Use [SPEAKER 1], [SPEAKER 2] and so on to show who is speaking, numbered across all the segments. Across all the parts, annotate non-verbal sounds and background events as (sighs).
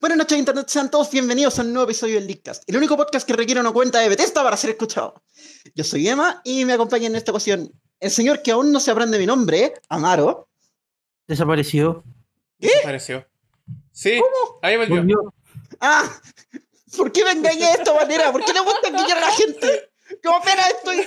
[SPEAKER 1] Buenas noches, Internet. Sean todos bienvenidos a un nuevo episodio del Leakcast, el único podcast que requiere una cuenta de Bethesda para ser escuchado. Yo soy Emma y me acompaña en esta ocasión el señor que aún no se aprende mi nombre, Amaro.
[SPEAKER 2] Desapareció.
[SPEAKER 3] Desapareció. Sí, ahí volvió.
[SPEAKER 2] Volvió.
[SPEAKER 1] ¡Ah! ¿Por qué me engañé de esta manera? ¿Por qué le gusta engañar a la gente? Yo apenas estoy.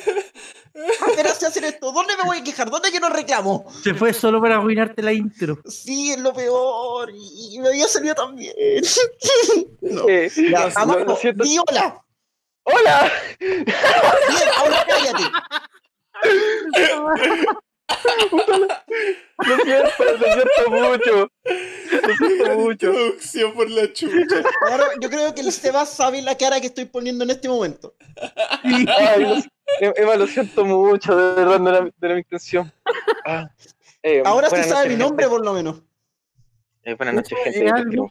[SPEAKER 1] Apenas sé hacer esto. ¿Dónde me voy a quejar? ¿Dónde que no reclamo?
[SPEAKER 2] Se fue solo para arruinarte la intro.
[SPEAKER 1] Sí, es lo peor. Y y me había salido (laughs) también.
[SPEAKER 4] (laughs) Eh,
[SPEAKER 1] Ya,
[SPEAKER 4] lo-
[SPEAKER 1] Amaro,
[SPEAKER 4] lo siento.
[SPEAKER 1] di hola.
[SPEAKER 4] ¡Hola!
[SPEAKER 1] Bien, ahora cállate.
[SPEAKER 4] Lo siento, lo siento mucho. Lo siento mucho.
[SPEAKER 3] Introducción por la chucha.
[SPEAKER 1] Ahora, yo creo que el Sebas sabe la cara que estoy poniendo en este momento.
[SPEAKER 4] Ay, lo si- Em- Emma, lo siento mucho, de verdad, no era, no era mi intención. Ah, eh,
[SPEAKER 1] Ahora sí
[SPEAKER 4] buenas
[SPEAKER 1] sabe
[SPEAKER 4] noches,
[SPEAKER 1] mi nombre, por lo menos.
[SPEAKER 4] gente. Eh, buenas noches, gente.
[SPEAKER 2] Eh,
[SPEAKER 4] yo te
[SPEAKER 2] algo.
[SPEAKER 4] quiero.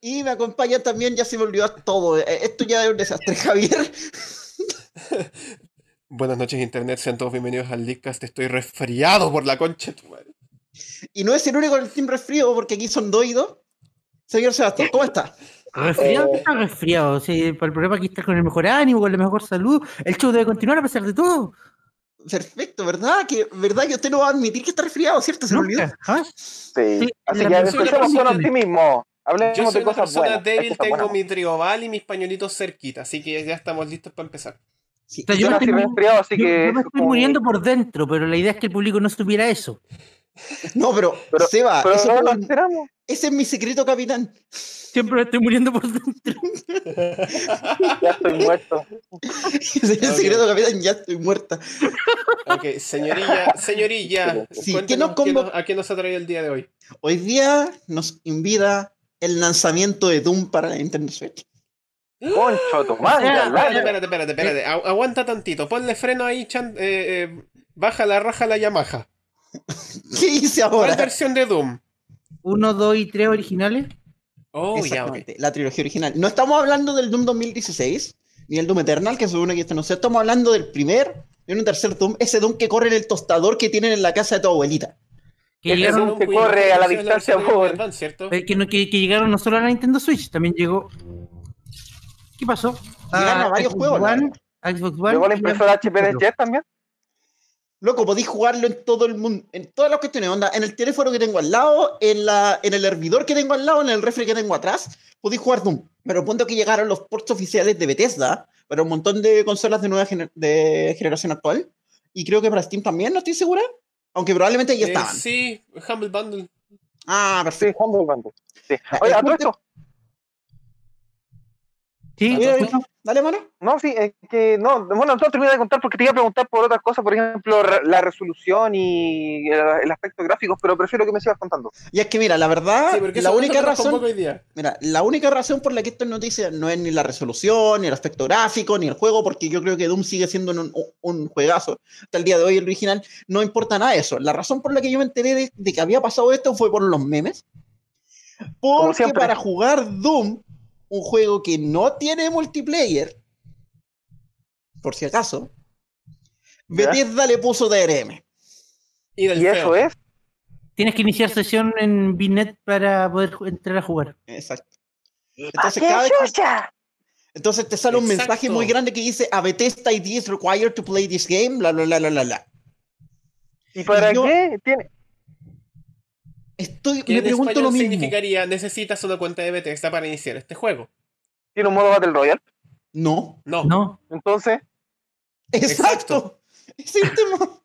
[SPEAKER 1] Y me acompaña también, ya se me olvidó todo. eh, Esto ya es un desastre, (laughs) Javier.
[SPEAKER 3] Buenas noches, internet. Sean todos bienvenidos al Leadcast. Estoy resfriado por la concha de tu madre.
[SPEAKER 1] Y no es el único en el team resfrío, porque aquí son dos y dos. Señor Sebastián, ¿cómo está?
[SPEAKER 2] Resfriado
[SPEAKER 4] Eh.
[SPEAKER 2] está resfriado. Sí, para el programa aquí estás con el mejor ánimo, con la mejor salud. El show debe continuar a pesar de todo.
[SPEAKER 1] Perfecto, ¿verdad? Que, ¿Verdad que usted no va a admitir que está resfriado, cierto? Se me olvidó.
[SPEAKER 2] Nunca, ¿ah? jamás.
[SPEAKER 4] Sí.
[SPEAKER 2] Sí,
[SPEAKER 4] Así
[SPEAKER 2] la
[SPEAKER 4] que
[SPEAKER 2] persona
[SPEAKER 4] empecemos
[SPEAKER 2] posible.
[SPEAKER 4] con optimismo.
[SPEAKER 3] Yo
[SPEAKER 4] Hablemos
[SPEAKER 3] soy
[SPEAKER 4] de
[SPEAKER 3] una
[SPEAKER 4] cosas
[SPEAKER 3] persona
[SPEAKER 4] buenas. Hay
[SPEAKER 3] débil,
[SPEAKER 4] cosas
[SPEAKER 3] tengo
[SPEAKER 4] buenas.
[SPEAKER 3] mi trioval y mis pañuelitos cerquita, así que ya estamos listos para empezar.
[SPEAKER 1] Sí,
[SPEAKER 2] O sea,
[SPEAKER 4] Yo
[SPEAKER 2] me
[SPEAKER 4] nací
[SPEAKER 2] estoy-
[SPEAKER 4] resfriado, así
[SPEAKER 2] Yo,
[SPEAKER 4] que.
[SPEAKER 2] yo me
[SPEAKER 4] eso
[SPEAKER 2] estoy
[SPEAKER 4] como-
[SPEAKER 2] muriendo por dentro, pero la idea es que el público no supiera eso.
[SPEAKER 1] No, pero,
[SPEAKER 4] Pero-
[SPEAKER 1] Seba,
[SPEAKER 4] Pero
[SPEAKER 1] eso
[SPEAKER 4] no
[SPEAKER 1] fue
[SPEAKER 4] nos
[SPEAKER 1] un-
[SPEAKER 4] enteramos.
[SPEAKER 1] ese es mi secreto, capitán. (laughs)
[SPEAKER 2] Siempre me estoy muriendo por dentro.
[SPEAKER 4] Ya estoy muerto.
[SPEAKER 1] Ese es el
[SPEAKER 3] Ok.
[SPEAKER 1] secreto, capitán, ya estoy muerta.
[SPEAKER 3] Ok, señorilla, señorilla,
[SPEAKER 1] Sí,
[SPEAKER 3] cuéntenos
[SPEAKER 1] ¿qué nos
[SPEAKER 3] qué
[SPEAKER 1] convo-
[SPEAKER 3] nos- a qué nos ha traído el día de hoy.
[SPEAKER 1] Hoy día nos invita el lanzamiento de Doom para Nintendo Switch.
[SPEAKER 4] Concho, tu madre,
[SPEAKER 2] Ah,
[SPEAKER 3] Espérate,
[SPEAKER 4] hablando.
[SPEAKER 3] espérate, espérate, espérate. Agu- aguanta tantito, ponle freno ahí, chan, eh, eh, baja la raja la Yamaha.
[SPEAKER 1] (laughs) ¿Qué hice
[SPEAKER 3] ¿Cuál
[SPEAKER 1] ahora?
[SPEAKER 3] versión de Doom?
[SPEAKER 2] Uno, dos y tres originales.
[SPEAKER 3] Oh, ya, ok.
[SPEAKER 1] Exactamente, la trilogía original. No estamos hablando del Doom 2016, ni el Doom Eternal, que supone que este no sé. Estamos hablando del primer, de un tercer Doom, ese Doom que corre en el tostador que tienen en la casa de tu abuelita.
[SPEAKER 2] Que
[SPEAKER 4] Ese
[SPEAKER 3] Ese
[SPEAKER 2] llegaron,
[SPEAKER 4] es
[SPEAKER 3] Doom
[SPEAKER 4] que
[SPEAKER 3] cuyo
[SPEAKER 4] corre a
[SPEAKER 3] precio
[SPEAKER 4] la
[SPEAKER 3] es
[SPEAKER 4] distancia,
[SPEAKER 3] versión de
[SPEAKER 4] por-
[SPEAKER 3] Advance, ¿cierto?
[SPEAKER 2] eh, que, no- que- que llegaron no solo a la Nintendo Switch, también llegó. ¿Qué pasó?
[SPEAKER 1] Llegaron a varios
[SPEAKER 2] Xbox
[SPEAKER 1] juegos, la
[SPEAKER 2] One, Ah, Xbox One.
[SPEAKER 4] Llegó la
[SPEAKER 2] y
[SPEAKER 4] impresora HP de Jet también.
[SPEAKER 1] Loco, podéis jugarlo en todo el mundo, en todas las cuestiones, onda, en el teléfono que tengo al lado, en, la, en el hervidor que tengo al lado, en el refri que tengo atrás, podéis jugar Doom. Pero punto que llegaron los ports oficiales de Bethesda para un montón de consolas de nueva gener- de generación actual. Y creo que para Steam también, no estoy segura. Aunque probablemente ya
[SPEAKER 3] Eh,
[SPEAKER 1] estaban.
[SPEAKER 3] sí, Humble Bundle.
[SPEAKER 1] Ah, perfecto.
[SPEAKER 4] Sí, Humble Bundle. Sí. Oye, a todo esto,
[SPEAKER 2] Sí,
[SPEAKER 1] Mira,
[SPEAKER 2] escucho.
[SPEAKER 1] Dale, mano.
[SPEAKER 4] No, sí, es que no, bueno, no terminé de contar porque te iba a preguntar por otras cosas, por ejemplo, re- la resolución y el, el aspecto gráfico, pero prefiero que me sigas contando.
[SPEAKER 1] Y es que mira, la verdad,
[SPEAKER 3] Sí, porque
[SPEAKER 1] Ah, la
[SPEAKER 3] eso
[SPEAKER 1] única
[SPEAKER 3] cuenta con
[SPEAKER 1] razón,
[SPEAKER 3] poco hoy día.
[SPEAKER 1] mira, la única razón por la que esto es noticia no es ni la resolución, ni el aspecto gráfico, ni el juego, porque yo creo que Doom sigue siendo un, un- un juegazo. Hasta el día de hoy el original no importa nada de eso. La razón por la que yo me enteré de, de que había pasado esto fue por los memes. Porque
[SPEAKER 4] siempre.
[SPEAKER 1] para jugar Doom, un juego que no tiene multiplayer, por si acaso,
[SPEAKER 4] ¿Ya?
[SPEAKER 1] Bethesda le puso DRM.
[SPEAKER 3] Y del
[SPEAKER 4] Y eso
[SPEAKER 3] feo.
[SPEAKER 4] es,
[SPEAKER 2] Tienes que iniciar sesión en Binet para poder ju- entrar a jugar.
[SPEAKER 1] Exacto. Entonces, cada vez que- Entonces te sale un
[SPEAKER 3] Exacto.
[SPEAKER 1] mensaje muy grande que dice a Bethesda ID is required to play this game, bla bla bla bla bla bla.
[SPEAKER 4] ¿y para
[SPEAKER 1] yo-
[SPEAKER 4] qué? Tiene,
[SPEAKER 1] Estoy,
[SPEAKER 3] Que
[SPEAKER 1] me
[SPEAKER 3] en
[SPEAKER 1] pregunto
[SPEAKER 3] español
[SPEAKER 1] lo mismo.
[SPEAKER 3] significaría necesitas una cuenta de Bethesda para iniciar este juego.
[SPEAKER 4] tiene un modo Battle Royale,
[SPEAKER 1] No.
[SPEAKER 3] No.
[SPEAKER 2] No,
[SPEAKER 4] entonces,
[SPEAKER 1] Exacto.
[SPEAKER 3] Exacto.
[SPEAKER 1] Ese (laughs) es el tema.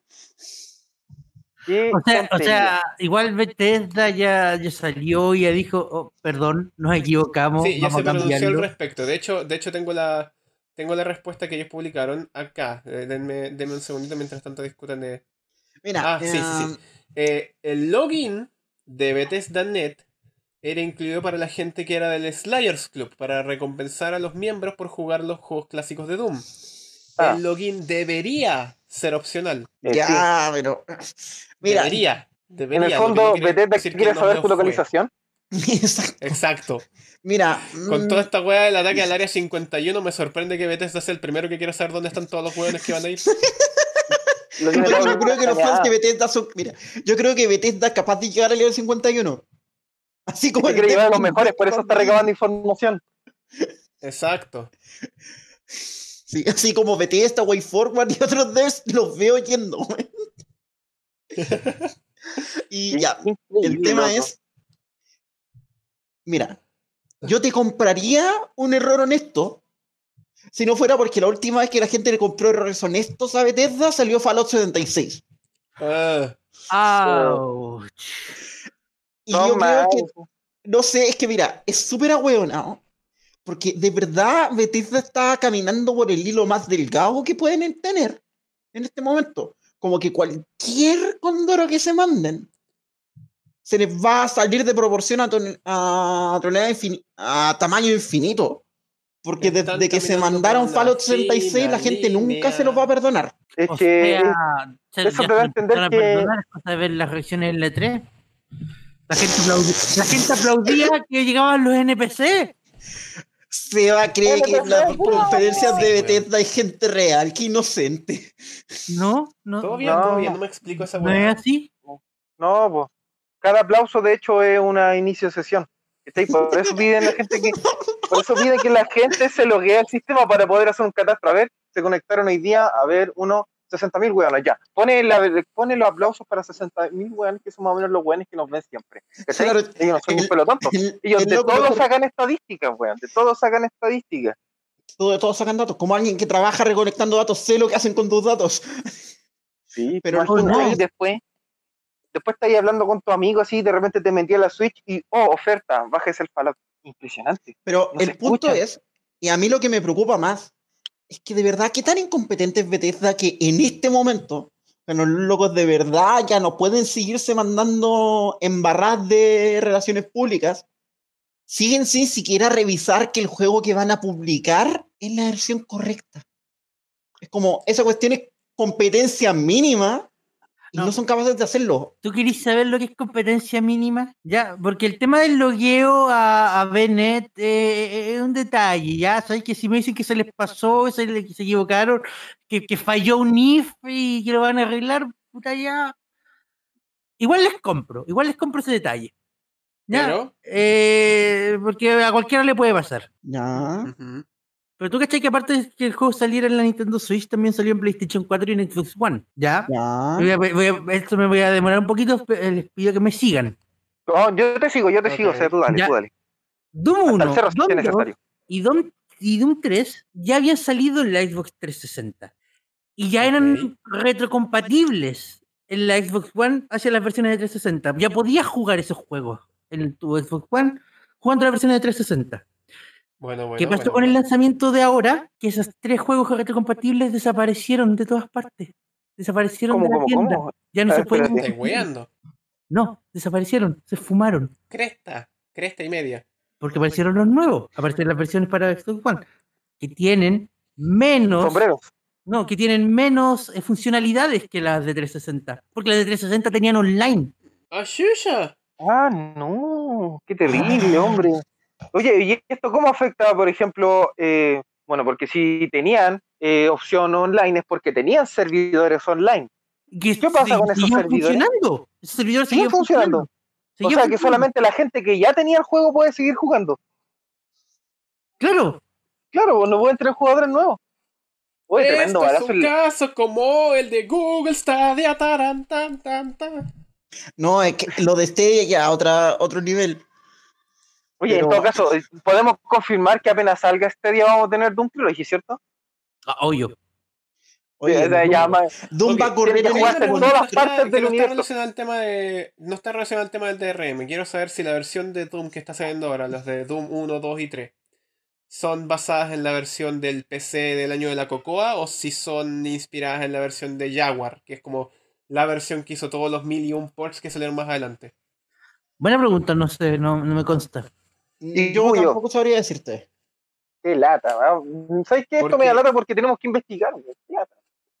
[SPEAKER 4] ¿qué
[SPEAKER 2] o sea, o
[SPEAKER 4] tontería?
[SPEAKER 2] sea, igual Bethesda ya, ya salió y ya dijo, "Oh, perdón, nos equivocamos,
[SPEAKER 3] Sí, ya
[SPEAKER 2] vamos
[SPEAKER 3] se
[SPEAKER 2] a
[SPEAKER 3] pronunció al
[SPEAKER 2] cambiarlo.
[SPEAKER 3] respecto. De hecho, de hecho tengo la tengo la respuesta que ellos publicaron acá. Eh, denme, denme un segundito mientras tanto discutan de
[SPEAKER 1] Mira,
[SPEAKER 3] Ah, sí, sí, sí.
[SPEAKER 1] eh,
[SPEAKER 3] Eh, el login de Bethesda.net era incluido para la gente que era del Slayers Club, para recompensar a los miembros por jugar los juegos clásicos de Doom.
[SPEAKER 4] Ah.
[SPEAKER 3] El login debería ser opcional.
[SPEAKER 4] Eh, sí.
[SPEAKER 1] ya, pero mira, (laughs)
[SPEAKER 3] debería.
[SPEAKER 4] En
[SPEAKER 3] debería,
[SPEAKER 4] el
[SPEAKER 3] lo que
[SPEAKER 4] fondo,
[SPEAKER 3] no quiere
[SPEAKER 4] Bethesda
[SPEAKER 3] decir que
[SPEAKER 4] quiere
[SPEAKER 3] no
[SPEAKER 4] saber
[SPEAKER 3] lo
[SPEAKER 4] tu
[SPEAKER 3] fue.
[SPEAKER 4] localización.
[SPEAKER 1] exacto.
[SPEAKER 3] Exacto.
[SPEAKER 1] Mira,
[SPEAKER 3] Con
[SPEAKER 1] mm, (laughs)
[SPEAKER 3] toda esta weá del ataque al área 51, me sorprende que Bethesda sea el primero que quiera saber dónde están todos los hueones que van
[SPEAKER 2] (laughs)
[SPEAKER 3] a ir.
[SPEAKER 4] Lo tiene
[SPEAKER 1] pero
[SPEAKER 4] todo
[SPEAKER 1] yo creo que los fans
[SPEAKER 4] planeado.
[SPEAKER 1] de Bethesda son, mira, yo creo que Bethesda es capaz de llegar al nivel 51. Así como
[SPEAKER 4] Este
[SPEAKER 1] el
[SPEAKER 4] quiere llevar a los
[SPEAKER 1] Devil
[SPEAKER 4] mejores, por eso está recabando información.
[SPEAKER 3] Exacto.
[SPEAKER 1] Sí, (laughs) así como Bethesda, Way Forward y otros devs, los veo yendo. (laughs) güey. y
[SPEAKER 4] (laughs)
[SPEAKER 1] ya, el
[SPEAKER 4] Increíble,
[SPEAKER 1] tema
[SPEAKER 4] loco.
[SPEAKER 1] es. Mira, yo te compraría un error honesto si no fuera porque la última vez que la gente le compró errores honestos a Bethesda salió Fallout 76.
[SPEAKER 3] Ah,
[SPEAKER 2] Au.
[SPEAKER 1] Y
[SPEAKER 4] No,
[SPEAKER 1] yo creo
[SPEAKER 4] man.
[SPEAKER 1] que No sé, es que mira, es súper ahueonado. Porque de verdad Bethesda está caminando por el hilo más delgado que pueden tener en este momento. Como que cualquier condoro que se manden se les va a salir de proporción a, ton- a tonelada infin- a tamaño infinito. Porque
[SPEAKER 3] Están
[SPEAKER 1] desde que se
[SPEAKER 3] caminando
[SPEAKER 1] mandaron
[SPEAKER 3] por la
[SPEAKER 1] Fallout 66
[SPEAKER 3] fina
[SPEAKER 1] la gente nunca se los va a
[SPEAKER 3] línea.
[SPEAKER 1] perdonar.
[SPEAKER 4] Es
[SPEAKER 2] O
[SPEAKER 4] que
[SPEAKER 2] sea, se-
[SPEAKER 4] eso
[SPEAKER 2] ya
[SPEAKER 4] te da a
[SPEAKER 2] se
[SPEAKER 4] entender
[SPEAKER 2] empezaron
[SPEAKER 4] que-
[SPEAKER 2] perdonar, es cosa de ver las reacciones en la 3 La gente aplaudía, la gente aplaudía que llegaban los NPC.
[SPEAKER 1] Se va a creer
[SPEAKER 4] Bueno,
[SPEAKER 1] que
[SPEAKER 4] pues,
[SPEAKER 1] en las
[SPEAKER 4] no, no,
[SPEAKER 1] conferencias
[SPEAKER 3] sí,
[SPEAKER 1] de
[SPEAKER 3] weón.
[SPEAKER 1] Bethesda hay gente real, que inocente.
[SPEAKER 2] No, no,
[SPEAKER 3] todo
[SPEAKER 2] no,
[SPEAKER 3] bien,
[SPEAKER 4] No.
[SPEAKER 3] todo bien, no me explico esa
[SPEAKER 2] es
[SPEAKER 3] weá.
[SPEAKER 2] así.
[SPEAKER 4] No, pues. Cada aplauso, de hecho, es una inicio de sesión. ¿Cachai? Por
[SPEAKER 1] (laughs)
[SPEAKER 4] eso piden la gente que, por eso piden que la gente se loguee al sistema para poder hacer un catastro. A ver, se conectaron hoy día a ver unos 60.000 hueones, ya. Pone, la- pone los aplausos para 60.000 hueones, que son más o menos los hueones que nos ven siempre. ¿Cachai?
[SPEAKER 1] Claro,
[SPEAKER 4] Ellos no son un
[SPEAKER 1] el-
[SPEAKER 4] pelo tonto.
[SPEAKER 1] (laughs) El-
[SPEAKER 4] Ellos
[SPEAKER 1] el
[SPEAKER 4] de
[SPEAKER 1] loco
[SPEAKER 4] todos
[SPEAKER 1] mejor-
[SPEAKER 4] sacan estadísticas, weón. De todos sacan estadísticas.
[SPEAKER 1] todo- todos sacan datos. Como alguien que trabaja recolectando datos, sé lo que hacen con tus datos.
[SPEAKER 4] Sí,
[SPEAKER 1] pero
[SPEAKER 4] pero
[SPEAKER 1] no, no.
[SPEAKER 4] después. Después estás ahí hablando con tu amigo así, y de repente te metí a la Switch y, oh, oferta, bájese el Fallout. Impresionante.
[SPEAKER 1] Pero
[SPEAKER 4] No se
[SPEAKER 1] el punto
[SPEAKER 4] escucha.
[SPEAKER 1] es, y a mí lo que me preocupa más, es que de verdad, qué tan incompetente es Bethesda que en este momento, bueno, los locos de verdad ya no pueden seguirse mandando embarradas de relaciones públicas. Siguen sin siquiera revisar que el juego que van a publicar es la versión correcta. Es como, esa cuestión es competencia mínima y no,
[SPEAKER 2] No.
[SPEAKER 1] son capaces de hacerlo.
[SPEAKER 2] ¿Tú querés saber lo que es competencia mínima? Ya, porque el tema del logueo a, a Bennett eh, es un detalle, ya, sabes que si me dicen que se les pasó, se, le- que se equivocaron, que, que falló un if y que lo van a arreglar, puta ya. Igual les compro, igual les compro ese detalle. Ya,
[SPEAKER 3] Pero.
[SPEAKER 2] eh, porque a cualquiera le puede pasar.
[SPEAKER 1] Ya.
[SPEAKER 3] Ujú.
[SPEAKER 2] Pero tú cachai que aparte de que el juego saliera en la Nintendo Switch, también salió en PlayStation 4 y en Xbox One, ¿ya?
[SPEAKER 1] Ya.
[SPEAKER 2] Voy a- voy a- esto me voy a demorar un poquito, pe- les pido que me sigan.
[SPEAKER 4] No, yo te sigo, yo te
[SPEAKER 3] Ok.
[SPEAKER 4] sigo, o sea, tú dale,
[SPEAKER 2] Ya.
[SPEAKER 4] tú dale.
[SPEAKER 2] Doom
[SPEAKER 4] Hasta el
[SPEAKER 2] 1,
[SPEAKER 4] cerro si es
[SPEAKER 2] Doom 2
[SPEAKER 4] necesario.
[SPEAKER 2] y Doom, y Doom 3 ya habían salido en la Xbox 360 y ya eran
[SPEAKER 3] Ok.
[SPEAKER 2] retrocompatibles en la Xbox One hacia las versiones de 360. Ya podías jugar esos juegos en tu Xbox One jugando la versión de 360.
[SPEAKER 3] Bueno, bueno.
[SPEAKER 2] ¿Qué pasó
[SPEAKER 3] bueno,
[SPEAKER 2] con el
[SPEAKER 3] bueno.
[SPEAKER 2] lanzamiento de ahora? Que esos tres juegos retrocompatibles desaparecieron de todas partes. Desaparecieron
[SPEAKER 4] ¿Cómo,
[SPEAKER 2] de la
[SPEAKER 4] cómo,
[SPEAKER 2] tienda.
[SPEAKER 4] cómo?
[SPEAKER 2] Ya no
[SPEAKER 4] A
[SPEAKER 2] se
[SPEAKER 4] ver,
[SPEAKER 2] pueden.
[SPEAKER 4] espérate.
[SPEAKER 3] Estoy weando.
[SPEAKER 2] No, desaparecieron, se fumaron.
[SPEAKER 3] Cresta, cresta y media.
[SPEAKER 2] Porque aparecieron los nuevos. Aparecieron las versiones para Xbox One. Que tienen menos.
[SPEAKER 4] Sombreros.
[SPEAKER 2] No, que tienen menos eh, funcionalidades que las de 360. Porque las de 360 tenían online.
[SPEAKER 3] ¡Ayuya!
[SPEAKER 4] Ah, no, qué terrible, hombre. Oye, ¿y esto cómo afecta, por ejemplo, eh, bueno, porque si tenían eh, opción online es porque tenían servidores online.
[SPEAKER 2] ¿Qué
[SPEAKER 4] pasa con esos servidores?
[SPEAKER 2] funcionando. Esos servidores
[SPEAKER 4] Siguen
[SPEAKER 2] seguían
[SPEAKER 4] funcionando. O
[SPEAKER 2] Seguían
[SPEAKER 4] sea,
[SPEAKER 2] funcionando.
[SPEAKER 4] que solamente la gente que ya tenía el juego puede seguir jugando.
[SPEAKER 2] Claro,
[SPEAKER 4] Claro, pues no pueden entrar jugadores nuevos. Oye,
[SPEAKER 3] Esto
[SPEAKER 4] tremendo
[SPEAKER 3] este es
[SPEAKER 4] balazo.
[SPEAKER 3] un
[SPEAKER 4] el-
[SPEAKER 3] caso como el de Google Stadia, taran, tan, tan, tan.
[SPEAKER 1] No, es que lo de Stadia ya a otra, otro nivel.
[SPEAKER 4] Oye,
[SPEAKER 1] pero-
[SPEAKER 4] en todo caso, eh, podemos confirmar que apenas salga este día vamos a tener Doom Trilogy, ¿cierto?
[SPEAKER 2] Ah, obvio.
[SPEAKER 1] Oye,
[SPEAKER 4] O sea, ya
[SPEAKER 1] Doom,
[SPEAKER 4] más-
[SPEAKER 1] Doom
[SPEAKER 3] Ok,
[SPEAKER 1] va a correr
[SPEAKER 4] tiene que
[SPEAKER 1] en
[SPEAKER 4] jugarse
[SPEAKER 1] el-
[SPEAKER 4] en todas las
[SPEAKER 3] Que no
[SPEAKER 4] partes
[SPEAKER 3] está
[SPEAKER 4] del universo.
[SPEAKER 3] relacionado al tema de- no está relacionado al tema del DRM. Quiero saber si la versión de Doom que está saliendo ahora, las de Doom 1, 2 y 3, son basadas en la versión del PC del año de la Cocoa o si son inspiradas en la versión de Jaguar, que es como la versión que hizo todos los mil y un ports que salieron más adelante.
[SPEAKER 2] Buena pregunta, no sé, no, no me consta.
[SPEAKER 4] Y
[SPEAKER 1] Yo
[SPEAKER 4] Julio.
[SPEAKER 1] tampoco sabría decirte.
[SPEAKER 4] Qué lata, ¿verdad? ¿sabes qué?
[SPEAKER 3] ¿Por
[SPEAKER 4] Esto me da
[SPEAKER 3] qué?
[SPEAKER 4] lata porque tenemos que investigar. güey. Qué lata.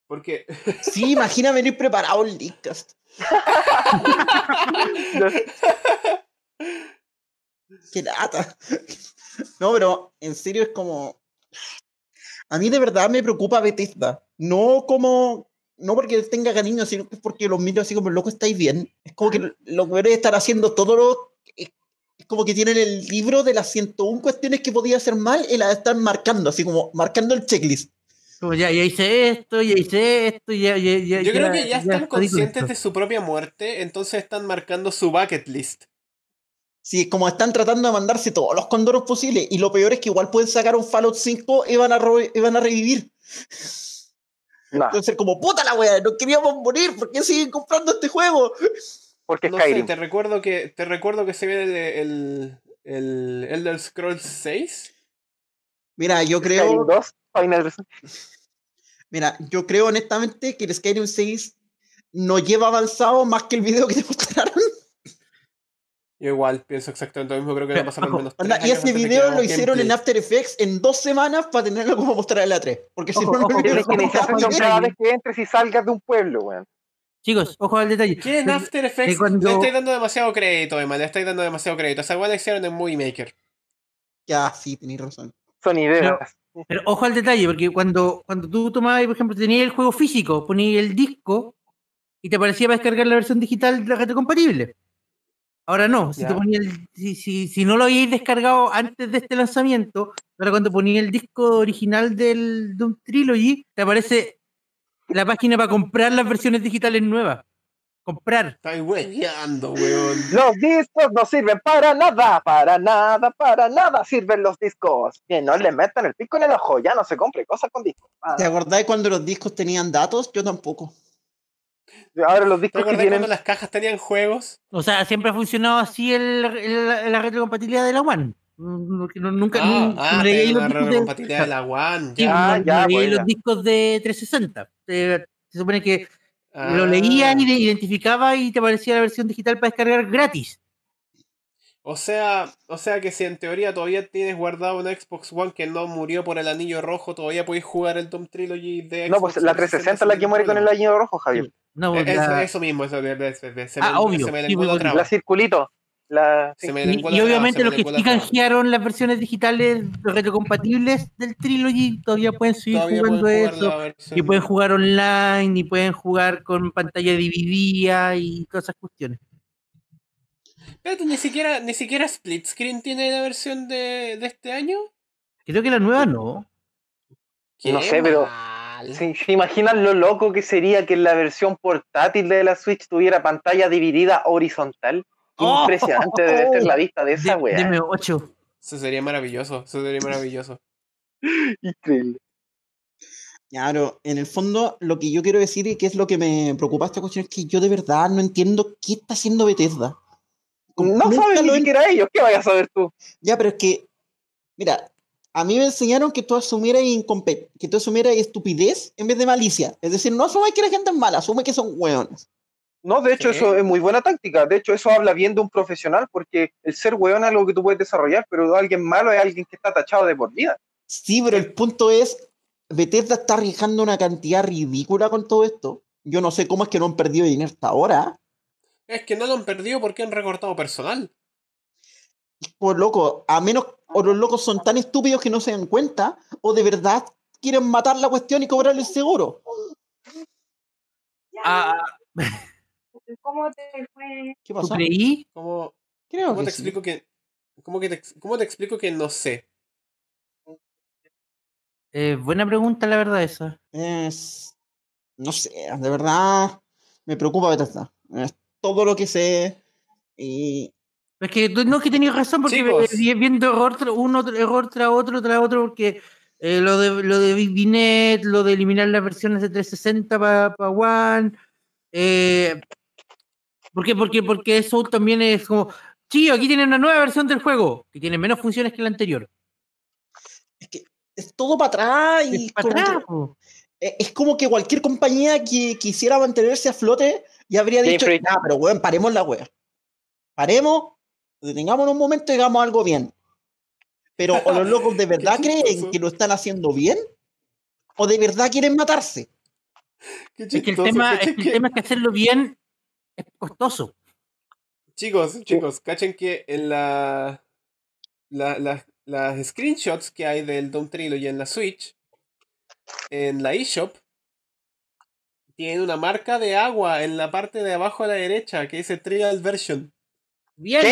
[SPEAKER 3] Porque
[SPEAKER 1] Sí, imagina venir preparado el Leakcast. Qué lata. No, pero en serio es como. A mí de verdad me preocupa Bethesda. No como. No porque les tenga cariño, sino que es porque los miro así como, loco, estáis bien. Es como que los debería estar haciendo todo lo es como que tienen el libro de las 101 cuestiones que podía hacer mal y las están marcando, así como marcando el checklist.
[SPEAKER 2] Como ya, ya hice esto, ya hice esto, ya. ya, ya
[SPEAKER 3] Yo creo que ya
[SPEAKER 2] estoy
[SPEAKER 3] están
[SPEAKER 2] con
[SPEAKER 3] conscientes
[SPEAKER 2] esto.
[SPEAKER 3] de su propia muerte, entonces están marcando su bucket list.
[SPEAKER 1] Sí, como están tratando de mandarse todos los condoros posibles. Y lo peor es que igual pueden sacar un Fallout 5 y van a, ro- y van a revivir.
[SPEAKER 4] No,
[SPEAKER 1] Entonces, como puta la wea, no queríamos morir, ¿por qué siguen comprando este juego?
[SPEAKER 4] porque
[SPEAKER 3] No sé,
[SPEAKER 4] Skyrim.
[SPEAKER 3] te recuerdo que, te recuerdo que se viene el, el, el Elder Scrolls 6.
[SPEAKER 1] Mira,
[SPEAKER 3] Este
[SPEAKER 1] yo
[SPEAKER 4] Skyrim
[SPEAKER 1] creo,
[SPEAKER 4] 2, Final
[SPEAKER 1] mira, yo creo honestamente que el Skyrim 6 no lleva avanzado más que el video que te (laughs) mostraron.
[SPEAKER 3] Yo igual pienso exactamente lo mismo, creo que va a pasar al menos
[SPEAKER 1] Onda,
[SPEAKER 3] tres
[SPEAKER 1] y
[SPEAKER 3] años
[SPEAKER 1] ese
[SPEAKER 3] antes de que
[SPEAKER 1] video lo
[SPEAKER 3] hagamos
[SPEAKER 1] hicieron en
[SPEAKER 3] gameplay.
[SPEAKER 1] After Effects en dos semanas para tenerlo como mostrar en la 3. Porque si
[SPEAKER 2] Ojo,
[SPEAKER 1] no, no
[SPEAKER 2] ojo,
[SPEAKER 1] lo
[SPEAKER 2] que
[SPEAKER 1] hubieran
[SPEAKER 2] Pero como
[SPEAKER 4] Tienes que
[SPEAKER 1] mostrado
[SPEAKER 2] está
[SPEAKER 4] hacerlo
[SPEAKER 1] en
[SPEAKER 4] cada
[SPEAKER 1] Skyrim.
[SPEAKER 4] vez que entres y salgas de un pueblo, weón.
[SPEAKER 2] Chicos, ojo al detalle.
[SPEAKER 3] ¿Qué en After Effects?
[SPEAKER 2] cuando-
[SPEAKER 3] Le estáis dando demasiado crédito, Emma, le estáis dando demasiado crédito. O sea, igual la hicieron en Movie Maker.
[SPEAKER 1] Ya, sí, tenéis razón.
[SPEAKER 4] Son ideas.
[SPEAKER 2] Pero ojo al detalle, porque cuando, cuando tú tomabas, por ejemplo, tenías el juego físico, ponías el disco y te aparecía para descargar la versión digital la que compatible. Ahora no, si, te
[SPEAKER 3] Ya.
[SPEAKER 2] ponía el- si, si- si no lo habíais descargado antes de este lanzamiento, ahora cuando ponía el disco original del Doom Trilogy, te aparece la página para comprar las versiones digitales nuevas. Comprar.
[SPEAKER 3] Estáis hueveando, weón.
[SPEAKER 4] Los discos no sirven para nada, para nada, para nada sirven los discos. Que no le metan el pico en el ojo, ya no se compre cosas con discos. Ah,
[SPEAKER 1] ¿Te acordáis cuando los discos tenían datos? Yo tampoco.
[SPEAKER 4] Ahora los
[SPEAKER 3] ¿Te
[SPEAKER 4] discos que
[SPEAKER 3] acordás
[SPEAKER 4] tienen.
[SPEAKER 3] cuando las cajas tenían juegos?
[SPEAKER 2] O sea, siempre ha funcionado así el- el- la retrocompatibilidad de la One. Mm, que no- Nunca,
[SPEAKER 3] Ah,
[SPEAKER 2] nun-
[SPEAKER 3] ah,
[SPEAKER 2] no leí los
[SPEAKER 3] tenían una
[SPEAKER 2] discos de-
[SPEAKER 3] retrocompatibilidad de la One.
[SPEAKER 2] Sí,
[SPEAKER 3] Ya.
[SPEAKER 4] Ah,
[SPEAKER 2] no-
[SPEAKER 4] ya,
[SPEAKER 2] no leí
[SPEAKER 4] buena.
[SPEAKER 2] los discos de 360. Eh, se supone que
[SPEAKER 3] Ah.
[SPEAKER 2] lo leía y le identificaba y te aparecía la versión digital para descargar gratis.
[SPEAKER 3] O sea, o sea que si en teoría todavía tienes guardado un Xbox One que no murió por el anillo rojo, todavía podéis jugar el Doom Trilogy de
[SPEAKER 4] No,
[SPEAKER 3] Xbox
[SPEAKER 4] pues la 360 es la que muere con el año rojo, Javier.
[SPEAKER 2] No,
[SPEAKER 3] Eh, Eso,
[SPEAKER 2] la-
[SPEAKER 3] eso mismo, eso de, de- de- de- se,
[SPEAKER 2] Oh, Ah,
[SPEAKER 3] me,
[SPEAKER 2] obvio,
[SPEAKER 3] se me
[SPEAKER 2] sí,
[SPEAKER 3] lenguó la
[SPEAKER 2] muy
[SPEAKER 3] traba.
[SPEAKER 4] La circulito. La...
[SPEAKER 3] Ah, Se me
[SPEAKER 2] y,
[SPEAKER 3] lenguó
[SPEAKER 2] y
[SPEAKER 3] la traba, se
[SPEAKER 2] obviamente
[SPEAKER 3] me
[SPEAKER 2] los que
[SPEAKER 3] lenguó la
[SPEAKER 2] sí
[SPEAKER 3] traba.
[SPEAKER 2] canjearon las versiones digitales los retrocompatibles del Trilogy todavía pueden seguir
[SPEAKER 3] Todavía pueden
[SPEAKER 2] jugando
[SPEAKER 3] jugar
[SPEAKER 2] eso.
[SPEAKER 3] la versión.
[SPEAKER 2] Y pueden jugar online, y pueden jugar con pantalla dividida y todas esas cuestiones.
[SPEAKER 3] Espérate, ni siquiera, ni siquiera Split Screen tiene la versión de, de este año.
[SPEAKER 2] Creo que la nueva no.
[SPEAKER 3] Qué
[SPEAKER 4] No sé, pero-
[SPEAKER 3] mal.
[SPEAKER 4] ¿Se, se imaginan lo loco que sería que la versión portátil de la Switch tuviera pantalla dividida horizontal?
[SPEAKER 2] ¡Oh!
[SPEAKER 4] Impresionante debe ser la vista de esa
[SPEAKER 2] De-
[SPEAKER 4] weá.
[SPEAKER 2] deme 8.
[SPEAKER 3] Eso sería maravilloso, eso sería maravilloso.
[SPEAKER 4] Increíble.
[SPEAKER 1] Claro, en el fondo lo que yo quiero decir y que es lo que me preocupa esta cuestión es que yo de verdad no entiendo qué está haciendo Bethesda. Como
[SPEAKER 4] No
[SPEAKER 1] nunca
[SPEAKER 4] saben
[SPEAKER 1] lo
[SPEAKER 4] ni
[SPEAKER 1] he-
[SPEAKER 4] siquiera ellos, ¿qué vayas a saber tú?
[SPEAKER 1] Ya, pero es que, mira, a mí me enseñaron que tú asumieras incompe- que tú asumieras estupidez en vez de malicia. Es decir, no asumas que la gente es mala, asume que son hueones.
[SPEAKER 4] No, de hecho,
[SPEAKER 3] Sí.
[SPEAKER 4] eso es muy buena táctica. De hecho, eso habla bien de un profesional, porque el ser weón es algo que tú puedes desarrollar, pero alguien malo es alguien que está tachado de por vida.
[SPEAKER 1] Sí, pero el punto es, Bethesda está arriesgando una cantidad ridícula con todo esto. Yo no sé cómo es que no han perdido dinero hasta ahora.
[SPEAKER 3] Es que no lo han perdido porque han recortado personal.
[SPEAKER 1] Por Pues, loco, a menos o los locos son tan estúpidos que no se dan cuenta, o de verdad quieren matar la cuestión y cobrarle el seguro.
[SPEAKER 2] Ah,
[SPEAKER 5] ¿Cómo te fue?
[SPEAKER 1] ¿Qué
[SPEAKER 2] ¿Tú
[SPEAKER 1] pasó?
[SPEAKER 2] creí?
[SPEAKER 3] Como,
[SPEAKER 1] Creo
[SPEAKER 3] ¿Cómo
[SPEAKER 1] que
[SPEAKER 3] te
[SPEAKER 1] sí.
[SPEAKER 3] explico que.? ¿Cómo, que te, ex- ¿Cómo te explico que no sé?
[SPEAKER 2] Eh, buena pregunta, la verdad, esa.
[SPEAKER 1] Es- no sé, de verdad me preocupa Bethesda. Es todo lo que sé. Y
[SPEAKER 2] Es que tú- no es que tenías razón, porque ve-
[SPEAKER 3] Chicos.
[SPEAKER 2] vi- viendo error tras uno, tr- error tras otro, tras otro, porque eh, lo de lo de BitNet, lo de eliminar las versiones de 360 para One. Eh, ¿Por qué? Porque, porque eso también es como. Sí, aquí tienen una nueva versión del juego, que tiene menos funciones que la anterior.
[SPEAKER 1] es todo para atrás. Y
[SPEAKER 2] Es pa'
[SPEAKER 1] como que-
[SPEAKER 2] atrás, po.
[SPEAKER 1] e- es como que cualquier compañía que quisiera mantenerse a flote ya habría
[SPEAKER 4] Game
[SPEAKER 1] dicho,
[SPEAKER 4] Freak.
[SPEAKER 1] "Nah, pero weón, paremos la wea. Paremos, detengámonos un momento y hagamos algo bien. Pero o los locos
[SPEAKER 3] (laughs)
[SPEAKER 1] de verdad creen
[SPEAKER 3] chistoso.
[SPEAKER 1] que lo están haciendo bien o de verdad quieren matarse.
[SPEAKER 3] Qué
[SPEAKER 2] Es que el
[SPEAKER 3] chistoso,
[SPEAKER 2] tema,
[SPEAKER 3] cachen
[SPEAKER 2] pues, es que el
[SPEAKER 3] que-
[SPEAKER 2] tema es que hacerlo bien es costoso.
[SPEAKER 3] Chicos, chicos, cachen que en la, la- la- las screenshots que hay del Doom Trilogy en la Switch, en la eShop, tiene una marca de agua en la parte de abajo a la derecha que dice Trial Version.
[SPEAKER 2] Bien.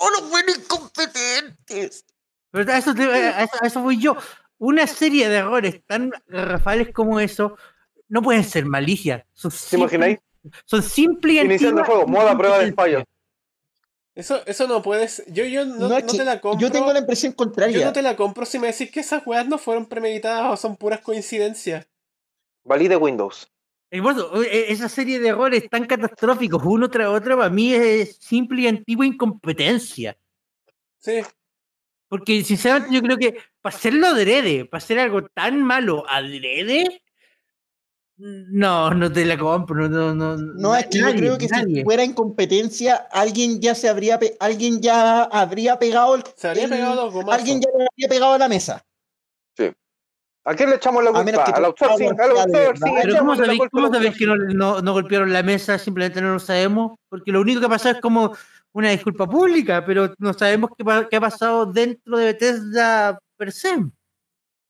[SPEAKER 1] ¡Oh, los buenos incompetentes!
[SPEAKER 2] Pero a eso, te- a eso- a eso voy yo. Una serie de errores tan garrafales como eso no pueden ser malicia. Son
[SPEAKER 4] ¿Te imagináis?
[SPEAKER 3] pues,
[SPEAKER 2] Son simples y
[SPEAKER 4] Iniciando el
[SPEAKER 2] antiguas
[SPEAKER 4] juego, moda prueba de
[SPEAKER 2] incompetencias.
[SPEAKER 4] fallo.
[SPEAKER 3] Eso, eso no puedes. Yo, yo no,
[SPEAKER 1] No, es
[SPEAKER 3] no
[SPEAKER 1] que
[SPEAKER 3] te la compro.
[SPEAKER 1] Yo tengo la impresión
[SPEAKER 3] yo
[SPEAKER 1] contraria.
[SPEAKER 3] no te la compro si me decís que esas weas no fueron premeditadas o son puras coincidencias.
[SPEAKER 4] Valide Windows.
[SPEAKER 2] Y por eso, eh, esa serie de errores tan catastróficos, uno tras otro, para mí es simple y antigua incompetencia.
[SPEAKER 3] Sí.
[SPEAKER 2] Porque sinceramente yo creo que para hacerlo adrede, para hacer algo tan malo adrede, no, no te la compro. No, no,
[SPEAKER 1] No, es que yo
[SPEAKER 2] nadie,
[SPEAKER 1] creo que si
[SPEAKER 2] nadie.
[SPEAKER 1] fuera incompetencia, alguien ya se habría, pe- alguien ya habría pegado el,
[SPEAKER 3] Se habría
[SPEAKER 1] el-
[SPEAKER 3] pegado los gomazos.
[SPEAKER 1] alguien ya le habría pegado a la mesa.
[SPEAKER 4] ¿A quién le echamos la
[SPEAKER 1] A menos
[SPEAKER 4] culpa?
[SPEAKER 1] que
[SPEAKER 4] Al
[SPEAKER 1] tu
[SPEAKER 4] outsourcing,
[SPEAKER 1] power sea
[SPEAKER 4] al
[SPEAKER 1] de
[SPEAKER 4] outsourcing,
[SPEAKER 1] verdad.
[SPEAKER 2] Pero ¿cómo
[SPEAKER 4] echémosle la
[SPEAKER 2] sabéis,
[SPEAKER 4] culpa.
[SPEAKER 2] cómo
[SPEAKER 4] al
[SPEAKER 2] sabéis que no, no- no golpearon la mesa? Simplemente no lo sabemos. Porque lo único que ha pasado es como una disculpa pública, pero no sabemos qué, pa- qué ha pasado dentro de Bethesda per se.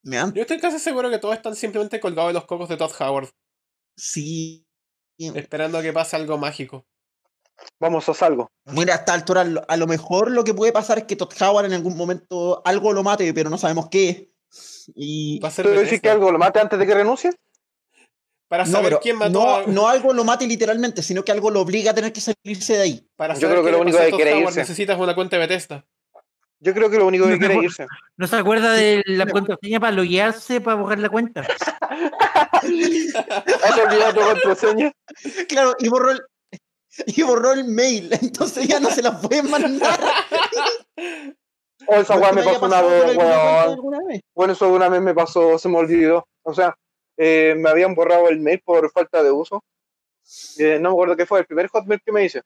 [SPEAKER 1] Me han-
[SPEAKER 3] Yo estoy casi seguro que todos están simplemente colgados de los cocos de Todd Howard,
[SPEAKER 1] Sí. eh,
[SPEAKER 3] esperando a que pase algo mágico.
[SPEAKER 4] Vamos, haz algo.
[SPEAKER 1] Mira, a esta altura, lo- a lo mejor lo que puede pasar es que Todd Howard en algún momento algo lo mate, pero no sabemos qué. Y
[SPEAKER 3] Va a ser
[SPEAKER 4] ¿Tú decir que
[SPEAKER 3] Bethesda.
[SPEAKER 4] algo lo mate antes de que renuncie?
[SPEAKER 3] Para
[SPEAKER 1] no,
[SPEAKER 3] saber
[SPEAKER 1] pero
[SPEAKER 3] quién mató
[SPEAKER 1] no,
[SPEAKER 3] a...
[SPEAKER 1] no algo lo mate literalmente, sino que algo lo obliga a tener que salirse de
[SPEAKER 3] (laughs)
[SPEAKER 1] ahí.
[SPEAKER 3] Para
[SPEAKER 4] Yo
[SPEAKER 3] saber
[SPEAKER 4] creo que
[SPEAKER 3] qué
[SPEAKER 4] lo
[SPEAKER 3] le
[SPEAKER 4] único
[SPEAKER 3] pasó a
[SPEAKER 4] que
[SPEAKER 3] Todd
[SPEAKER 4] quiere
[SPEAKER 3] Howard
[SPEAKER 4] irse.
[SPEAKER 3] necesitas una cuenta de Bethesda.
[SPEAKER 4] Yo creo que lo único que
[SPEAKER 2] No,
[SPEAKER 4] quiere es
[SPEAKER 2] mejor-
[SPEAKER 4] irse.
[SPEAKER 2] ¿No se acuerda de la contraseña para loguearse, para borrar la cuenta?
[SPEAKER 4] ¿Has olvidado tu contraseña?
[SPEAKER 1] Claro, y borró el, y borró el mail, (laughs) entonces ya no se la puede
[SPEAKER 3] (laughs)
[SPEAKER 1] mandar.
[SPEAKER 4] O esa
[SPEAKER 1] No es
[SPEAKER 4] weá
[SPEAKER 1] que
[SPEAKER 4] me
[SPEAKER 1] me haya
[SPEAKER 4] pasó una
[SPEAKER 1] pasado por
[SPEAKER 4] vez,
[SPEAKER 1] alguna cuenta
[SPEAKER 4] weón.
[SPEAKER 1] alguna vez.
[SPEAKER 4] Bueno, eso una vez me pasó, se me olvidó. O sea, eh, me habían borrado el mail por falta de uso. Eh, no me acuerdo qué fue, el primer Hotmail que me hice.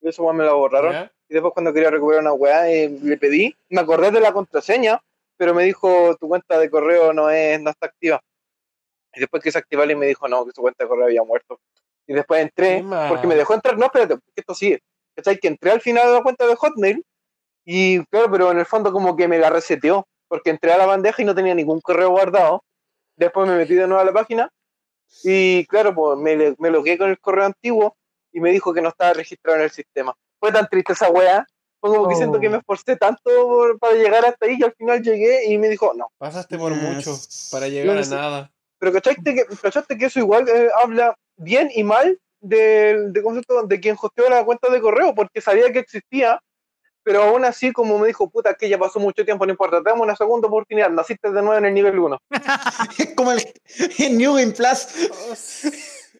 [SPEAKER 4] Y eso me lo borraron.
[SPEAKER 3] ¿Ya?
[SPEAKER 4] Y después cuando quería recuperar una weá, eh, le pedí, me acordé de la contraseña, pero me dijo, tu cuenta de correo no es no está activa. Y después quise activarla y me dijo, no, que su cuenta de correo había muerto. Y después entré,
[SPEAKER 3] Qué mal.
[SPEAKER 4] porque me dejó entrar, no, espérate, porque esto sigue. ¿Cachai? Que entré al final de la cuenta de Hotmail y claro, pero en el fondo como que me la reseteó, porque entré a la bandeja y no tenía ningún correo guardado. Después me metí de nuevo a la página y claro, pues me, me logué con el correo antiguo y me dijo que no estaba registrado en el sistema fue tan triste esa weá. Fue como que
[SPEAKER 2] Oh.
[SPEAKER 4] siento que me esforcé tanto por- para llegar hasta ahí que al final llegué y me dijo, no.
[SPEAKER 3] Pasaste por
[SPEAKER 1] Yes. (laughs)
[SPEAKER 3] mucho para llegar
[SPEAKER 4] No
[SPEAKER 3] a
[SPEAKER 4] sé. (laughs)
[SPEAKER 3] nada.
[SPEAKER 4] Pero cachaste que, cachaste que eso igual eh, habla bien y mal del de concepto de quien hosteó la cuenta de correo, porque sabía que existía, pero aún así, como me dijo, puta, que ya pasó mucho tiempo, no importa, te damos una segunda oportunidad, naciste de nuevo en el nivel 1.
[SPEAKER 1] Es como el, (laughs) el New Game Plus. (laughs)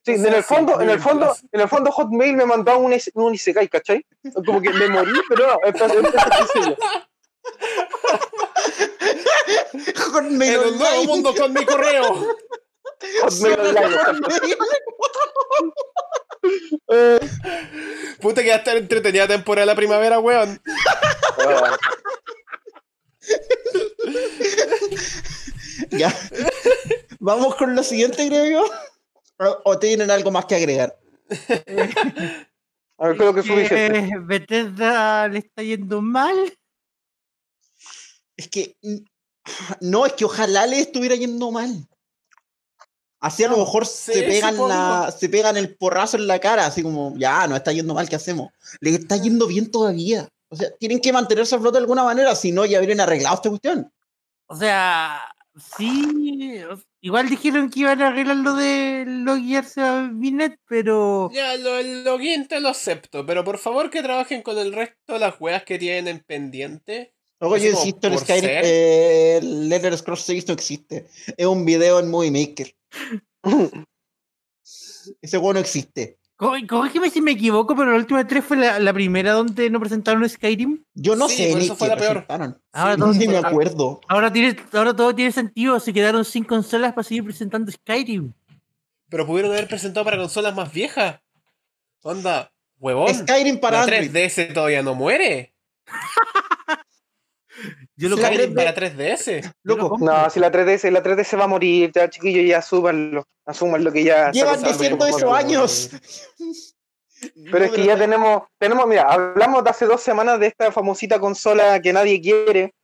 [SPEAKER 3] Oh, sí.
[SPEAKER 4] Sí,
[SPEAKER 3] O sea,
[SPEAKER 4] en el fondo,
[SPEAKER 3] sí,
[SPEAKER 4] en el fondo,
[SPEAKER 3] sí.
[SPEAKER 4] en el fondo Hotmail me mandaba un, is- un Isekai, ¿cachai? Como que me morí, pero no, es- es- es- es- es-
[SPEAKER 1] Con
[SPEAKER 3] En un nuevo
[SPEAKER 1] (laughs)
[SPEAKER 3] mundo con mi correo.
[SPEAKER 4] Hotmail online, ¿cachai? Eh,
[SPEAKER 3] Puta que va a estar entretenida temporada la primavera, weón.
[SPEAKER 4] ah.
[SPEAKER 1] Ya. Vamos con lo siguiente, creo yo. ¿O- ¿O tienen algo más que agregar?
[SPEAKER 4] A ver, creo que es
[SPEAKER 2] Que
[SPEAKER 4] suficiente.
[SPEAKER 2] Bethesda le está yendo mal.
[SPEAKER 1] Es que. mm, No, es que ojalá le estuviera yendo mal. Así a lo mejor se,
[SPEAKER 3] Ah, sí,
[SPEAKER 1] pegan
[SPEAKER 3] supongo.
[SPEAKER 1] la, se pegan el porrazo en la cara, así como, ya, no está yendo mal, ¿qué hacemos? Le está yendo bien todavía. O sea, tienen que mantenerse a flote de alguna manera, si no, ya habrían arreglado esta cuestión.
[SPEAKER 2] O sea, sí. o- Igual dijeron que iban a arreglar lo de loguearse a Binet, pero.
[SPEAKER 3] Ya, lo, el login te lo acepto, pero por favor que trabajen con el resto de las weas que tienen pendiente.
[SPEAKER 1] Luego yo
[SPEAKER 3] Así como,
[SPEAKER 1] insisto, el
[SPEAKER 3] por
[SPEAKER 1] Skyrim,
[SPEAKER 3] ser.
[SPEAKER 1] eh, el Elder Scrolls 6 no existe. Es un video en Movie Maker. Ese juego no existe.
[SPEAKER 2] Co- Corrígeme si me equivoco, pero la última tres fue la, la primera donde no presentaron Skyrim.
[SPEAKER 1] Yo no
[SPEAKER 3] Sí,
[SPEAKER 1] sé
[SPEAKER 3] por
[SPEAKER 1] ni
[SPEAKER 3] eso fue
[SPEAKER 1] qué
[SPEAKER 3] la peor.
[SPEAKER 1] presentaron.
[SPEAKER 3] Ah,
[SPEAKER 2] Ahora todo
[SPEAKER 1] Ni
[SPEAKER 2] se
[SPEAKER 1] me
[SPEAKER 3] pues,
[SPEAKER 2] fue-
[SPEAKER 1] acuerdo.
[SPEAKER 2] Ahora, tiene, ahora todo tiene sentido. Se quedaron sin consolas para seguir presentando Skyrim.
[SPEAKER 3] Pero pudieron haber presentado para consolas más viejas. Onda, huevón.
[SPEAKER 1] Skyrim para
[SPEAKER 3] la
[SPEAKER 1] Android.
[SPEAKER 3] 3DS todavía no muere.
[SPEAKER 2] Yo lo
[SPEAKER 1] Sí, la
[SPEAKER 2] compro.
[SPEAKER 1] 3D.
[SPEAKER 3] Skyrim para 3DS.
[SPEAKER 2] yo lo
[SPEAKER 1] Loco,
[SPEAKER 2] compro.
[SPEAKER 4] (laughs) No, si la 3DS, la 3DS va a morir, ya chiquillos, ya súbanlo, asúmanlo que ya. está
[SPEAKER 1] Llevan
[SPEAKER 4] pasando, ya
[SPEAKER 1] diciendo
[SPEAKER 4] no
[SPEAKER 1] eso
[SPEAKER 4] importa.
[SPEAKER 1] años.
[SPEAKER 4] Pero es que ya tenemos, tenemos, mira, hablamos de hace dos semanas de esta famosita consola que nadie quiere.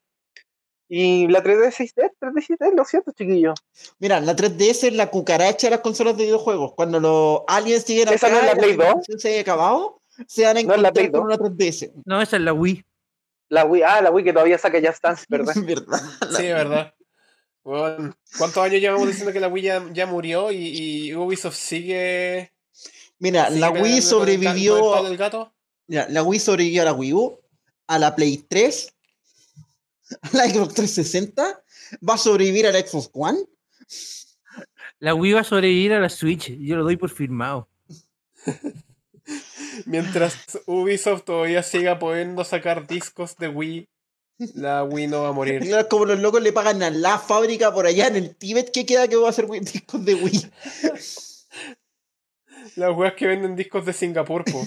[SPEAKER 4] Y la 3DS, es- 3DS es lo siento, chiquillos.
[SPEAKER 1] Mira, la 3DS es la cucaracha de las consolas de videojuegos. Cuando los aliens siguen
[SPEAKER 4] ¿Esa no es la
[SPEAKER 1] y
[SPEAKER 4] Play dos?
[SPEAKER 1] civilización se haya acabado, se van a
[SPEAKER 4] No es la
[SPEAKER 1] encontrar
[SPEAKER 4] Play
[SPEAKER 1] con una
[SPEAKER 3] (laughs)
[SPEAKER 4] dos.
[SPEAKER 1] 3DS.
[SPEAKER 2] No, esa es la Wii.
[SPEAKER 4] La Wii, ah, la Wii que todavía saca Just Dance, ¿verdad?
[SPEAKER 1] (laughs) ¿Verdad?
[SPEAKER 2] (laughs)
[SPEAKER 3] Sí, es verdad. Weón, ¿Cuántos años llevamos diciendo que la Wii ya, ya murió y, y Ubisoft sigue.
[SPEAKER 1] Mira,
[SPEAKER 3] sigue
[SPEAKER 1] la
[SPEAKER 3] pegando con
[SPEAKER 1] Wii
[SPEAKER 3] el ga-
[SPEAKER 1] sobrevivió.
[SPEAKER 3] con
[SPEAKER 1] a-
[SPEAKER 3] el palo del gato?
[SPEAKER 1] Mira, la Wii sobrevivió a la Wii U, a la Play 3, (laughs) a la Xbox 360, va a sobrevivir a la Xbox One.
[SPEAKER 2] La Wii va a sobrevivir a la Switch. Yo lo doy por firmado.
[SPEAKER 3] Mientras Ubisoft todavía siga pudiendo sacar discos de Wii, la Wii no va a
[SPEAKER 1] Y (laughs)
[SPEAKER 3] morir.
[SPEAKER 1] Claro, como los locos le pagan a la fábrica por allá en el Tíbet, ¿qué queda que va a hacer Wii- discos de Wii? (laughs)
[SPEAKER 3] Las weas que venden discos de Singapur,
[SPEAKER 1] (laughs)
[SPEAKER 3] po.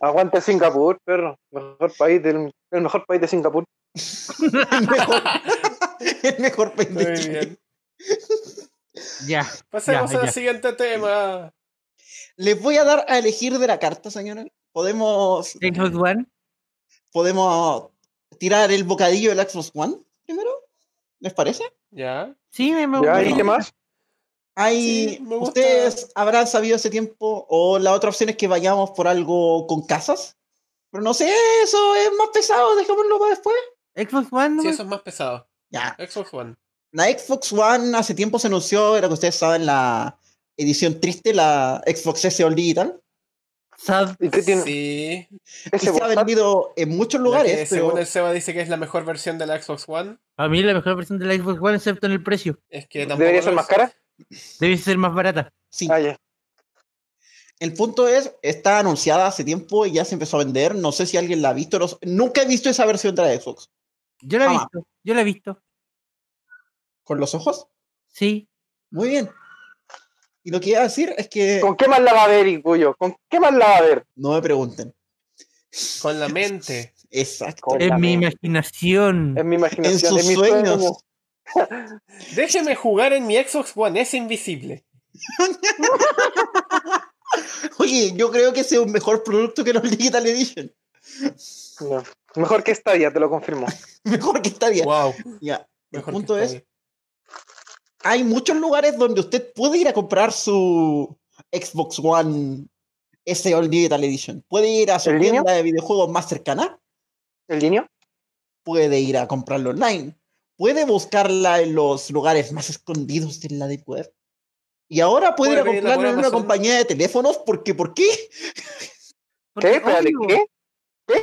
[SPEAKER 4] Aguanta Singapur, perro. Mejor país del, el mejor país de Singapur.
[SPEAKER 1] El mejor, el mejor país de
[SPEAKER 3] Muy
[SPEAKER 1] Chile.
[SPEAKER 3] bien.
[SPEAKER 2] Ya.
[SPEAKER 3] Pasemos
[SPEAKER 2] Ya,
[SPEAKER 3] al
[SPEAKER 2] ya.
[SPEAKER 3] siguiente tema.
[SPEAKER 1] Les voy a dar a elegir de la carta, señora. Podemos,
[SPEAKER 2] Xbox One.
[SPEAKER 1] podemos tirar el bocadillo del Xbox One primero. ¿Les parece?
[SPEAKER 3] ¿Ya?
[SPEAKER 2] Sí, me, me
[SPEAKER 4] ¿Ya?
[SPEAKER 2] gusta.
[SPEAKER 4] ¿Y qué más?
[SPEAKER 1] Hay,
[SPEAKER 3] Sí, me gusta.
[SPEAKER 1] ustedes habrán sabido ese tiempo, o la otra opción es que vayamos por algo con casas. Pero no sé, eso es más pesado, dejémoslo para después.
[SPEAKER 2] Xbox One. no
[SPEAKER 3] Sí,
[SPEAKER 2] me-
[SPEAKER 3] eso es más pesado.
[SPEAKER 1] Ya,
[SPEAKER 3] Xbox One.
[SPEAKER 1] La Xbox One hace tiempo se anunció, era que ustedes saben, la edición triste, la Xbox S All Digital.
[SPEAKER 2] Sad.
[SPEAKER 4] ¿Y qué tiene?
[SPEAKER 3] Sí.
[SPEAKER 1] Y
[SPEAKER 4] Ese
[SPEAKER 1] se ha
[SPEAKER 4] portátil?
[SPEAKER 1] vendido en muchos lugares,
[SPEAKER 3] La que,
[SPEAKER 1] pero
[SPEAKER 3] Según el Seba dice que es la mejor versión de la Xbox One.
[SPEAKER 2] Para mí la mejor versión de la Xbox One, excepto en el precio.
[SPEAKER 3] Es que tampoco
[SPEAKER 4] ¿Debería
[SPEAKER 3] lo
[SPEAKER 4] ser
[SPEAKER 3] es.
[SPEAKER 4] más cara?
[SPEAKER 2] Debe ser más barata.
[SPEAKER 1] sí.
[SPEAKER 4] Ah, ya.
[SPEAKER 1] El punto es, está anunciada hace tiempo y ya se empezó a vender. No sé si alguien la ha visto. no sé- nunca he visto esa versión de la Xbox.
[SPEAKER 2] Yo la he
[SPEAKER 1] Ah.
[SPEAKER 2] visto. Yo la he visto.
[SPEAKER 1] ¿Con los ojos?
[SPEAKER 2] Sí.
[SPEAKER 1] Muy bien. Y lo que iba a decir es que...
[SPEAKER 4] ¿Con qué más la va a ver, Iguyo? ¿Con qué más la va a ver?
[SPEAKER 1] No me pregunten.
[SPEAKER 3] Con la mente.
[SPEAKER 1] Exacto. (laughs)
[SPEAKER 4] Con-
[SPEAKER 2] En mi
[SPEAKER 4] Obviamente.
[SPEAKER 2] imaginación.
[SPEAKER 4] En mi
[SPEAKER 1] En
[SPEAKER 4] imaginación,
[SPEAKER 1] sus
[SPEAKER 4] mi
[SPEAKER 1] sueños.
[SPEAKER 4] sueño.
[SPEAKER 3] Déjeme jugar en mi Xbox One, es invisible.
[SPEAKER 1] Oye, yo creo que ese es un mejor producto que los (laughs) Digital Edition.
[SPEAKER 4] No. Mejor que esta ya, te lo confirmo.
[SPEAKER 1] Mejor que Stadia.
[SPEAKER 3] Wow.
[SPEAKER 1] Ya. El
[SPEAKER 3] Mejor
[SPEAKER 1] punto
[SPEAKER 3] que
[SPEAKER 1] es,
[SPEAKER 3] Stadia.
[SPEAKER 1] hay muchos lugares donde usted puede ir a comprar su Xbox One S All Digital Edition. Puede ir a su
[SPEAKER 4] ¿En línea?
[SPEAKER 1] tienda de videojuegos más cercana,
[SPEAKER 4] ¿El niño?
[SPEAKER 1] puede ir a comprarlo online, puede buscarla en los lugares más escondidos de la deep web. Y ahora puede, ir
[SPEAKER 3] Puede
[SPEAKER 1] a
[SPEAKER 3] pedirla
[SPEAKER 1] comprarlo
[SPEAKER 3] por
[SPEAKER 1] en una
[SPEAKER 3] Amazon.
[SPEAKER 1] compañía de teléfonos, porque ¿por qué?
[SPEAKER 4] ¿Qué?
[SPEAKER 2] Porque,
[SPEAKER 4] Espérate,
[SPEAKER 2] obvio,
[SPEAKER 4] ¿qué?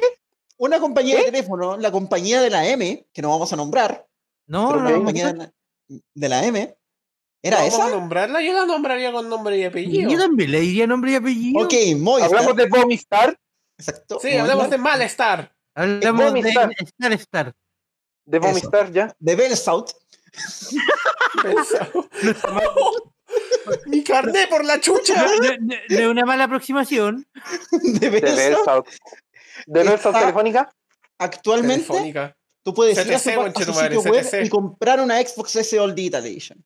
[SPEAKER 1] Una compañía de
[SPEAKER 4] ¿Qué?
[SPEAKER 1] teléfono, la compañía de la M, que no vamos a nombrar,
[SPEAKER 2] No,
[SPEAKER 1] pero
[SPEAKER 2] no,
[SPEAKER 1] la
[SPEAKER 4] ok.
[SPEAKER 2] no,
[SPEAKER 1] compañía de la, de la M, ¿era
[SPEAKER 3] ¿Vamos a
[SPEAKER 1] esa?
[SPEAKER 3] nombrarla? Yo la nombraría con nombre y apellido.
[SPEAKER 2] Yo también le diría nombre y apellido.
[SPEAKER 1] Ok, Movistar.
[SPEAKER 4] ¿Hablamos de Movistar?
[SPEAKER 1] Exacto.
[SPEAKER 3] Sí, hablamos
[SPEAKER 1] Movistar. (laughs)
[SPEAKER 3] de malestar.
[SPEAKER 2] Hablamos de
[SPEAKER 4] Movistar.
[SPEAKER 2] Star Star.
[SPEAKER 4] ¿De
[SPEAKER 1] Eso.
[SPEAKER 4] Movistar ya?
[SPEAKER 1] de Bell South.
[SPEAKER 3] Pensado. (laughs) ¡Mi carné por la chucha!
[SPEAKER 2] De, de- (laughs) de una mala aproximación.
[SPEAKER 1] (laughs) De
[SPEAKER 4] ¿De
[SPEAKER 1] Bell South.
[SPEAKER 4] Belsat? ¿De Belsat
[SPEAKER 1] Está-
[SPEAKER 4] Telefónica?
[SPEAKER 1] Actualmente,
[SPEAKER 3] Telefónica.
[SPEAKER 1] tú puedes ir a su,
[SPEAKER 3] CTC,
[SPEAKER 1] pa- a su
[SPEAKER 3] conchetumare,
[SPEAKER 1] sitio web
[SPEAKER 3] CTC.
[SPEAKER 1] y comprar una Xbox S All Digital Edition.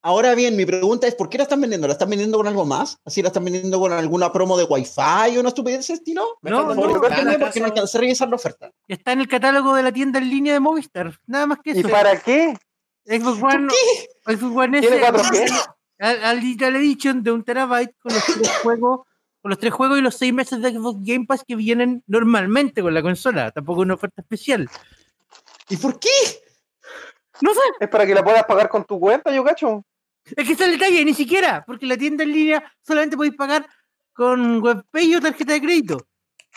[SPEAKER 1] Ahora bien, mi pregunta es, ¿por qué la están vendiendo? ¿La están vendiendo con algo más? ¿Así la están vendiendo con alguna promo de Wi-Fi o una estupidez de ese estilo?
[SPEAKER 3] ¿Me
[SPEAKER 2] No,
[SPEAKER 3] están
[SPEAKER 2] no,
[SPEAKER 3] dando
[SPEAKER 1] Porque
[SPEAKER 2] no,
[SPEAKER 3] plata,
[SPEAKER 1] no, porque no
[SPEAKER 3] acaso?
[SPEAKER 1] alcancé a revisar la oferta.
[SPEAKER 2] Está en el catálogo de la tienda en línea de Movistar. Nada más que
[SPEAKER 4] ¿Y
[SPEAKER 2] eso.
[SPEAKER 4] para qué?
[SPEAKER 2] Xbox One, Xbox One S.
[SPEAKER 4] ¿Tiene 4G?
[SPEAKER 2] Al, al Digital Edition de un terabyte con los
[SPEAKER 4] (laughs)
[SPEAKER 2] tres juegos. Con los tres juegos y los seis meses de Xbox Game Pass que vienen normalmente con la consola, tampoco una oferta especial.
[SPEAKER 1] ¿Y por qué?
[SPEAKER 2] No sé,
[SPEAKER 4] ¿Es para que la puedas pagar con tu cuenta, yo cacho?
[SPEAKER 2] es que está el detalle, ni siquiera, porque la tienda en línea solamente podéis pagar con WebPay o tarjeta de crédito.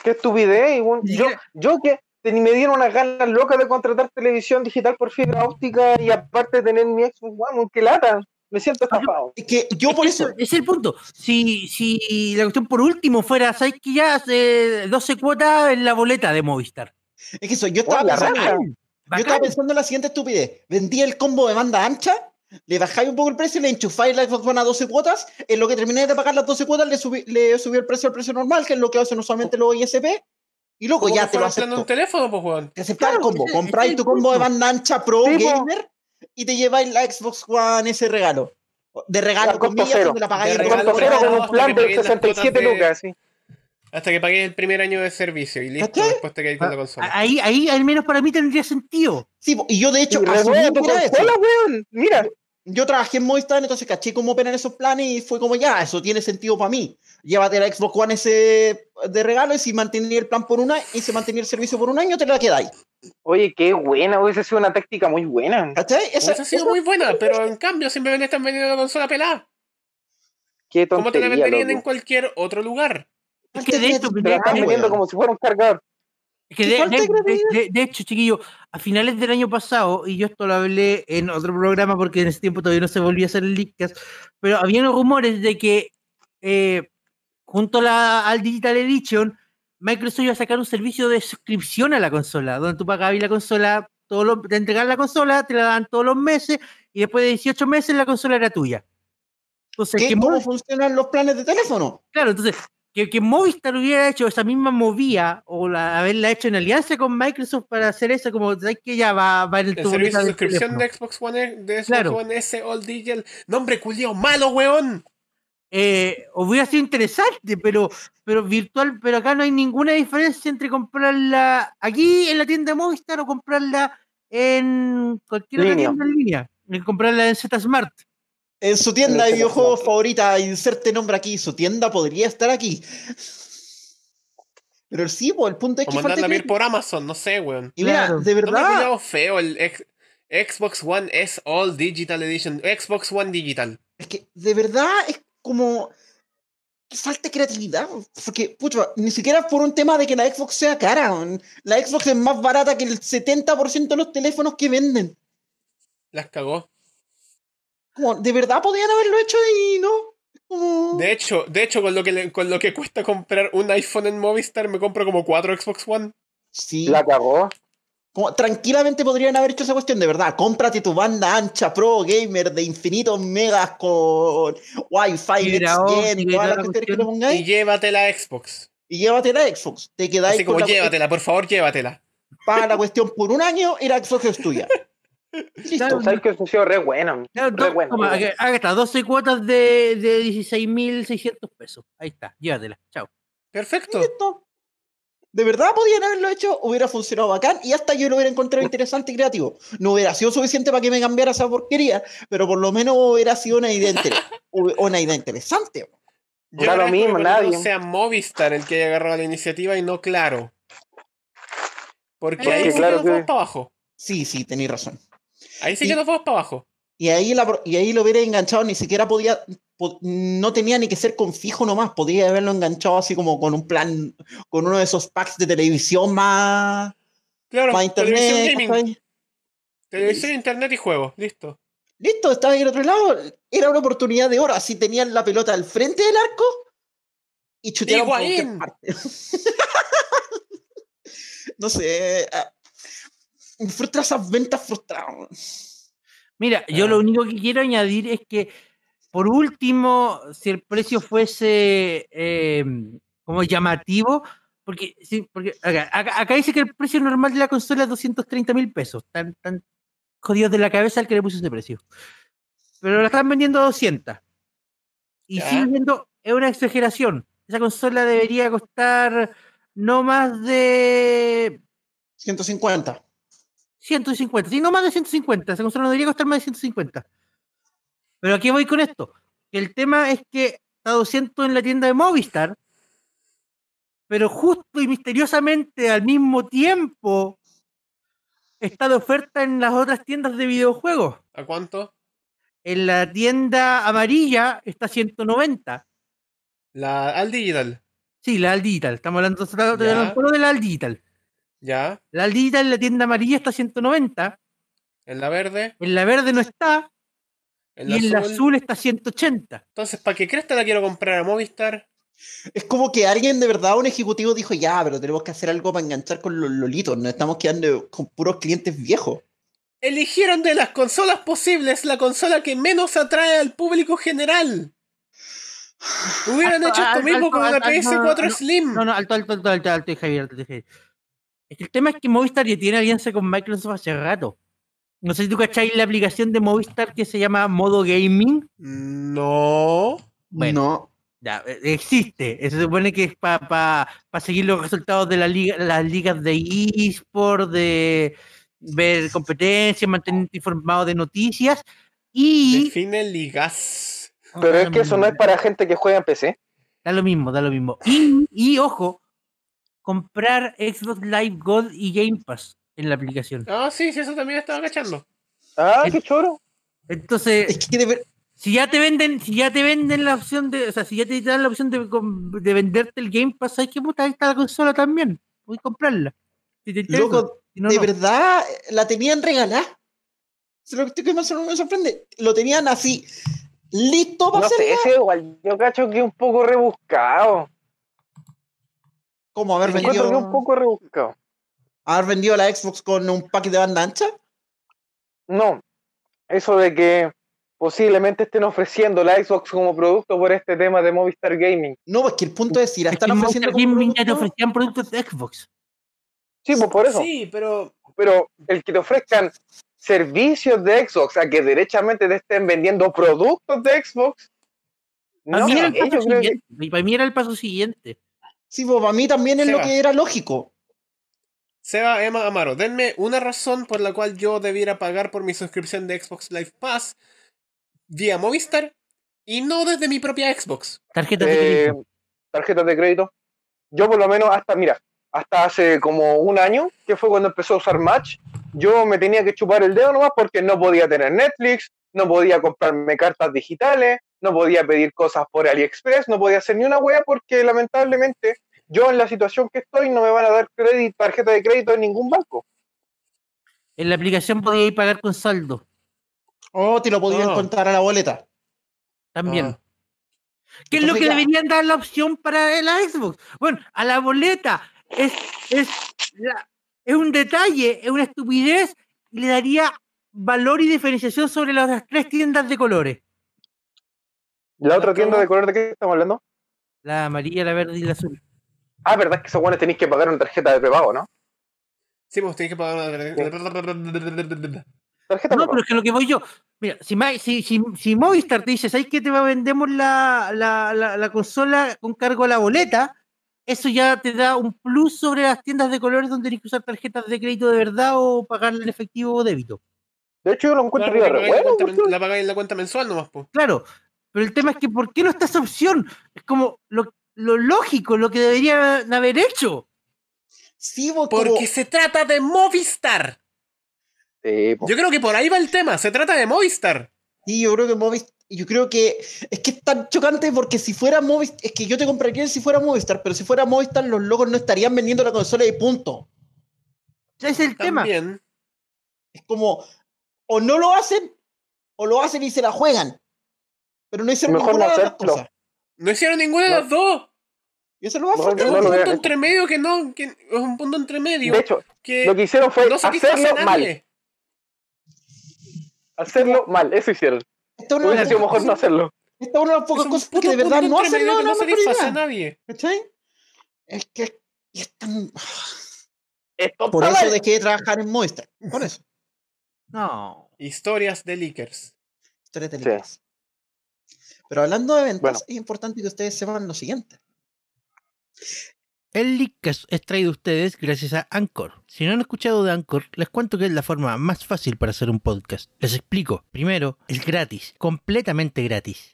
[SPEAKER 4] ¿Qué estupidez? y un-
[SPEAKER 2] Ni
[SPEAKER 4] Yo,
[SPEAKER 2] siquiera-
[SPEAKER 4] yo que te- me dieron unas ganas locas de contratar televisión digital por fibra óptica y aparte tener mi Xbox One, qué lata. Me siento estafado.
[SPEAKER 1] Es que yo por eso...
[SPEAKER 2] Ese es el punto. Si, si la cuestión por último fuera, ¿sabes que ya eh, 12 cuotas en la boleta de Movistar?
[SPEAKER 1] Es que eso, yo
[SPEAKER 4] Oh,
[SPEAKER 1] estaba,
[SPEAKER 4] la
[SPEAKER 1] pensando,
[SPEAKER 4] raja.
[SPEAKER 1] yo
[SPEAKER 2] Bacán.
[SPEAKER 1] estaba pensando en la siguiente estupidez. Vendía el combo de banda ancha, le bajáis un poco el precio, le enchufáis la Xbox One a 12 cuotas, en lo que termináis de pagar las 12 cuotas le subí, le subí el precio al precio normal, que es lo que hacen usualmente los ISP, y loco,
[SPEAKER 3] ¿Cómo
[SPEAKER 1] ya
[SPEAKER 3] que
[SPEAKER 1] te lo
[SPEAKER 3] fuera plano
[SPEAKER 1] acepto.
[SPEAKER 3] un teléfono, pues, weón?
[SPEAKER 1] Te aceptaba
[SPEAKER 2] Claro,
[SPEAKER 1] el combo,
[SPEAKER 2] ese- ese es
[SPEAKER 1] compráis
[SPEAKER 2] el
[SPEAKER 1] tu combo de
[SPEAKER 2] punto.
[SPEAKER 1] banda ancha pro
[SPEAKER 4] Sí, po.
[SPEAKER 1] gamer y te lleváis la Xbox One ese regalo. De regalo,
[SPEAKER 4] Al costo
[SPEAKER 1] comillas,
[SPEAKER 4] cero.
[SPEAKER 1] donde la pagáis
[SPEAKER 3] De
[SPEAKER 1] en
[SPEAKER 4] Me
[SPEAKER 1] dos
[SPEAKER 3] regalo,
[SPEAKER 4] contó cero
[SPEAKER 1] cuotas.
[SPEAKER 4] con un
[SPEAKER 3] hasta que
[SPEAKER 4] plan de
[SPEAKER 3] paguen las
[SPEAKER 4] 67
[SPEAKER 3] cuotas de-
[SPEAKER 4] lucas, sí.
[SPEAKER 3] Hasta que pagues el primer año de servicio y listo,
[SPEAKER 1] ¿Cachai?
[SPEAKER 3] después te quedas con la consola.
[SPEAKER 2] Ahí, ahí al menos para mí tendría sentido.
[SPEAKER 1] Sí, po, y yo de
[SPEAKER 4] Y
[SPEAKER 1] hecho asumí
[SPEAKER 4] renueva tu
[SPEAKER 1] que era eso.
[SPEAKER 4] consola, weón. Mira,
[SPEAKER 1] yo trabajé en Movistar, entonces caché cómo operan esos planes y fue como, ya, eso tiene sentido para mí. Llévate la Xbox One S de regalo y si mantenía el plan por un año y se mantenía el servicio por un año, te la quedáis.
[SPEAKER 4] Oye, qué buena, hubiese sido una táctica muy buena.
[SPEAKER 1] ¿Cachai? Esa-
[SPEAKER 3] Esa ha sido
[SPEAKER 1] esa-
[SPEAKER 3] muy buena, pero en cambio siempre me están vendiendo la consola pelada.
[SPEAKER 4] Qué
[SPEAKER 3] ¿Cómo te la
[SPEAKER 4] tontería,
[SPEAKER 3] venderían en
[SPEAKER 4] loco.
[SPEAKER 3] cualquier otro lugar?
[SPEAKER 2] Es que de hecho,
[SPEAKER 4] Te
[SPEAKER 1] Ah,
[SPEAKER 4] la están vendiendo
[SPEAKER 1] weón.
[SPEAKER 4] como si fuera un cargador.
[SPEAKER 2] Es que
[SPEAKER 1] ¿Qué
[SPEAKER 2] de,
[SPEAKER 1] falta
[SPEAKER 2] de-
[SPEAKER 1] de creatividad?
[SPEAKER 2] de- de hecho, chiquillo, a finales del año pasado, y yo esto lo hablé en otro programa porque en ese tiempo todavía no se volvió a hacer el Leakcast, pero habían rumores de que eh, junto a la- al Digital Edition, Microsoft iba a sacar un servicio de suscripción a la consola, donde tú pagabas la consola, todos los- te entregaban la consola, te la daban todos los meses, y después de 18 meses la consola era tuya. Entonces,
[SPEAKER 1] ¿Qué-
[SPEAKER 2] que
[SPEAKER 1] ¿Cómo
[SPEAKER 2] Movi-
[SPEAKER 1] funcionan los planes de teléfono?
[SPEAKER 2] Claro, entonces, que, que Movistar hubiera hecho esa misma movida o la, haberla hecho en alianza con Microsoft para hacer eso, como ¿sabes que ya va, va en el
[SPEAKER 3] El
[SPEAKER 2] tu boleta
[SPEAKER 3] servicio de
[SPEAKER 2] del
[SPEAKER 3] suscripción
[SPEAKER 2] teléfono.
[SPEAKER 3] de Xbox One, de Xbox
[SPEAKER 2] Claro.
[SPEAKER 3] One S All Digital. Nombre culiao malo, weón.
[SPEAKER 2] Eh, hubiera sido interesante, pero, pero virtual, pero acá no hay ninguna diferencia entre comprarla aquí en la tienda de Movistar o comprarla en cualquier otra
[SPEAKER 4] Línea.
[SPEAKER 2] tienda en línea, en comprarla en Z Smart.
[SPEAKER 1] En su tienda
[SPEAKER 4] Pero este
[SPEAKER 1] de
[SPEAKER 4] es que no-
[SPEAKER 1] videojuegos favorita, inserte nombre aquí, su tienda podría estar aquí. Pero sí, po, el punto es
[SPEAKER 3] O
[SPEAKER 1] que falta
[SPEAKER 3] mandarla a ver
[SPEAKER 1] creatividad.
[SPEAKER 3] por Amazon, no sé, weón.
[SPEAKER 1] Y mira, de
[SPEAKER 2] Claro.
[SPEAKER 3] No me he
[SPEAKER 1] verdad,
[SPEAKER 3] cuidado feo el ex- Xbox One S All Digital Edition. Xbox One Digital.
[SPEAKER 1] es que de verdad es como que falta creatividad, porque pucha, ni siquiera por un tema de que la Xbox sea cara, weón. la Xbox es más barata que el 70% de los teléfonos que venden.
[SPEAKER 3] Las cagó.
[SPEAKER 1] Como, de verdad podían haberlo hecho y no. Es Como...
[SPEAKER 3] De hecho, de hecho con, lo que le- con lo que cuesta comprar un iPhone en Movistar, me compro como cuatro Xbox One.
[SPEAKER 1] Sí.
[SPEAKER 4] La cagó.
[SPEAKER 1] Como, tranquilamente podrían haber hecho esa cuestión, de verdad. Cómprate tu banda ancha pro gamer de infinitos megas con Wi-Fi,
[SPEAKER 2] Fibra
[SPEAKER 1] Next Gen y
[SPEAKER 2] óptica y
[SPEAKER 1] todas las
[SPEAKER 2] toda oh, la
[SPEAKER 1] cuestiones que
[SPEAKER 2] cuestión.
[SPEAKER 1] le
[SPEAKER 3] Y
[SPEAKER 1] pongáis.
[SPEAKER 3] llévate la Xbox.
[SPEAKER 1] Y llévate la Xbox. Te quedáis
[SPEAKER 3] Así
[SPEAKER 1] con
[SPEAKER 3] como
[SPEAKER 1] la,
[SPEAKER 3] llévatela, por favor, llévatela.
[SPEAKER 1] Paga la cuestión por un año y la Xbox es
[SPEAKER 2] (laughs)
[SPEAKER 1] tuya. Listo.
[SPEAKER 2] Claro.
[SPEAKER 4] ¿Sabes que eso ha sido re buena?
[SPEAKER 2] Claro,
[SPEAKER 4] Re
[SPEAKER 2] do-
[SPEAKER 4] buena,
[SPEAKER 2] toma,
[SPEAKER 4] re buena.
[SPEAKER 2] acá- acá está, 12 cuotas de, de 16.600 pesos. Ahí está, llévatela, chao.
[SPEAKER 3] Perfecto.
[SPEAKER 1] Listo. De verdad podían haberlo hecho, hubiera funcionado bacán y hasta yo lo hubiera encontrado interesante y creativo. No hubiera sido suficiente para que me cambiara esa porquería, pero por lo menos hubiera sido una idea,
[SPEAKER 2] (laughs)
[SPEAKER 1] inter- una idea interesante.
[SPEAKER 3] Yo
[SPEAKER 4] Da lo
[SPEAKER 3] agradezco
[SPEAKER 4] mismo,
[SPEAKER 3] que por menos
[SPEAKER 4] nadie.
[SPEAKER 3] sea Movistar el que haya agarrado la iniciativa y no Claro. Porque
[SPEAKER 2] Porque
[SPEAKER 3] ahí sí
[SPEAKER 4] Claro
[SPEAKER 3] que nos vamos
[SPEAKER 4] que-
[SPEAKER 3] para abajo.
[SPEAKER 1] Sí, sí, tenéis razón.
[SPEAKER 3] Ahí sí
[SPEAKER 1] Y-
[SPEAKER 3] que nos vamos para abajo.
[SPEAKER 1] Y ahí, la pro- y ahí lo hubiera enganchado, ni siquiera podía, po- no tenía ni que ser con fijo nomás, podía haberlo enganchado así como con un plan, con uno de esos packs de televisión más,
[SPEAKER 3] Claro,
[SPEAKER 1] más
[SPEAKER 3] televisión
[SPEAKER 1] internet.
[SPEAKER 3] gaming,
[SPEAKER 1] ¿cachai?
[SPEAKER 3] televisión, internet y juegos, listo.
[SPEAKER 1] Listo, estaba ahí al otro lado, era una oportunidad de oro, así tenían la pelota al frente del arco y chutearon por cualquier
[SPEAKER 3] Higuaín.
[SPEAKER 1] parte. (laughs) no sé, ah, me frustra esas ventas frustradas.
[SPEAKER 2] Mira, yo lo
[SPEAKER 3] Ah.
[SPEAKER 2] único que quiero añadir es que, por último, si el precio fuese eh, como llamativo, porque, sí, porque acá, acá- acá dice que el precio normal de la consola es 230 mil pesos. Tan, tan jodidos de la cabeza el que le puso ese precio. Pero la están vendiendo a 200. Y
[SPEAKER 3] Ya.
[SPEAKER 2] sigue siendo es una exageración. Esa consola debería costar no más de
[SPEAKER 1] 150.
[SPEAKER 2] 150, sí, no más de 150, esa consola no debería costar más de 150. Pero aquí voy con esto. que El tema es que está a 200 en la tienda de Movistar, pero justo y misteriosamente al mismo tiempo está de oferta en las otras tiendas de videojuegos.
[SPEAKER 3] ¿A cuánto?
[SPEAKER 2] En la tienda amarilla está a 190.
[SPEAKER 3] La, al digital,
[SPEAKER 2] Sí, la Al Digital. Estamos hablando estoy hablando
[SPEAKER 3] Ya.
[SPEAKER 2] solo de la Al Digital.
[SPEAKER 3] ya.
[SPEAKER 2] La Al Digital en la tienda amarilla está a 190.
[SPEAKER 3] En la verde,
[SPEAKER 2] En la verde no está.
[SPEAKER 3] en
[SPEAKER 2] y
[SPEAKER 3] la
[SPEAKER 2] en la
[SPEAKER 3] azul.
[SPEAKER 2] azul está a 180.
[SPEAKER 3] Entonces, ¿para qué cresta la quiero comprar a Movistar?
[SPEAKER 1] Es como que alguien de verdad, un ejecutivo, dijo, ya, pero tenemos que hacer algo para enganchar con los lolitos, nos estamos quedando con puros clientes viejos.
[SPEAKER 3] Eligieron de las consolas posibles la consola que menos atrae al público
[SPEAKER 2] (sighs)
[SPEAKER 3] general. Hubieran
[SPEAKER 2] Alto,
[SPEAKER 3] hecho esto
[SPEAKER 2] alto,
[SPEAKER 3] mismo con
[SPEAKER 2] alto,
[SPEAKER 3] una
[SPEAKER 2] alto,
[SPEAKER 3] PS4
[SPEAKER 2] no,
[SPEAKER 3] Slim.
[SPEAKER 2] No, no, alto, alto, alto, alto, alto, y Javier, alto, y Javier. Es que el tema es que Movistar ya tiene alianza con Microsoft hace rato. No sé si tú cacháis la aplicación de Movistar que se llama Modo Gaming.
[SPEAKER 3] No.
[SPEAKER 2] Bueno.
[SPEAKER 1] No.
[SPEAKER 2] Ya, eh, existe. Se supone que es para seguir los resultados de la liga, las ligas de eSport, de ver competencias, mantenerte informado de noticias. Y.
[SPEAKER 3] Define ligas.
[SPEAKER 2] Ah,
[SPEAKER 4] Pero es que eso no es para gente que juega en PC.
[SPEAKER 2] Da lo mismo, da lo mismo. Y, y ojo, comprar Xbox Live Gold y Game Pass en la aplicación.
[SPEAKER 3] Ah, sí, sí, eso también estaba cachando.
[SPEAKER 4] Ah,
[SPEAKER 2] El-
[SPEAKER 4] qué choro.
[SPEAKER 2] Entonces,
[SPEAKER 1] Es que de ver-
[SPEAKER 2] si ya te venden, si ya te venden la opción de, o sea, si ya te dan la opción de, com- de venderte el Game Pass, ¿sabes qué puta? Ahí está la consola también. Voy a comprarla. Si te interesa,
[SPEAKER 1] loco,
[SPEAKER 2] si no,
[SPEAKER 1] de
[SPEAKER 2] no.
[SPEAKER 1] verdad la tenían regalada. Es lo que que más me sorprende. Lo tenían así, listo para
[SPEAKER 4] No
[SPEAKER 1] hacer.
[SPEAKER 4] sé, ese igual. Yo cacho que es un poco rebuscado.
[SPEAKER 1] Como haber
[SPEAKER 4] Encuentro que es un
[SPEAKER 1] vendido,
[SPEAKER 4] poco rebuscado.
[SPEAKER 1] haber vendido la Xbox con un pack de banda ancha.
[SPEAKER 4] No, eso de que posiblemente estén ofreciendo la Xbox como producto por este tema de Movistar Gaming.
[SPEAKER 1] No, pues que el punto es si la
[SPEAKER 2] Es
[SPEAKER 1] están
[SPEAKER 2] que
[SPEAKER 1] ofreciendo.
[SPEAKER 2] Monster
[SPEAKER 1] como
[SPEAKER 2] Gaming ya te
[SPEAKER 1] producto,
[SPEAKER 2] ofrecían productos de Xbox.
[SPEAKER 4] Sí, pues por eso.
[SPEAKER 3] Sí, pero
[SPEAKER 4] Pero el que te ofrezcan servicios de Xbox a que derechamente te estén vendiendo productos de Xbox.
[SPEAKER 2] Para,
[SPEAKER 4] No,
[SPEAKER 2] mí, era el
[SPEAKER 4] sé, yo
[SPEAKER 2] paso
[SPEAKER 4] creo que
[SPEAKER 2] siguiente. para mí era el paso siguiente.
[SPEAKER 1] Sí, pues para mí también es lo
[SPEAKER 3] Seba.
[SPEAKER 1] que era lógico.
[SPEAKER 3] Seba, Emma, Amaro, denme una razón por la cual yo debiera pagar por mi suscripción de Xbox Live Pass vía Movistar y no desde mi propia Xbox.
[SPEAKER 2] Tarjetas de
[SPEAKER 4] eh,
[SPEAKER 2] crédito.
[SPEAKER 4] tarjetas de crédito. Yo por lo menos hasta, mira, hasta hace como un año, que fue cuando empezó a usar Match, yo me tenía que chupar el dedo nomás porque no podía tener Netflix, no podía comprarme cartas digitales, no podía pedir cosas por AliExpress, no podía hacer ni una wea porque lamentablemente yo en la situación que estoy no me van a dar crédito, tarjeta de crédito en ningún banco.
[SPEAKER 2] En la aplicación podías ir pagar con saldo
[SPEAKER 1] O Oh, te lo podían
[SPEAKER 3] Ah.
[SPEAKER 1] contar a la boleta.
[SPEAKER 2] también.
[SPEAKER 3] Ah.
[SPEAKER 2] ¿Qué es lo
[SPEAKER 1] Entonces
[SPEAKER 2] que
[SPEAKER 1] ya.
[SPEAKER 2] deberían dar la opción para la Xbox? Bueno, a la boleta. Es, es, la- es un detalle, es una estupidez. y Le daría valor y diferenciación sobre las otras tres tiendas de colores.
[SPEAKER 4] La otra
[SPEAKER 3] Acabo-
[SPEAKER 4] tienda de color de qué estamos hablando.
[SPEAKER 2] La amarilla, la verde y la azul.
[SPEAKER 4] Ah, verdad que esos guanes tenéis que pagar una tarjeta de prepago, ¿no?
[SPEAKER 3] Sí, pues tienes que pagar una...
[SPEAKER 4] Tarjeta de
[SPEAKER 2] No,
[SPEAKER 4] prepago.
[SPEAKER 2] pero es que lo que voy yo. Mira, si, Ma- si, si, si Movistar te dice, ¿sabes qué te va- vendemos la, la, la, la consola con cargo a la boleta? Eso ya te da un plus sobre las tiendas de colores donde tienes que usar tarjetas de crédito de verdad o pagarle en efectivo o débito.
[SPEAKER 4] De hecho, yo lo encuentro
[SPEAKER 3] Claro,
[SPEAKER 4] re
[SPEAKER 3] porque pagáis la
[SPEAKER 4] bueno,
[SPEAKER 3] cuenta men-
[SPEAKER 4] weón.
[SPEAKER 3] la pagáis en la cuenta mensual nomás, po.
[SPEAKER 2] Claro, pero el tema es que ¿por qué no está esa opción? Es como lo, lo lógico, lo que deberían haber hecho.
[SPEAKER 1] Sí, pues, como-
[SPEAKER 3] Porque se trata de Movistar.
[SPEAKER 4] Sí, po.
[SPEAKER 3] Yo creo que por ahí va el tema, se trata de Movistar.
[SPEAKER 1] Sí, yo creo que Movistar. Yo creo que es que es tan chocante porque si fuera Movistar, es que yo te compraría si fuera Movistar, pero si fuera Movistar, los locos no estarían vendiendo la consola y punto.
[SPEAKER 2] Ese es el tema.
[SPEAKER 3] También.
[SPEAKER 1] Es como, o no lo hacen, o lo hacen y se la juegan. Pero no hicieron
[SPEAKER 4] Mejor
[SPEAKER 1] ninguna
[SPEAKER 4] no
[SPEAKER 1] de las dos
[SPEAKER 4] hacerlo.
[SPEAKER 1] cosas.
[SPEAKER 3] No hicieron ninguna de
[SPEAKER 4] No.
[SPEAKER 3] las dos.
[SPEAKER 1] Y eso lo va a
[SPEAKER 4] No,
[SPEAKER 1] faltar.
[SPEAKER 3] Es
[SPEAKER 4] no
[SPEAKER 3] un
[SPEAKER 4] lo
[SPEAKER 3] punto
[SPEAKER 4] vean.
[SPEAKER 3] entre medio que no, que es un punto entre medio
[SPEAKER 4] De hecho,
[SPEAKER 3] que
[SPEAKER 4] lo que hicieron fue
[SPEAKER 3] Eh, no satisface a
[SPEAKER 4] hacerlo mal.
[SPEAKER 3] nadie.
[SPEAKER 4] Hacerlo mal, eso hicieron.
[SPEAKER 1] Esta es una de
[SPEAKER 4] Hubiera
[SPEAKER 1] las
[SPEAKER 4] sido
[SPEAKER 1] pocas
[SPEAKER 4] mejor no
[SPEAKER 1] cosas-
[SPEAKER 4] hacerlo.
[SPEAKER 1] esta es una de las pocas
[SPEAKER 3] Es un
[SPEAKER 1] cosas que
[SPEAKER 3] puto
[SPEAKER 1] de verdad
[SPEAKER 3] punto
[SPEAKER 1] no
[SPEAKER 3] entre medio
[SPEAKER 1] hacerlo no
[SPEAKER 3] que no
[SPEAKER 1] es una mejor
[SPEAKER 3] satisface a
[SPEAKER 1] idea.
[SPEAKER 3] nadie.
[SPEAKER 1] ¿Cachai? Es que y es tan-
[SPEAKER 4] Esto
[SPEAKER 1] Por
[SPEAKER 4] está
[SPEAKER 1] eso
[SPEAKER 4] mal.
[SPEAKER 1] dejé de trabajar en Movistar. Por eso.
[SPEAKER 2] No.
[SPEAKER 3] Historias de leakers.
[SPEAKER 1] Historias de libros. Pero hablando de ventas,
[SPEAKER 4] Bueno.
[SPEAKER 1] es importante que ustedes sepan lo siguiente.
[SPEAKER 2] El Leadcast es traído a ustedes gracias a Anchor. Si no han escuchado de Anchor, les cuento que es la forma más fácil para hacer un podcast. Les explico. Primero, es gratis, completamente gratis.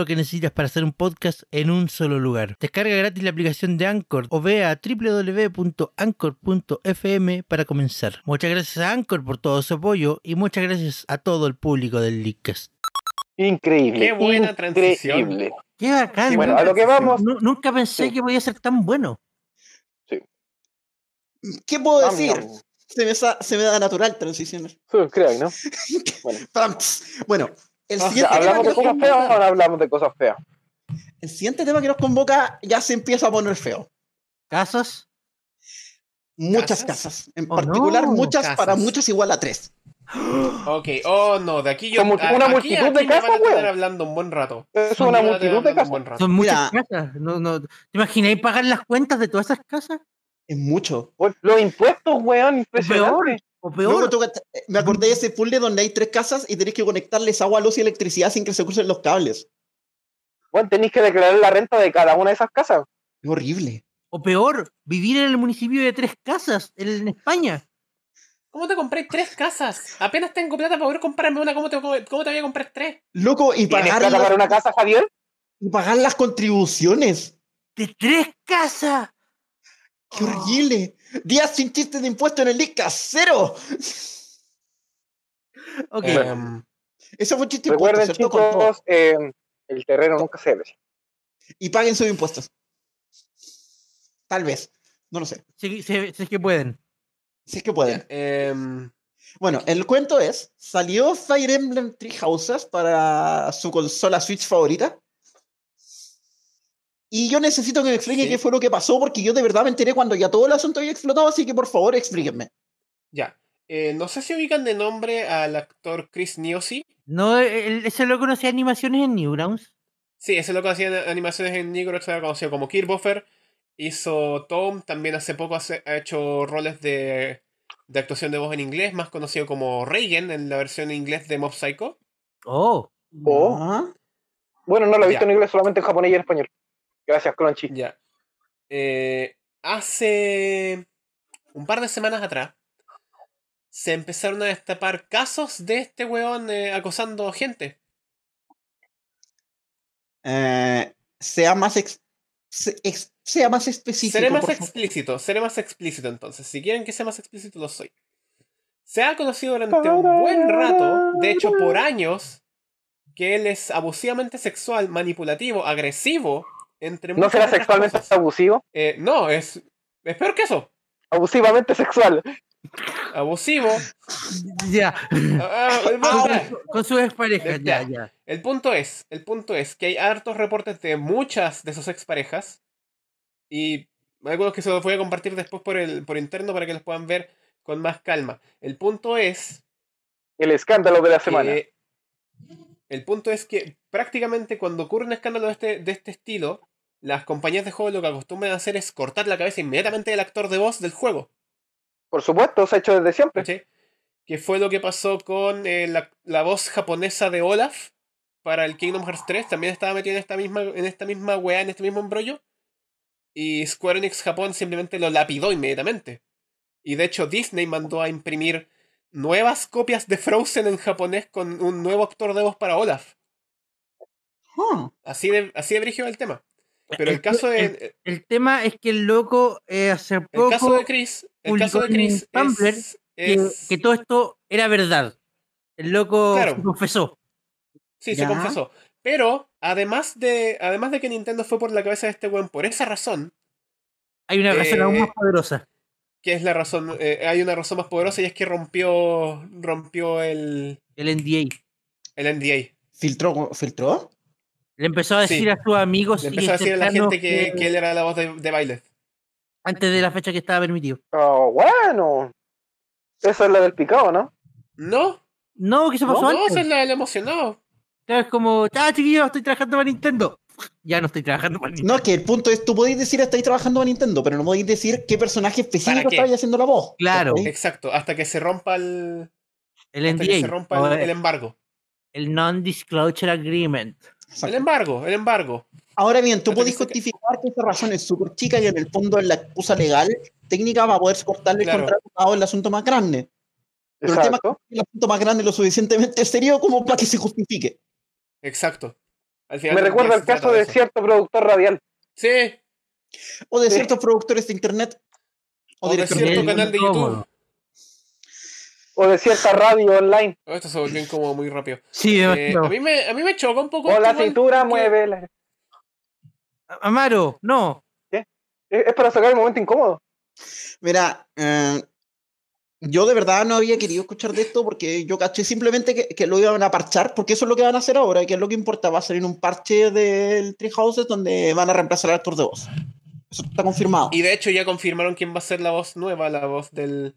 [SPEAKER 2] que necesitas para hacer un podcast en un solo lugar. Descarga gratis la aplicación de Anchor o ve a www.anchor.fm para comenzar. Muchas gracias a Anchor por todo su apoyo y muchas gracias a todo el público del Leadcast.
[SPEAKER 4] Increíble.
[SPEAKER 3] Qué buena transición.
[SPEAKER 4] Increíble.
[SPEAKER 2] ¡Qué bacán!
[SPEAKER 3] Qué
[SPEAKER 4] Bueno,
[SPEAKER 3] buena
[SPEAKER 4] a lo que
[SPEAKER 3] transición.
[SPEAKER 4] vamos.
[SPEAKER 2] nunca pensé
[SPEAKER 4] Sí.
[SPEAKER 2] que podía ser tan bueno.
[SPEAKER 1] ¿Qué puedo
[SPEAKER 4] Am,
[SPEAKER 1] decir?
[SPEAKER 4] am.
[SPEAKER 1] Se me, sa- se me da natural transicionar.
[SPEAKER 4] Soy un crack, ¿no?
[SPEAKER 1] Pam, ps. Bueno, el
[SPEAKER 3] Ah,
[SPEAKER 1] siguiente,
[SPEAKER 3] ya,
[SPEAKER 1] tema
[SPEAKER 4] ¿Hablamos
[SPEAKER 1] que nos
[SPEAKER 4] de cosas feas o
[SPEAKER 1] convoca,
[SPEAKER 4] no hablamos de cosas feas?
[SPEAKER 1] el siguiente tema que nos convoca ya se empieza a poner feo.
[SPEAKER 2] ¿Casos?
[SPEAKER 1] Muchas
[SPEAKER 3] ¿Casas?
[SPEAKER 1] casas. En
[SPEAKER 2] Oh,
[SPEAKER 1] particular,
[SPEAKER 2] no,
[SPEAKER 1] muchas para
[SPEAKER 3] casas.
[SPEAKER 1] muchos igual a tres.
[SPEAKER 3] Ok, oh no, de aquí yo.
[SPEAKER 4] Como que una
[SPEAKER 3] aquí-
[SPEAKER 4] multitud
[SPEAKER 3] aquí
[SPEAKER 4] de
[SPEAKER 3] me
[SPEAKER 4] casas,
[SPEAKER 3] van a tener
[SPEAKER 4] weón.
[SPEAKER 3] hablando un buen rato.
[SPEAKER 4] Es
[SPEAKER 3] Me
[SPEAKER 4] una
[SPEAKER 3] van a tener
[SPEAKER 4] multitud
[SPEAKER 3] hablando
[SPEAKER 4] de
[SPEAKER 3] un
[SPEAKER 4] casas.
[SPEAKER 3] buen rato.
[SPEAKER 2] Son muchas
[SPEAKER 1] Mira.
[SPEAKER 2] casas. No, no. ¿Te imagináis pagar las cuentas de todas esas casas?
[SPEAKER 1] Es mucho.
[SPEAKER 4] Weón, Los impuestos, weón, impresionante.
[SPEAKER 2] O
[SPEAKER 1] Luego
[SPEAKER 2] peor.
[SPEAKER 1] tú gasta- eh, me acordé de ese puzzle donde hay tres casas y tenés que conectarles agua, luz y electricidad sin que se crucen los cables.
[SPEAKER 4] Weón, tenéis que declarar la renta de cada una de esas casas.
[SPEAKER 1] Es horrible.
[SPEAKER 2] O peor, vivir en el municipio de tres casas en, en España.
[SPEAKER 3] ¿Cómo te compré tres casas? Apenas tengo plata para poder comprarme una. ¿Cómo te, cómo, cómo te voy a comprar tres?
[SPEAKER 1] Loco, y
[SPEAKER 4] ¿Tienes
[SPEAKER 1] pagar,
[SPEAKER 4] plata
[SPEAKER 1] las-
[SPEAKER 4] para una casa, Javier?
[SPEAKER 1] y pagar las contribuciones.
[SPEAKER 2] ¡De tres casas!
[SPEAKER 1] ¡Qué horrible! Días sin chistes de impuesto en el ICA, cero.
[SPEAKER 2] Ok.
[SPEAKER 4] Eh.
[SPEAKER 3] Em,
[SPEAKER 1] Eso fue un chiste de impuesto,
[SPEAKER 4] Recuerden,
[SPEAKER 1] ¿cierto? Con todo.
[SPEAKER 4] chicos, eh, el terreno nunca se ve.
[SPEAKER 1] Y paguen sus impuestos. Tal vez. No lo sé.
[SPEAKER 2] Si, si- si es que pueden.
[SPEAKER 1] Si es que pueden.
[SPEAKER 3] em,
[SPEAKER 1] Bueno, el cuento es, salió Fire Emblem Three Houses para su consola Switch favorita. Y yo necesito que me expliquen
[SPEAKER 3] Sí.
[SPEAKER 1] qué fue lo que pasó, porque yo de verdad me enteré cuando ya todo el asunto había explotado, así que por favor explíquenme.
[SPEAKER 3] ya. Eh, no sé si ubican de nombre al actor Chris Niosi.
[SPEAKER 2] No, el- ese loco no hacía animaciones en Newgrounds.
[SPEAKER 3] Sí, ese loco hacía na- animaciones en Negro, se conocido como Kirboffer. Hizo Tom, también hace poco hace- ha hecho roles de, de actuación de voz en inglés, más conocido como Reagan en la versión en inglés de Mob Psycho.
[SPEAKER 2] Oh.
[SPEAKER 4] Oh.
[SPEAKER 1] Ah,
[SPEAKER 4] Bueno, no lo he visto
[SPEAKER 3] Ya.
[SPEAKER 4] en inglés, solamente en japonés y en español. Gracias, Crunchy.
[SPEAKER 3] Ya. Eh, hace un par de semanas atrás se empezaron a destapar casos de este weón eh, acosando gente.
[SPEAKER 1] eh, sea más ex- se- ex- sea más específico.
[SPEAKER 3] seré más
[SPEAKER 1] por favor.
[SPEAKER 3] explícito, seré más explícito entonces. Si quieren que sea más explícito, lo soy. Se ha conocido durante un buen rato, de hecho por años, que él es abusivamente sexual, manipulativo, agresivo, entre
[SPEAKER 4] ¿No
[SPEAKER 3] muchas
[SPEAKER 4] será
[SPEAKER 3] otras
[SPEAKER 4] sexualmente
[SPEAKER 3] cosas.
[SPEAKER 4] abusivo?
[SPEAKER 3] Eh, no, es, es peor que eso.
[SPEAKER 4] Abusivamente sexual.
[SPEAKER 1] (clears throat)
[SPEAKER 3] Abusivo.
[SPEAKER 2] Ya.
[SPEAKER 3] Ah, ah,
[SPEAKER 2] Con,
[SPEAKER 3] bueno, ya.
[SPEAKER 2] su- con sus exparejas, ya, ya.
[SPEAKER 3] El punto es, el punto es que hay hartos reportes de muchas de sus exparejas y algunos que se los voy a compartir después por el por interno para que los puedan ver con más calma. El punto es
[SPEAKER 4] El escándalo de la semana.
[SPEAKER 3] que el punto es que prácticamente cuando ocurre un escándalo de este, de este estilo, las compañías de juego lo que acostumbran a hacer es cortar la cabeza inmediatamente del actor de voz del juego.
[SPEAKER 4] Por supuesto, se ha hecho desde siempre.
[SPEAKER 3] ¿cachai? Que fue lo que pasó con eh, la, la voz japonesa de Olaf para el Kingdom Hearts 3. También estaba metido en esta misma, en esta misma weá, en este mismo embrollo. Y Square Enix Japón simplemente lo lapidó inmediatamente. Y de hecho Disney mandó a imprimir nuevas copias de Frozen en japonés con un nuevo actor de voz para Olaf.
[SPEAKER 1] Ah.
[SPEAKER 3] Así de, así de brígido el tema. Pero el caso
[SPEAKER 2] El,
[SPEAKER 3] de,
[SPEAKER 2] el tema es que el loco eh, hace
[SPEAKER 3] el
[SPEAKER 2] poco
[SPEAKER 3] caso de Chris, el
[SPEAKER 2] publicó
[SPEAKER 3] caso de
[SPEAKER 2] en
[SPEAKER 3] Chris
[SPEAKER 2] Tumblr
[SPEAKER 3] es-
[SPEAKER 2] que,
[SPEAKER 3] es-
[SPEAKER 2] que todo esto era verdad. El loco
[SPEAKER 3] Claro.
[SPEAKER 2] se confesó.
[SPEAKER 3] Sí,
[SPEAKER 1] Ya.
[SPEAKER 3] se confesó. Pero, además de, además de que Nintendo fue por la cabeza de este weón por esa razón,
[SPEAKER 2] Hay una razón aún
[SPEAKER 3] Eh,
[SPEAKER 2] más poderosa.
[SPEAKER 3] que es la razón, eh, hay una razón más poderosa y es que rompió, rompió el,
[SPEAKER 2] El NDA.
[SPEAKER 3] el NDA.
[SPEAKER 1] ¿Filtró? ¿Filtró?
[SPEAKER 2] Le empezó a
[SPEAKER 3] Sí.
[SPEAKER 2] decir a sus amigos y
[SPEAKER 3] Le empezó a decir a la
[SPEAKER 2] cercanos
[SPEAKER 3] gente que, que él era la voz de, de Violet.
[SPEAKER 2] antes de la fecha que estaba permitido.
[SPEAKER 4] Oh, bueno. Esa es la del picado, ¿no?
[SPEAKER 3] No,
[SPEAKER 2] No, que se
[SPEAKER 3] no,
[SPEAKER 2] pasó
[SPEAKER 3] no,
[SPEAKER 2] antes.
[SPEAKER 3] esa es la del emocionado.
[SPEAKER 2] Claro, Es como, ah, chiquillo, estoy trabajando para Nintendo. (laughs) Ya no estoy trabajando para Nintendo.
[SPEAKER 1] No, es que el punto es, tú podéis decir estáis trabajando a Nintendo, pero no podéis decir qué personaje específico
[SPEAKER 3] qué?
[SPEAKER 1] estáis haciendo la voz.
[SPEAKER 2] Claro.
[SPEAKER 1] ¿cachai?
[SPEAKER 3] Exacto, hasta que se rompa el,
[SPEAKER 2] el
[SPEAKER 3] hasta que se
[SPEAKER 2] NDA.
[SPEAKER 3] rompa el-
[SPEAKER 2] o
[SPEAKER 3] el
[SPEAKER 2] el,
[SPEAKER 3] embargo.
[SPEAKER 2] Non-Disclosure Agreement.
[SPEAKER 3] El
[SPEAKER 1] Exacto.
[SPEAKER 3] embargo, el embargo.
[SPEAKER 1] Ahora bien, tú
[SPEAKER 3] Hasta
[SPEAKER 1] podés
[SPEAKER 3] que se-
[SPEAKER 1] justificar que esa razón es súper chica y en el fondo es la excusa legal técnica para poder cortarle
[SPEAKER 3] Claro.
[SPEAKER 1] el contrato dado el asunto más grande. Pero el tema
[SPEAKER 4] Exacto.
[SPEAKER 1] El asunto más grande es lo suficientemente serio como para que se justifique.
[SPEAKER 3] Exacto. Al final
[SPEAKER 4] Me
[SPEAKER 3] del día
[SPEAKER 4] recuerda
[SPEAKER 3] se
[SPEAKER 4] el caso
[SPEAKER 3] trata
[SPEAKER 4] de
[SPEAKER 3] eso.
[SPEAKER 4] cierto productor radial.
[SPEAKER 3] Sí,
[SPEAKER 1] O de
[SPEAKER 4] Sí.
[SPEAKER 1] ciertos productores de internet.
[SPEAKER 3] O de
[SPEAKER 1] directores
[SPEAKER 3] cierto
[SPEAKER 1] de-
[SPEAKER 3] canal de YouTube.
[SPEAKER 2] Incómodo.
[SPEAKER 4] O de cierta radio online.
[SPEAKER 3] Oh, esto se volvió incómodo muy rápido.
[SPEAKER 2] Sí,
[SPEAKER 3] Eh,
[SPEAKER 2] demasiado.
[SPEAKER 3] a, mí me, a mí me choca un poco.
[SPEAKER 4] O
[SPEAKER 3] este
[SPEAKER 4] la
[SPEAKER 3] weón,
[SPEAKER 4] cintura
[SPEAKER 3] porque-
[SPEAKER 4] mueve. la-
[SPEAKER 2] Amaro, no.
[SPEAKER 4] Eh, Es es para sacar el momento incómodo.
[SPEAKER 1] Mira, eh, yo de verdad no había querido escuchar de esto porque yo caché simplemente que, que lo iban a parchar, porque eso es lo que van a hacer ahora, que es lo que importa. Va a salir un parche del Three Houses donde van a reemplazar al actor de voz. Eso está confirmado.
[SPEAKER 3] Y de hecho ya confirmaron quién va a ser la voz nueva, la voz del,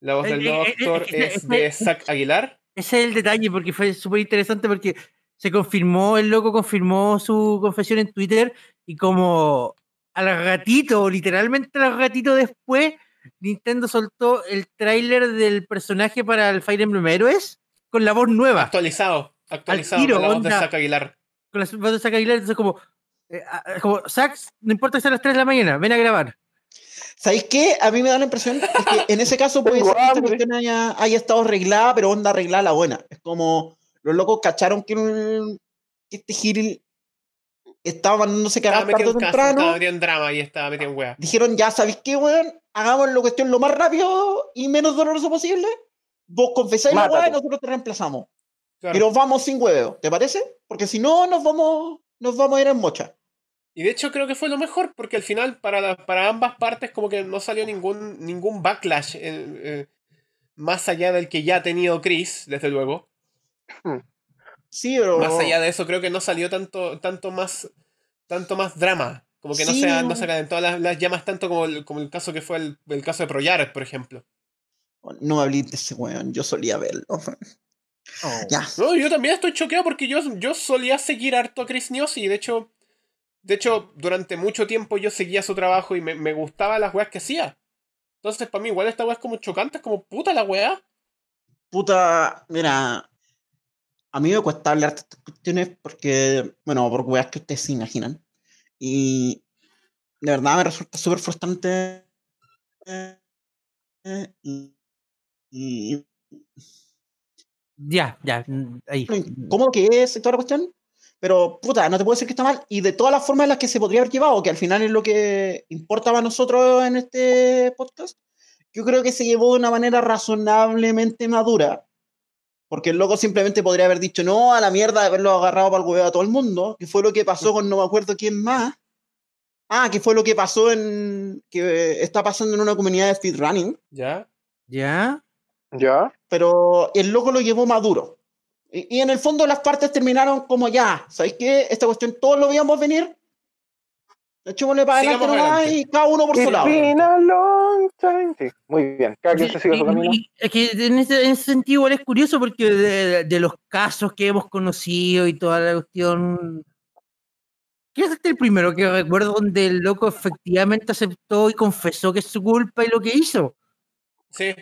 [SPEAKER 3] La voz del
[SPEAKER 2] Eh,
[SPEAKER 3] nuevo
[SPEAKER 2] eh, eh,
[SPEAKER 3] actor
[SPEAKER 2] eh,
[SPEAKER 3] es
[SPEAKER 2] eh,
[SPEAKER 3] de
[SPEAKER 2] eh,
[SPEAKER 3] Zack Aguilar.
[SPEAKER 2] Ese es el detalle, porque fue súper interesante, porque se confirmó, el loco confirmó su confesión en Twitter y como al ratito, literalmente al ratito después, Nintendo soltó el tráiler del personaje para el Fire Emblem Heroes con la voz nueva,
[SPEAKER 3] Actualizado. Actualizado
[SPEAKER 2] tiro,
[SPEAKER 3] con la voz de
[SPEAKER 2] onda.
[SPEAKER 3] Zack Aguilar.
[SPEAKER 2] con la voz de Zack Aguilar, entonces como, eh, ah, como Zack, no importa que sea a las 3 de la mañana, ven a grabar.
[SPEAKER 1] ¿Sabéis qué? A mí me da la impresión de que en ese caso puede
[SPEAKER 4] Tengo
[SPEAKER 1] ser que esta
[SPEAKER 4] hambre.
[SPEAKER 1] cuestión haya, haya estado arreglada, pero onda arreglada la buena. Es como los locos cacharon que, un- que este Gil estaba mandándose
[SPEAKER 3] Estaba
[SPEAKER 1] cagar tarde
[SPEAKER 3] metido
[SPEAKER 1] o
[SPEAKER 3] en casa, estaba
[SPEAKER 1] temprano.
[SPEAKER 3] metido en drama y estaba metido en wea.
[SPEAKER 1] Dijeron, ya, ¿sabéis qué, weón? Hagamos la cuestión lo más rápido y menos doloroso posible. Vos confesáis la weá y
[SPEAKER 4] Mátate.
[SPEAKER 1] nosotros te reemplazamos.
[SPEAKER 3] Claro.
[SPEAKER 1] Y nos vamos sin hueveo, ¿te parece? Porque si no, nos vamos, nos vamos a ir en mocha.
[SPEAKER 3] Y de hecho creo que fue lo mejor, porque al final para, la- para ambas partes como que no salió ningún, ningún backlash eh, eh, más allá del que ya ha tenido Chris, desde luego.
[SPEAKER 1] Sí, pero.
[SPEAKER 3] Más allá de eso creo que no salió tanto, tanto, más, tanto más drama. Como que no,
[SPEAKER 1] Sí,
[SPEAKER 3] se,
[SPEAKER 1] no.
[SPEAKER 3] no se calentó las, las llamas tanto como el, como el caso que fue el, el caso de Proyar, por ejemplo.
[SPEAKER 1] No me hablé de ese weón, yo solía verlo. Ya.
[SPEAKER 3] Oh. No, yo también estoy choqueado porque yo, yo solía seguir harto a Chris News y de hecho, de hecho, durante mucho tiempo yo seguía su trabajo y me, me gustaba las weas que hacía. Entonces, para mí, igual esta wea es como chocante, es como puta la wea.
[SPEAKER 1] Puta, mira, a mí me cuesta hablar de estas cuestiones porque, bueno, por weas que ustedes se imaginan. Y de verdad me resulta súper frustrante. eh, eh, y- y
[SPEAKER 2] Ya, ya, mm, ahí.
[SPEAKER 1] lo incómodo que es y toda la cuestión. Pero, puta, no te puedo decir que está mal. Y de todas las formas en las que se podría haber llevado, que al final es lo que importaba a nosotros en este podcast, yo creo que se llevó de una manera razonablemente madura. Porque el loco simplemente podría haber dicho no a la mierda de haberlo agarrado para el huevo a todo el mundo, que fue lo que pasó con no me acuerdo quién más. Ah, que fue lo que pasó en. que eh, está pasando en una comunidad de speedrunning
[SPEAKER 3] Ya.
[SPEAKER 2] Ya,
[SPEAKER 4] ¿Ya?
[SPEAKER 1] pero el loco lo llevó maduro. Y, y en el fondo las partes terminaron como ya, ¿sabéis qué? Esta cuestión todos lo veíamos venir. Echémosle para adelante,
[SPEAKER 3] Sigamos
[SPEAKER 1] nomás
[SPEAKER 3] adelante.
[SPEAKER 1] y cada uno por su lado.
[SPEAKER 4] It's been a long time. Sí, muy bien. Cada quien se siga su
[SPEAKER 2] Y-
[SPEAKER 4] camino.
[SPEAKER 2] y- es que en ese, en ese sentido igual es curioso porque de, de los casos que hemos conocido y toda la cuestión... ¿Qué es este el primero que recuerdo donde el loco efectivamente aceptó y confesó que es su culpa y lo que hizo?
[SPEAKER 3] Sí.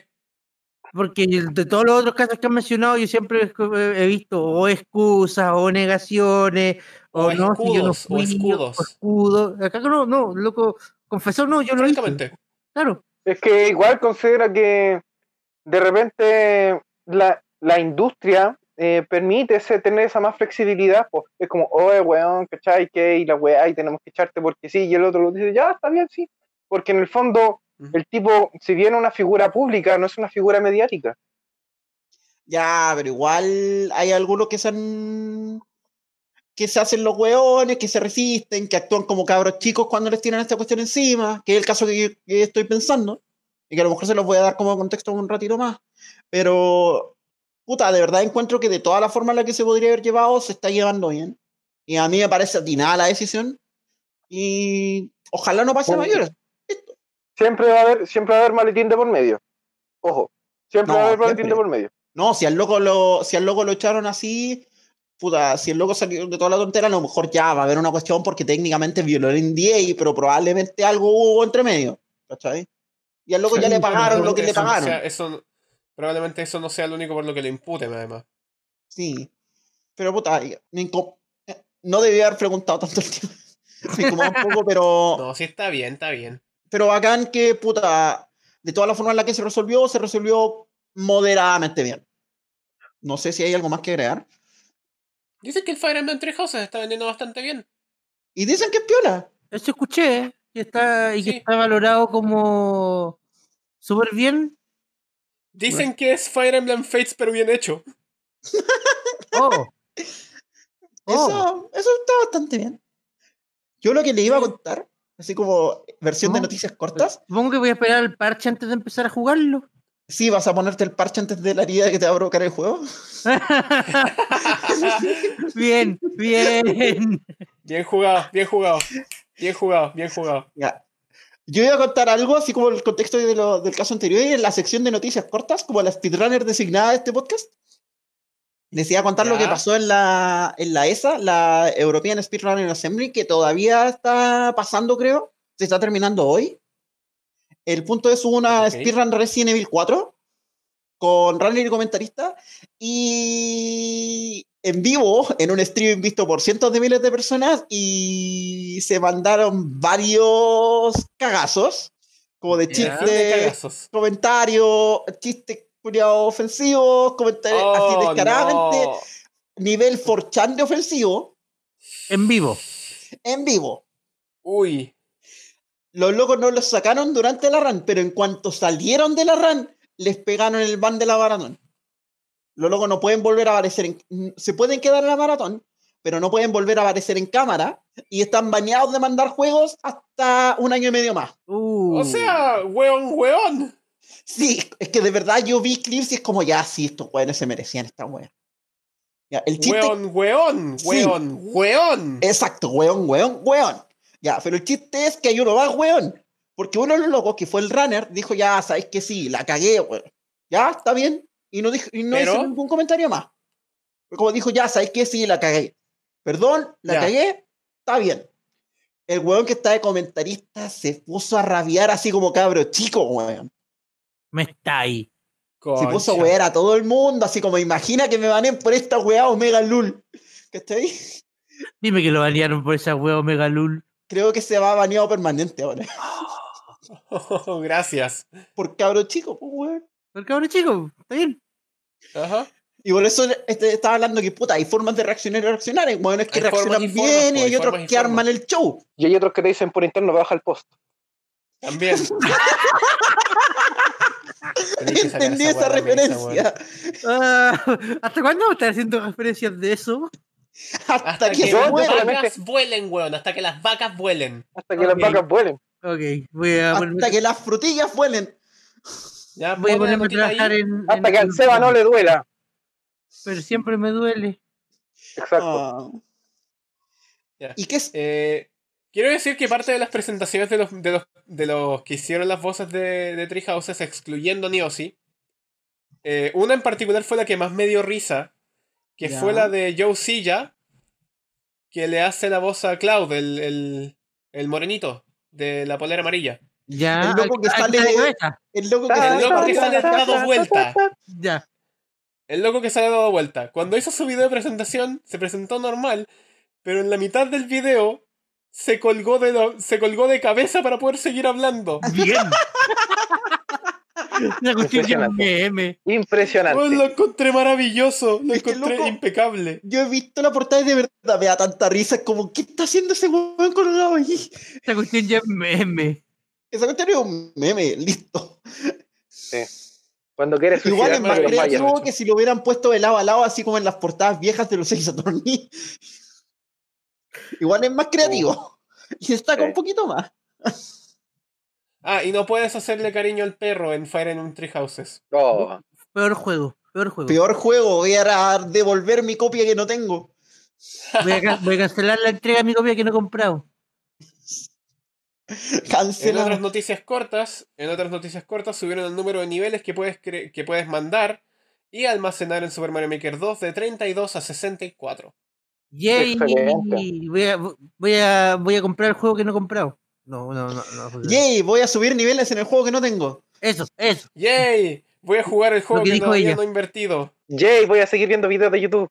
[SPEAKER 2] Porque el- de todos los otros casos que han mencionado yo siempre he escu- he visto o excusas o negaciones o,
[SPEAKER 3] O
[SPEAKER 2] no, si yo no
[SPEAKER 3] escudos, o
[SPEAKER 2] fui,
[SPEAKER 3] escudos.
[SPEAKER 2] o escudos. Acá no, no, el loco confesó, no, yo no lo hice.
[SPEAKER 3] Francamente.
[SPEAKER 2] Claro,
[SPEAKER 4] Es que igual considera que de repente la, la industria eh, permite ese- tener esa más flexibilidad. po. Es como, oye, weón, ¿cachai? Que y la weá, y tenemos que echarte porque sí. Y el otro lo dice, ya, está bien, sí. Porque en el fondo,
[SPEAKER 3] Ujú.
[SPEAKER 4] el tipo, si bien una figura pública, no es una figura mediática.
[SPEAKER 1] Ya, pero igual hay algunos que se han- que se hacen los hueones, que se resisten, que actúan como cabros chicos cuando les tiran esta cuestión encima, que es el caso que yo que estoy pensando, y que a lo mejor se los voy a dar como contexto un ratito más. Pero, puta, de verdad encuentro que de toda la forma en la que se podría haber llevado, se está llevando bien. Y a mí me parece atinada la decisión. Y ojalá no pase a
[SPEAKER 4] Bueno,
[SPEAKER 1] mayores.
[SPEAKER 4] Siempre va a haber, siempre va a haber maletín de por medio. Ojo, siempre
[SPEAKER 1] No,
[SPEAKER 4] va a haber maletín
[SPEAKER 1] siempre.
[SPEAKER 4] de por medio.
[SPEAKER 1] No, si al loco lo, si al loco lo echaron así, puta, si el loco salió de toda la tontera, a lo mejor ya va a haber una cuestión porque técnicamente violó el NDA, pero probablemente algo hubo entre medio, ¿cachai? Y al loco ya le pagaron lo que le
[SPEAKER 3] Eso no
[SPEAKER 1] pagaron.
[SPEAKER 3] sea- eso no- probablemente eso no sea lo único por lo que le imputen, además.
[SPEAKER 1] Sí. Pero puta, y- me incom- eh, no debía haber preguntado tanto el tema. Me incomoda un poco, pero,
[SPEAKER 3] (laughs) No, sí está bien, está bien.
[SPEAKER 1] pero bacán que, puta, de toda la forma en la que se resolvió, se resolvió moderadamente bien. No sé si hay algo más que agregar.
[SPEAKER 3] Dicen que el Fire Emblem Three Houses está vendiendo bastante bien.
[SPEAKER 1] Y dicen que es piola.
[SPEAKER 2] Eso escuché, que está, y que
[SPEAKER 3] Sí.
[SPEAKER 2] está valorado como súper bien.
[SPEAKER 3] Dicen que es Fire Emblem Fates, pero bien hecho.
[SPEAKER 2] Oh, Oh.
[SPEAKER 1] Eso, eso está bastante bien. Yo lo que le iba a
[SPEAKER 3] Sí.
[SPEAKER 1] contar, así como versión de
[SPEAKER 2] Ujú.
[SPEAKER 1] noticias cortas,
[SPEAKER 2] supongo que voy a esperar el parche antes de empezar a jugarlo. (laughs)
[SPEAKER 1] sí, vas a ponerte el parche antes de la herida que te va a provocar el juego.
[SPEAKER 2] bien, bien.
[SPEAKER 1] (laughs)
[SPEAKER 3] Bien jugado, bien jugado. Bien jugado, bien jugado.
[SPEAKER 1] Ya. Yo iba a contar algo, así como el contexto de lo- del caso anterior, y en la sección de noticias cortas, como la speedrunner designada de este podcast, les iba a contar lo
[SPEAKER 3] Ya.
[SPEAKER 1] que pasó en la, en la ESA, la European Speedrunner Assembly, que todavía está pasando, creo. Se está terminando hoy. El punto es hubo una
[SPEAKER 3] Ok.
[SPEAKER 1] speedrun Resident Evil 4 con runner y comentarista y en vivo, en un stream visto por cientos de miles de personas y se mandaron varios cagazos, como de
[SPEAKER 3] Ya,
[SPEAKER 1] chistes,
[SPEAKER 3] de cagazos.
[SPEAKER 1] comentarios, chistes culiados ofensivos, comentarios así
[SPEAKER 3] Oh,
[SPEAKER 1] descaradamente,
[SPEAKER 3] no.
[SPEAKER 1] nivel forchan de ofensivo,
[SPEAKER 2] En vivo.
[SPEAKER 1] en vivo.
[SPEAKER 3] Uy,
[SPEAKER 1] Los locos no los sacaron durante la run, pero en cuanto salieron de la run, les pegaron el ban de la maratón. Los locos no pueden volver a aparecer en... mm, Se pueden quedar en la maratón, pero no pueden volver a aparecer en cámara y están baneados de mandar juegos hasta un año y medio más.
[SPEAKER 2] Uh.
[SPEAKER 3] o sea, weón, weón.
[SPEAKER 1] Sí, es que de verdad yo vi clips y es como, ya, sí, estos weones se merecían esta wea. Ya, el chiste...
[SPEAKER 3] Weón, weón,
[SPEAKER 1] Sí.
[SPEAKER 3] weón, weón.
[SPEAKER 1] Exacto, weón, weón, weón. Ya, pero el chiste es que hay uno más, weón. Porque uno de los locos, que fue el runner, dijo, ya, sabes que sí, la cagué, weón. Ya, está bien. Y no, dijo, y no
[SPEAKER 3] Pero-
[SPEAKER 1] hizo ningún comentario más. Fue Como dijo, ya, sabes que sí, la cagué. Perdón, la
[SPEAKER 3] Ya.
[SPEAKER 1] cagué, está bien. El weón que está de comentarista se puso a rabiar así como cabro chico, weón.
[SPEAKER 2] Me está ahí.
[SPEAKER 1] Se
[SPEAKER 3] Concha. (laughs)
[SPEAKER 1] puso a wear a todo el mundo, así como imagina que me banen por esta weá Omega Lul. ¿Cachai?
[SPEAKER 2] Dime que lo banearon por esa huevo Megalul.
[SPEAKER 1] Creo que se va baneado permanente ahora.
[SPEAKER 3] Gracias.
[SPEAKER 1] por cabro chico, pues, weón.
[SPEAKER 2] Pero cabrón, chico, está bien.
[SPEAKER 3] Ajá.
[SPEAKER 1] Y por eso este, estaba hablando que puta, hay formas de reaccionar y reaccionar. Hay weones que
[SPEAKER 3] Hay formas
[SPEAKER 1] reaccionan
[SPEAKER 3] y
[SPEAKER 1] bien
[SPEAKER 3] formas,
[SPEAKER 1] y
[SPEAKER 3] po,
[SPEAKER 1] hay
[SPEAKER 3] hay
[SPEAKER 1] otros
[SPEAKER 3] formas y
[SPEAKER 1] que
[SPEAKER 3] formas.
[SPEAKER 1] arman el show.
[SPEAKER 4] Y hay otros que te dicen por interno, baja el post.
[SPEAKER 1] (laughs)
[SPEAKER 3] También. Tenés que sacar
[SPEAKER 1] Entendí esa,
[SPEAKER 3] weá de la mesa,
[SPEAKER 1] referencia.
[SPEAKER 3] weón.
[SPEAKER 2] Ah, (laughs) ¿Hasta cuándo vas a estar haciendo referencias de eso?
[SPEAKER 1] (laughs) Hasta,
[SPEAKER 3] Hasta
[SPEAKER 1] que,
[SPEAKER 3] que
[SPEAKER 1] se
[SPEAKER 4] yo-
[SPEAKER 3] las
[SPEAKER 1] muera.
[SPEAKER 4] solamente-
[SPEAKER 3] vacas vuelen, weón. Hasta que las vacas vuelen.
[SPEAKER 4] Hasta que las
[SPEAKER 2] Ok.
[SPEAKER 4] vacas vuelen.
[SPEAKER 2] Ok, voy a ponerme,
[SPEAKER 1] Hasta que las frutillas vuelen.
[SPEAKER 3] Ya,
[SPEAKER 2] voy a
[SPEAKER 3] pon
[SPEAKER 2] ponerme
[SPEAKER 3] la
[SPEAKER 2] a
[SPEAKER 3] notita
[SPEAKER 2] trabajar
[SPEAKER 3] ahí.
[SPEAKER 2] en.
[SPEAKER 4] Hasta
[SPEAKER 2] en-
[SPEAKER 4] que al Seba no le duela.
[SPEAKER 2] Pero siempre me duele.
[SPEAKER 1] Ah.
[SPEAKER 4] Exacto.
[SPEAKER 3] Ya.
[SPEAKER 1] ¿Y qué es?
[SPEAKER 3] Eh, quiero decir que parte de las presentaciones de los, de los, de los que hicieron las voces de, de Three Houses, excluyendo a Niosi, eh, una en particular fue la que más me dio risa, que
[SPEAKER 1] Ya.
[SPEAKER 3] fue la de Joe Silla, que le hace la voz a Cloud, el, el, el morenito de la polera amarilla.
[SPEAKER 2] Ya.
[SPEAKER 1] El loco
[SPEAKER 2] al-
[SPEAKER 1] que
[SPEAKER 2] al-
[SPEAKER 1] sale-
[SPEAKER 2] al- cabeza.
[SPEAKER 1] El loco que
[SPEAKER 3] Ah,
[SPEAKER 1] sale
[SPEAKER 3] el loco que
[SPEAKER 1] dando-
[SPEAKER 3] sale dado vuelta.
[SPEAKER 2] Ya.
[SPEAKER 3] El loco que sale dado vuelta. Cuando hizo su video de presentación, se presentó normal, pero en la mitad del video se colgó de, lo- se colgó de cabeza para poder seguir hablando.
[SPEAKER 2] Bien. (laughs) Una cuestión que es un
[SPEAKER 4] Impresionante.
[SPEAKER 2] meme.
[SPEAKER 3] Oh,
[SPEAKER 4] Impresionante.
[SPEAKER 3] lo encontré maravilloso, lo
[SPEAKER 1] Es que,
[SPEAKER 3] encontré
[SPEAKER 1] loco,
[SPEAKER 3] impecable.
[SPEAKER 1] Yo he visto la portada y de verdad me da tanta risa. Es como, ¿qué está haciendo ese weón colgado ahí?
[SPEAKER 2] Esta cuestión ya es meme.
[SPEAKER 1] Esa cuestión es un meme, listo.
[SPEAKER 4] Cuando quieres
[SPEAKER 1] Igual es
[SPEAKER 4] suicidarte,
[SPEAKER 1] más
[SPEAKER 4] pero
[SPEAKER 3] Mario Mayer,
[SPEAKER 1] creativo
[SPEAKER 3] de hecho.
[SPEAKER 1] que si lo hubieran puesto de lado a lado, así como en las portadas viejas de los seis Saturni. (laughs) Igual es más creativo. (laughs) Y se destaca
[SPEAKER 4] Sí.
[SPEAKER 1] un poquito más.
[SPEAKER 3] Ah, y no puedes hacerle cariño al perro en Fire Emblem Three Houses.
[SPEAKER 4] Oh,
[SPEAKER 2] Peor juego. Peor juego.
[SPEAKER 1] Peor juego, voy a ra- devolver mi copia que no tengo. (laughs)
[SPEAKER 2] Voy, a, ca- voy a cancelar la entrega de mi copia que no he comprado.
[SPEAKER 3] En
[SPEAKER 1] Cancelado.
[SPEAKER 3] otras noticias cortas, en otras noticias cortas subieron el número de niveles que puedes, cre- que puedes mandar y almacenar en Super Mario Maker 2 de 32 a 64.
[SPEAKER 2] Yay.
[SPEAKER 4] Excelente.
[SPEAKER 2] Voy a, voy, a, voy a comprar el juego que no he comprado. No, no, no. no, no.
[SPEAKER 1] Yay, voy a subir niveles en el juego que no tengo.
[SPEAKER 2] Eso, eso.
[SPEAKER 3] ¡Yay! Voy a jugar el juego
[SPEAKER 2] que
[SPEAKER 3] que,
[SPEAKER 2] dijo
[SPEAKER 3] todavía
[SPEAKER 2] ella.
[SPEAKER 3] no he invertido.
[SPEAKER 4] Jay, voy a seguir viendo videos de YouTube.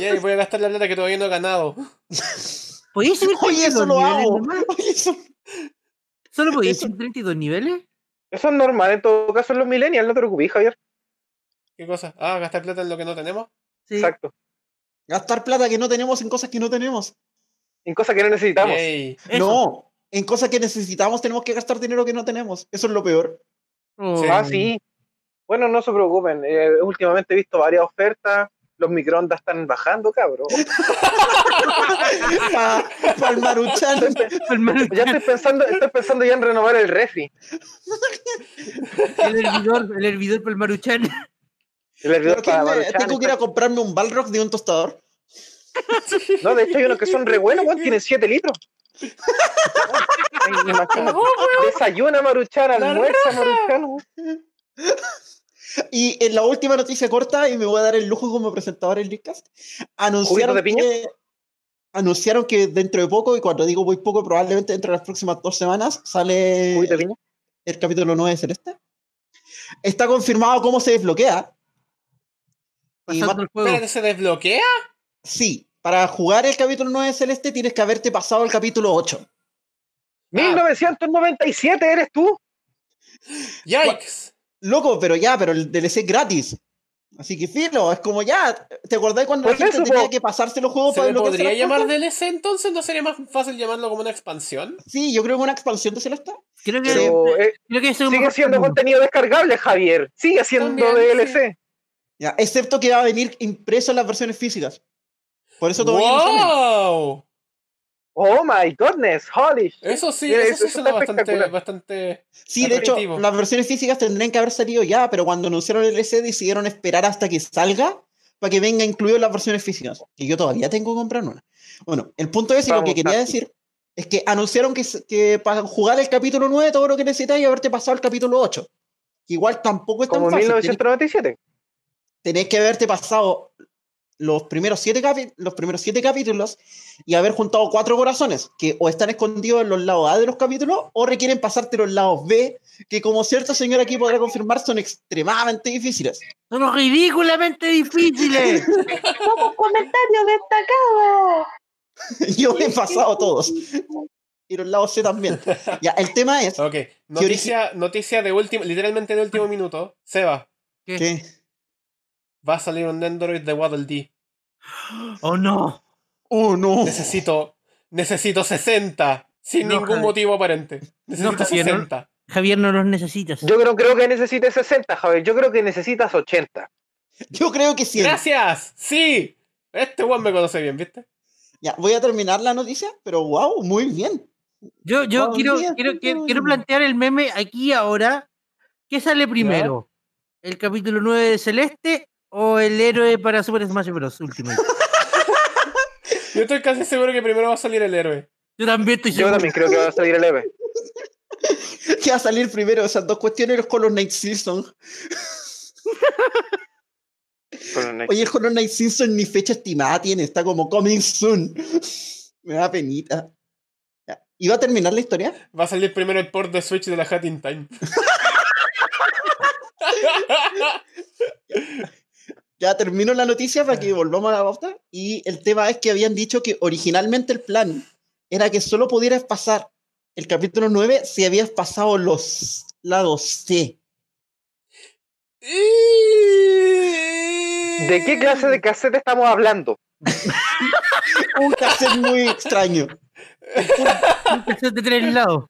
[SPEAKER 3] ¡Yay! Voy a gastar la plata que todavía no he ganado.
[SPEAKER 2] ¿Podéis subir
[SPEAKER 1] Oye, eso
[SPEAKER 2] 32
[SPEAKER 1] lo
[SPEAKER 2] niveles
[SPEAKER 1] hago.
[SPEAKER 2] nomás?
[SPEAKER 1] (laughs) Oye, eso.
[SPEAKER 2] ¿Solo podéis
[SPEAKER 1] Eso-
[SPEAKER 2] subir 32 niveles?
[SPEAKER 4] Eso es normal, en todo caso, en los millennials, no te preocupes, Javier.
[SPEAKER 3] ¿Qué cosa? Ah, gastar plata en lo que no tenemos.
[SPEAKER 2] Sí.
[SPEAKER 4] Exacto.
[SPEAKER 1] Gastar plata que no tenemos en cosas que no tenemos.
[SPEAKER 4] En cosas que no necesitamos.
[SPEAKER 3] ¡Yay!
[SPEAKER 2] Eso.
[SPEAKER 1] No, en cosas que necesitamos tenemos que gastar dinero que no tenemos. Eso es lo peor. (laughs)
[SPEAKER 2] Oh.
[SPEAKER 4] Ah,
[SPEAKER 2] (laughs)
[SPEAKER 4] sí. Bueno, no se preocupen. eh, últimamente he visto varias ofertas. Los microondas están bajando, cabrón.
[SPEAKER 1] Para el maruchan.
[SPEAKER 2] Hermano,
[SPEAKER 4] (laughs) Ya estoy pensando, estoy pensando ya en renovar el refri.
[SPEAKER 2] el hervidor, el hervidor para
[SPEAKER 1] (laughs)
[SPEAKER 2] el Maruchan.
[SPEAKER 4] El hervidor
[SPEAKER 1] Pero ¿quién
[SPEAKER 4] para
[SPEAKER 1] me-
[SPEAKER 4] Maruchan,
[SPEAKER 1] tengo que ir a
[SPEAKER 4] exacto.
[SPEAKER 1] comprarme un Balrog de un tostador.
[SPEAKER 4] No, de hecho hay unos que son re buenos, weón, tienen 7 litros. Imagínate. Desayuna Maruchan,
[SPEAKER 3] La
[SPEAKER 4] almuerza Maruchan. güey.
[SPEAKER 1] Y en la última noticia corta, y me voy a dar el lujo como presentador en Leadcast, anunciaron
[SPEAKER 4] de piña?
[SPEAKER 1] que, anunciaron que dentro de poco, y cuando digo muy poco, probablemente dentro de las próximas dos semanas, sale
[SPEAKER 4] Juguito de piña.
[SPEAKER 1] el capítulo 9 de Celeste. Está confirmado cómo se desbloquea. Y más-
[SPEAKER 2] (laughs) Pasando el juego.
[SPEAKER 3] Espérate, ¿se desbloquea?
[SPEAKER 1] sí, para jugar el capítulo 9 de Celeste tienes que haberte pasado el capítulo 8.
[SPEAKER 4] 1997 eres tú.
[SPEAKER 3] Yikes.
[SPEAKER 1] Loco, pero ya, pero el DLC es gratis. Así que filo, es como ya. ¿Te acordás cuando la
[SPEAKER 4] Por
[SPEAKER 1] gente
[SPEAKER 4] eso,
[SPEAKER 1] tenía
[SPEAKER 4] po.
[SPEAKER 1] que pasarse los juegos
[SPEAKER 3] ¿Se
[SPEAKER 1] para
[SPEAKER 3] le
[SPEAKER 1] desbloquear
[SPEAKER 3] podría
[SPEAKER 1] Celeste?
[SPEAKER 3] llamar DLC entonces? ¿No sería más fácil llamarlo como una expansión?
[SPEAKER 1] Sí, yo creo que una expansión de Celeste.
[SPEAKER 2] Creo que,
[SPEAKER 4] Pero eh,
[SPEAKER 2] creo que ese es un
[SPEAKER 4] sigue
[SPEAKER 2] mejor
[SPEAKER 4] siendo
[SPEAKER 2] camino.
[SPEAKER 4] contenido descargable, Javier. Sigue siendo
[SPEAKER 3] También,
[SPEAKER 4] DLC.
[SPEAKER 1] Ya, excepto que va a venir impreso en las versiones físicas. Por eso todavía no sale.
[SPEAKER 3] ¡Wow!
[SPEAKER 4] Oh my goodness, holy shit.
[SPEAKER 3] Eso sí,
[SPEAKER 4] Mira,
[SPEAKER 3] eso
[SPEAKER 4] eso-
[SPEAKER 3] sí
[SPEAKER 4] eso
[SPEAKER 3] suena
[SPEAKER 4] está
[SPEAKER 3] bastante,
[SPEAKER 4] espectacular.
[SPEAKER 3] bastante.
[SPEAKER 1] Sí, de hecho,
[SPEAKER 3] Definitivo.
[SPEAKER 1] las versiones físicas tendrían que haber salido ya, pero cuando anunciaron el DLC decidieron esperar hasta que salga para que venga incluido en las versiones físicas. Y yo todavía tengo que comprar una. Bueno, el punto es, y lo
[SPEAKER 4] Vamos,
[SPEAKER 1] que quería
[SPEAKER 4] Nancy.
[SPEAKER 1] decir, es que anunciaron que, s- que para jugar el capítulo 9 todo lo que necesitas y haberte pasado el capítulo 8. Que Igual tampoco es tan
[SPEAKER 4] Como en
[SPEAKER 1] fácil. tenés-
[SPEAKER 4] 1997.
[SPEAKER 1] tenés que haberte pasado los primeros siete, capi- los primeros siete capítulos y haber juntado cuatro corazones que o están escondidos en los lados A de los capítulos o requieren pasarte los lados B, que como cierto señor aquí podrá confirmar son extremadamente difíciles. (laughs)
[SPEAKER 2] Son ridículamente difíciles.
[SPEAKER 5] Somos comentarios destacados.
[SPEAKER 1] Yo he pasado todos y los lados C también. Ya, el tema es
[SPEAKER 3] (laughs) Ok, noticia, noticia de último, literalmente de último minuto. Seba,
[SPEAKER 1] que
[SPEAKER 3] va a salir un Nendoroid de Waddle Dee.
[SPEAKER 2] oh no.
[SPEAKER 1] oh
[SPEAKER 3] (laughs)
[SPEAKER 1] no,
[SPEAKER 3] Necesito, necesito 60. Sin
[SPEAKER 2] No,
[SPEAKER 3] ningún
[SPEAKER 2] Javi.
[SPEAKER 3] motivo aparente. Necesito
[SPEAKER 2] Javier, no.
[SPEAKER 3] 60.
[SPEAKER 2] Javier, no los necesitas.
[SPEAKER 4] Yo creo, creo que necesitas 60, Javier. Yo creo que necesitas 80.
[SPEAKER 1] yo creo que sí.
[SPEAKER 3] ¡Gracias! ¡Sí! Este one me conoce bien, ¿viste?
[SPEAKER 1] Ya, voy a terminar la noticia, pero wow, muy bien.
[SPEAKER 2] Yo, yo
[SPEAKER 1] Wow,
[SPEAKER 2] quiero,
[SPEAKER 1] bien,
[SPEAKER 2] quiero, quiero,
[SPEAKER 1] bien.
[SPEAKER 2] quiero plantear el meme aquí y ahora. ¿Qué sale primero? ¿El capítulo 9 de Celeste o el héroe para Super Smash Bros. Ultimate?
[SPEAKER 3] Yo estoy casi seguro que primero va a salir el héroe.
[SPEAKER 2] Yo también estoy
[SPEAKER 4] (laughs) Yo
[SPEAKER 2] seguro.
[SPEAKER 4] también creo que va a salir el E EVE.
[SPEAKER 1] Que va a salir primero esas dos cuestiones los Hollow Knight Season. Oye, el Hollow Knight Simpson ni fecha estimada tiene, está como coming soon. (laughs) Me da penita. Ya. ¿Y va a terminar la historia?
[SPEAKER 3] Va a salir primero el port de Switch de la Hat in Time.
[SPEAKER 1] Ya termino la noticia para que volvamos a la pauta. Y el tema es que habían dicho que originalmente el plan era que solo pudieras pasar el capítulo 9 si habías pasado los lados C.
[SPEAKER 4] ¿De
[SPEAKER 3] ¿De
[SPEAKER 4] qué clase (laughs) de cassette estamos hablando?
[SPEAKER 1] Un cassette muy extraño.
[SPEAKER 2] Un cassette de tres lados.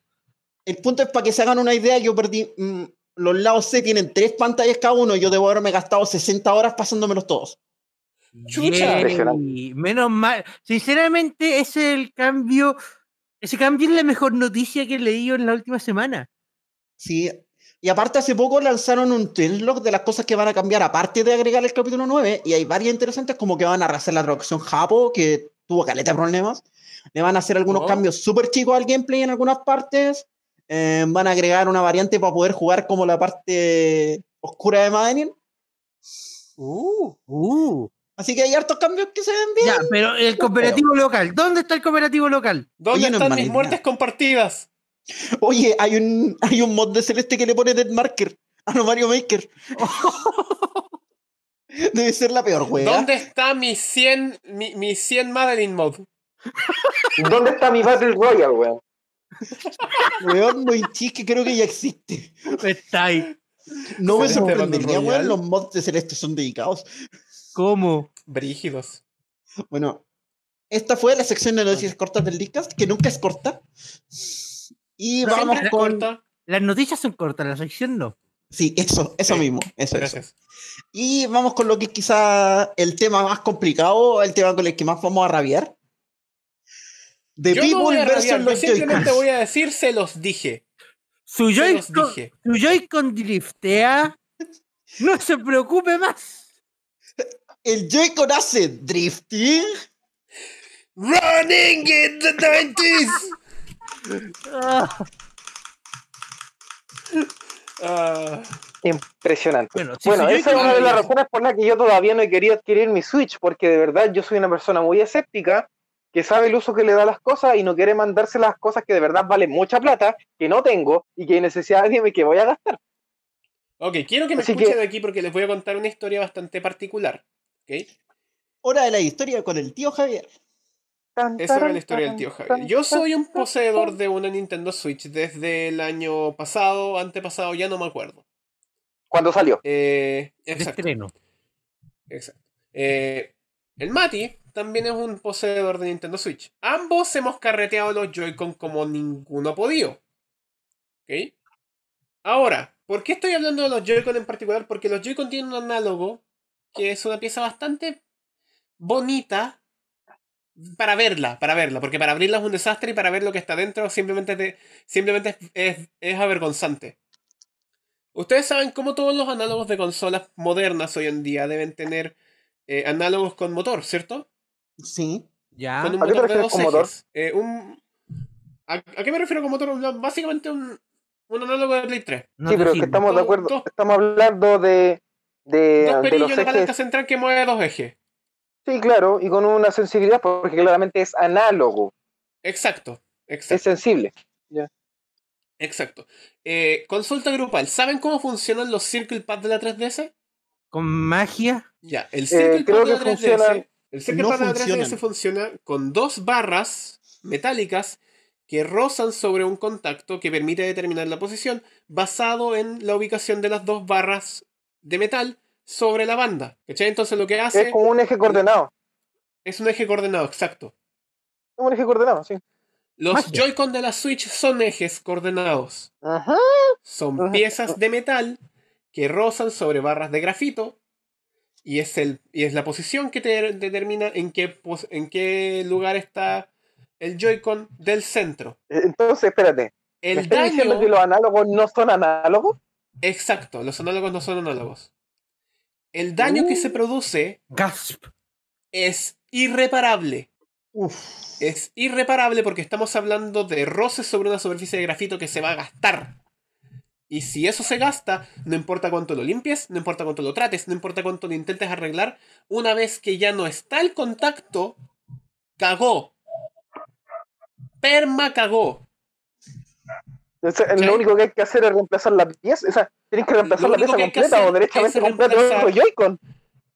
[SPEAKER 1] El punto es para que se hagan una idea, yo perdí... mm, los lados C tienen tres pantallas cada uno, yo debo haberme gastado 60 horas pasándomelos todos.
[SPEAKER 3] Chucha.
[SPEAKER 2] Yay. Menos mal. Sinceramente, ese el cambio. Ese cambio es la mejor noticia que he leído en la última semana.
[SPEAKER 1] Sí. Y aparte hace poco lanzaron un trailog de las cosas que van a cambiar, aparte de agregar el capítulo 9, y hay varias interesantes como que van a rehacer la traducción japo, que tuvo caleta de problemas, le van a hacer algunos
[SPEAKER 3] Oh.
[SPEAKER 1] cambios súper chicos al gameplay en algunas partes, eh, van a agregar una variante para poder jugar como la parte oscura de Madden.
[SPEAKER 3] Uh,
[SPEAKER 2] Uh.
[SPEAKER 1] Así que hay hartos cambios que se ven bien.
[SPEAKER 2] Ya, pero el cooperativo local. ¿Dónde está el cooperativo
[SPEAKER 3] (laughs)
[SPEAKER 2] local?
[SPEAKER 3] ¿Dónde
[SPEAKER 1] Oye, no es
[SPEAKER 3] están
[SPEAKER 1] mala
[SPEAKER 3] mis
[SPEAKER 1] idea.
[SPEAKER 3] muertes compartidas?
[SPEAKER 1] Oye, hay un, hay un mod de Celeste que le pone Dead Marker a no Mario Maker. Debe ser la peor, wea.
[SPEAKER 3] ¿Dónde está mi 100, mi, mi 100 Madeline Mode?
[SPEAKER 4] ¿Dónde está mi Battle Royale, weón?
[SPEAKER 1] Weón, no hinchís que creo que ya existe.
[SPEAKER 2] Está ahí.
[SPEAKER 1] No me
[SPEAKER 3] Celeste Battle
[SPEAKER 1] sorprendería,
[SPEAKER 3] Royale.
[SPEAKER 1] weón, los mods de Celeste son dedicados.
[SPEAKER 2] ¿Cómo?
[SPEAKER 3] Brígidos.
[SPEAKER 1] Bueno, esta fue la sección de noticias cortas del Discast, que nunca es corta. Y vamos
[SPEAKER 3] Siempre
[SPEAKER 1] con...
[SPEAKER 3] corta.
[SPEAKER 2] Las noticias son cortas, la sección no.
[SPEAKER 1] Sí, eso, eso
[SPEAKER 3] Sí,
[SPEAKER 1] mismo, eso, eso.
[SPEAKER 3] Gracias.
[SPEAKER 1] Y vamos con lo que es quizá el tema más complicado, el tema con el que más vamos a rabiar. The
[SPEAKER 3] Yo no voy
[SPEAKER 1] People
[SPEAKER 3] a
[SPEAKER 1] versus
[SPEAKER 3] rabiar, yo
[SPEAKER 1] los
[SPEAKER 3] simplemente
[SPEAKER 1] Joy-Cons.
[SPEAKER 3] voy a decir, se los dije.
[SPEAKER 2] Su
[SPEAKER 3] Se los
[SPEAKER 2] Joy-Con
[SPEAKER 3] dije.
[SPEAKER 2] su Joy-Con driftea. No se preocupe más.
[SPEAKER 1] El Joy-Con hace drifting.
[SPEAKER 3] Running in the 90s. Ah,
[SPEAKER 4] Impresionante.
[SPEAKER 2] Bueno, sí,
[SPEAKER 4] bueno,
[SPEAKER 2] sí, yo
[SPEAKER 4] esa es
[SPEAKER 2] creo
[SPEAKER 4] una
[SPEAKER 2] que-
[SPEAKER 4] de las razones por las que yo todavía no he querido adquirir mi Switch, porque de verdad yo soy una persona muy escéptica que sabe el uso que le da a las cosas y no quiere mandarse las cosas que de verdad valen mucha plata, que no tengo y que hay necesidad de que voy a gastar.
[SPEAKER 3] ok, quiero que me
[SPEAKER 4] Así que-
[SPEAKER 3] escuchen aquí porque les voy a contar una historia bastante particular. ¿ok?
[SPEAKER 1] Hora de la historia con el tío Javier.
[SPEAKER 4] Tan,
[SPEAKER 3] Esa era
[SPEAKER 4] taran,
[SPEAKER 3] la historia del
[SPEAKER 4] taran,
[SPEAKER 3] tío Javier. Yo soy un poseedor de una Nintendo Switch desde el año pasado, antepasado, ya no me acuerdo.
[SPEAKER 4] Cuando salió.
[SPEAKER 3] Eh,
[SPEAKER 2] de
[SPEAKER 3] exacto.
[SPEAKER 2] estreno.
[SPEAKER 3] Exacto. Eh, el Mati también es un poseedor de Nintendo Switch. Ambos hemos carreteado los Joy-Con como ninguno ha podido. ¿Ok? Ahora, ¿por qué estoy hablando de los Joy-Con en particular? Porque los Joy-Con tienen un análogo que es una pieza bastante bonita para verla, para verla, porque para abrirla es un desastre y para ver lo que está dentro simplemente, te- simplemente es- es- es avergonzante. Ustedes saben cómo todos los análogos de consolas modernas hoy en día deben tener eh, análogos con motor, ¿cierto?
[SPEAKER 1] Sí.
[SPEAKER 2] Ya.
[SPEAKER 3] Con un motor
[SPEAKER 4] Ah, ¿A qué te
[SPEAKER 3] de
[SPEAKER 4] refieres
[SPEAKER 3] dos
[SPEAKER 4] con motor?
[SPEAKER 3] ejes. Eh, un- ¿A, a qué me refiero con motor? Un- Básicamente un, un análogo de Play 3.
[SPEAKER 2] no
[SPEAKER 4] sí,
[SPEAKER 2] te
[SPEAKER 4] pero es que
[SPEAKER 2] sirve.
[SPEAKER 4] estamos de
[SPEAKER 3] Dos-
[SPEAKER 4] acuerdo.
[SPEAKER 3] dos-
[SPEAKER 4] Estamos hablando de, Eh, de,
[SPEAKER 3] dos
[SPEAKER 4] de
[SPEAKER 3] perillos
[SPEAKER 4] los
[SPEAKER 3] y una palanca
[SPEAKER 4] ejes.
[SPEAKER 3] central que mueve dos ejes.
[SPEAKER 4] Sí, claro, y con una sensibilidad, porque claramente es análogo,
[SPEAKER 3] Exacto,
[SPEAKER 4] es
[SPEAKER 3] exacto,
[SPEAKER 4] sensible.
[SPEAKER 3] exacto. Eh, consulta grupal. ¿Saben cómo funcionan los Circle Pad de la 3DS?
[SPEAKER 2] Con magia.
[SPEAKER 3] Ya, el
[SPEAKER 4] Eh,
[SPEAKER 3] Circle
[SPEAKER 4] creo
[SPEAKER 3] Pad de la
[SPEAKER 4] que
[SPEAKER 3] 3DS.
[SPEAKER 4] funcionan-
[SPEAKER 3] El Circle
[SPEAKER 1] No
[SPEAKER 3] Pad de la 3DS
[SPEAKER 1] funcionan.
[SPEAKER 3] funciona con dos barras metálicas que rozan sobre un contacto que permite determinar la posición basado en la ubicación de las dos barras de metal sobre la banda. ¿Cachai? Entonces lo que hace
[SPEAKER 4] Es como un eje coordenado.
[SPEAKER 3] es un eje coordenado, exacto.
[SPEAKER 4] Es un eje coordenado, sí.
[SPEAKER 3] Los
[SPEAKER 2] Magia.
[SPEAKER 3] Joy-Con de la Switch son ejes coordenados.
[SPEAKER 4] Ajá.
[SPEAKER 3] Son
[SPEAKER 4] Ajá. Ah.
[SPEAKER 3] piezas de metal que rozan sobre barras de grafito y es, el, y es la posición que te determina en qué, pos- en qué lugar está el Joy-Con del centro.
[SPEAKER 4] Entonces, espérate. ¿Me
[SPEAKER 3] El
[SPEAKER 4] estás diciendo
[SPEAKER 3] daño...
[SPEAKER 4] que los análogos no son análogos?
[SPEAKER 3] Exacto, los análogos no son análogos. El daño que se
[SPEAKER 4] Uh.
[SPEAKER 3] produce
[SPEAKER 2] Gasp.
[SPEAKER 3] es irreparable.
[SPEAKER 1] Uf.
[SPEAKER 3] Es irreparable porque estamos hablando de roces sobre una superficie de grafito que se va a gastar. Y si eso se gasta, no importa cuánto lo limpies, no importa cuánto lo trates, no importa cuánto lo intentes arreglar, una vez que ya no está el contacto, cagó. Perma cagó.
[SPEAKER 4] Entonces,
[SPEAKER 3] Sí.
[SPEAKER 4] Lo único que hay que hacer es reemplazar la pieza. O sea, tienes que reemplazar
[SPEAKER 3] Lo
[SPEAKER 4] la
[SPEAKER 3] único
[SPEAKER 4] pieza
[SPEAKER 3] que hay que
[SPEAKER 4] completa
[SPEAKER 3] hacer
[SPEAKER 4] o derechamente
[SPEAKER 3] es
[SPEAKER 4] comprar
[SPEAKER 3] reemplazar-
[SPEAKER 4] otro Joy-Con.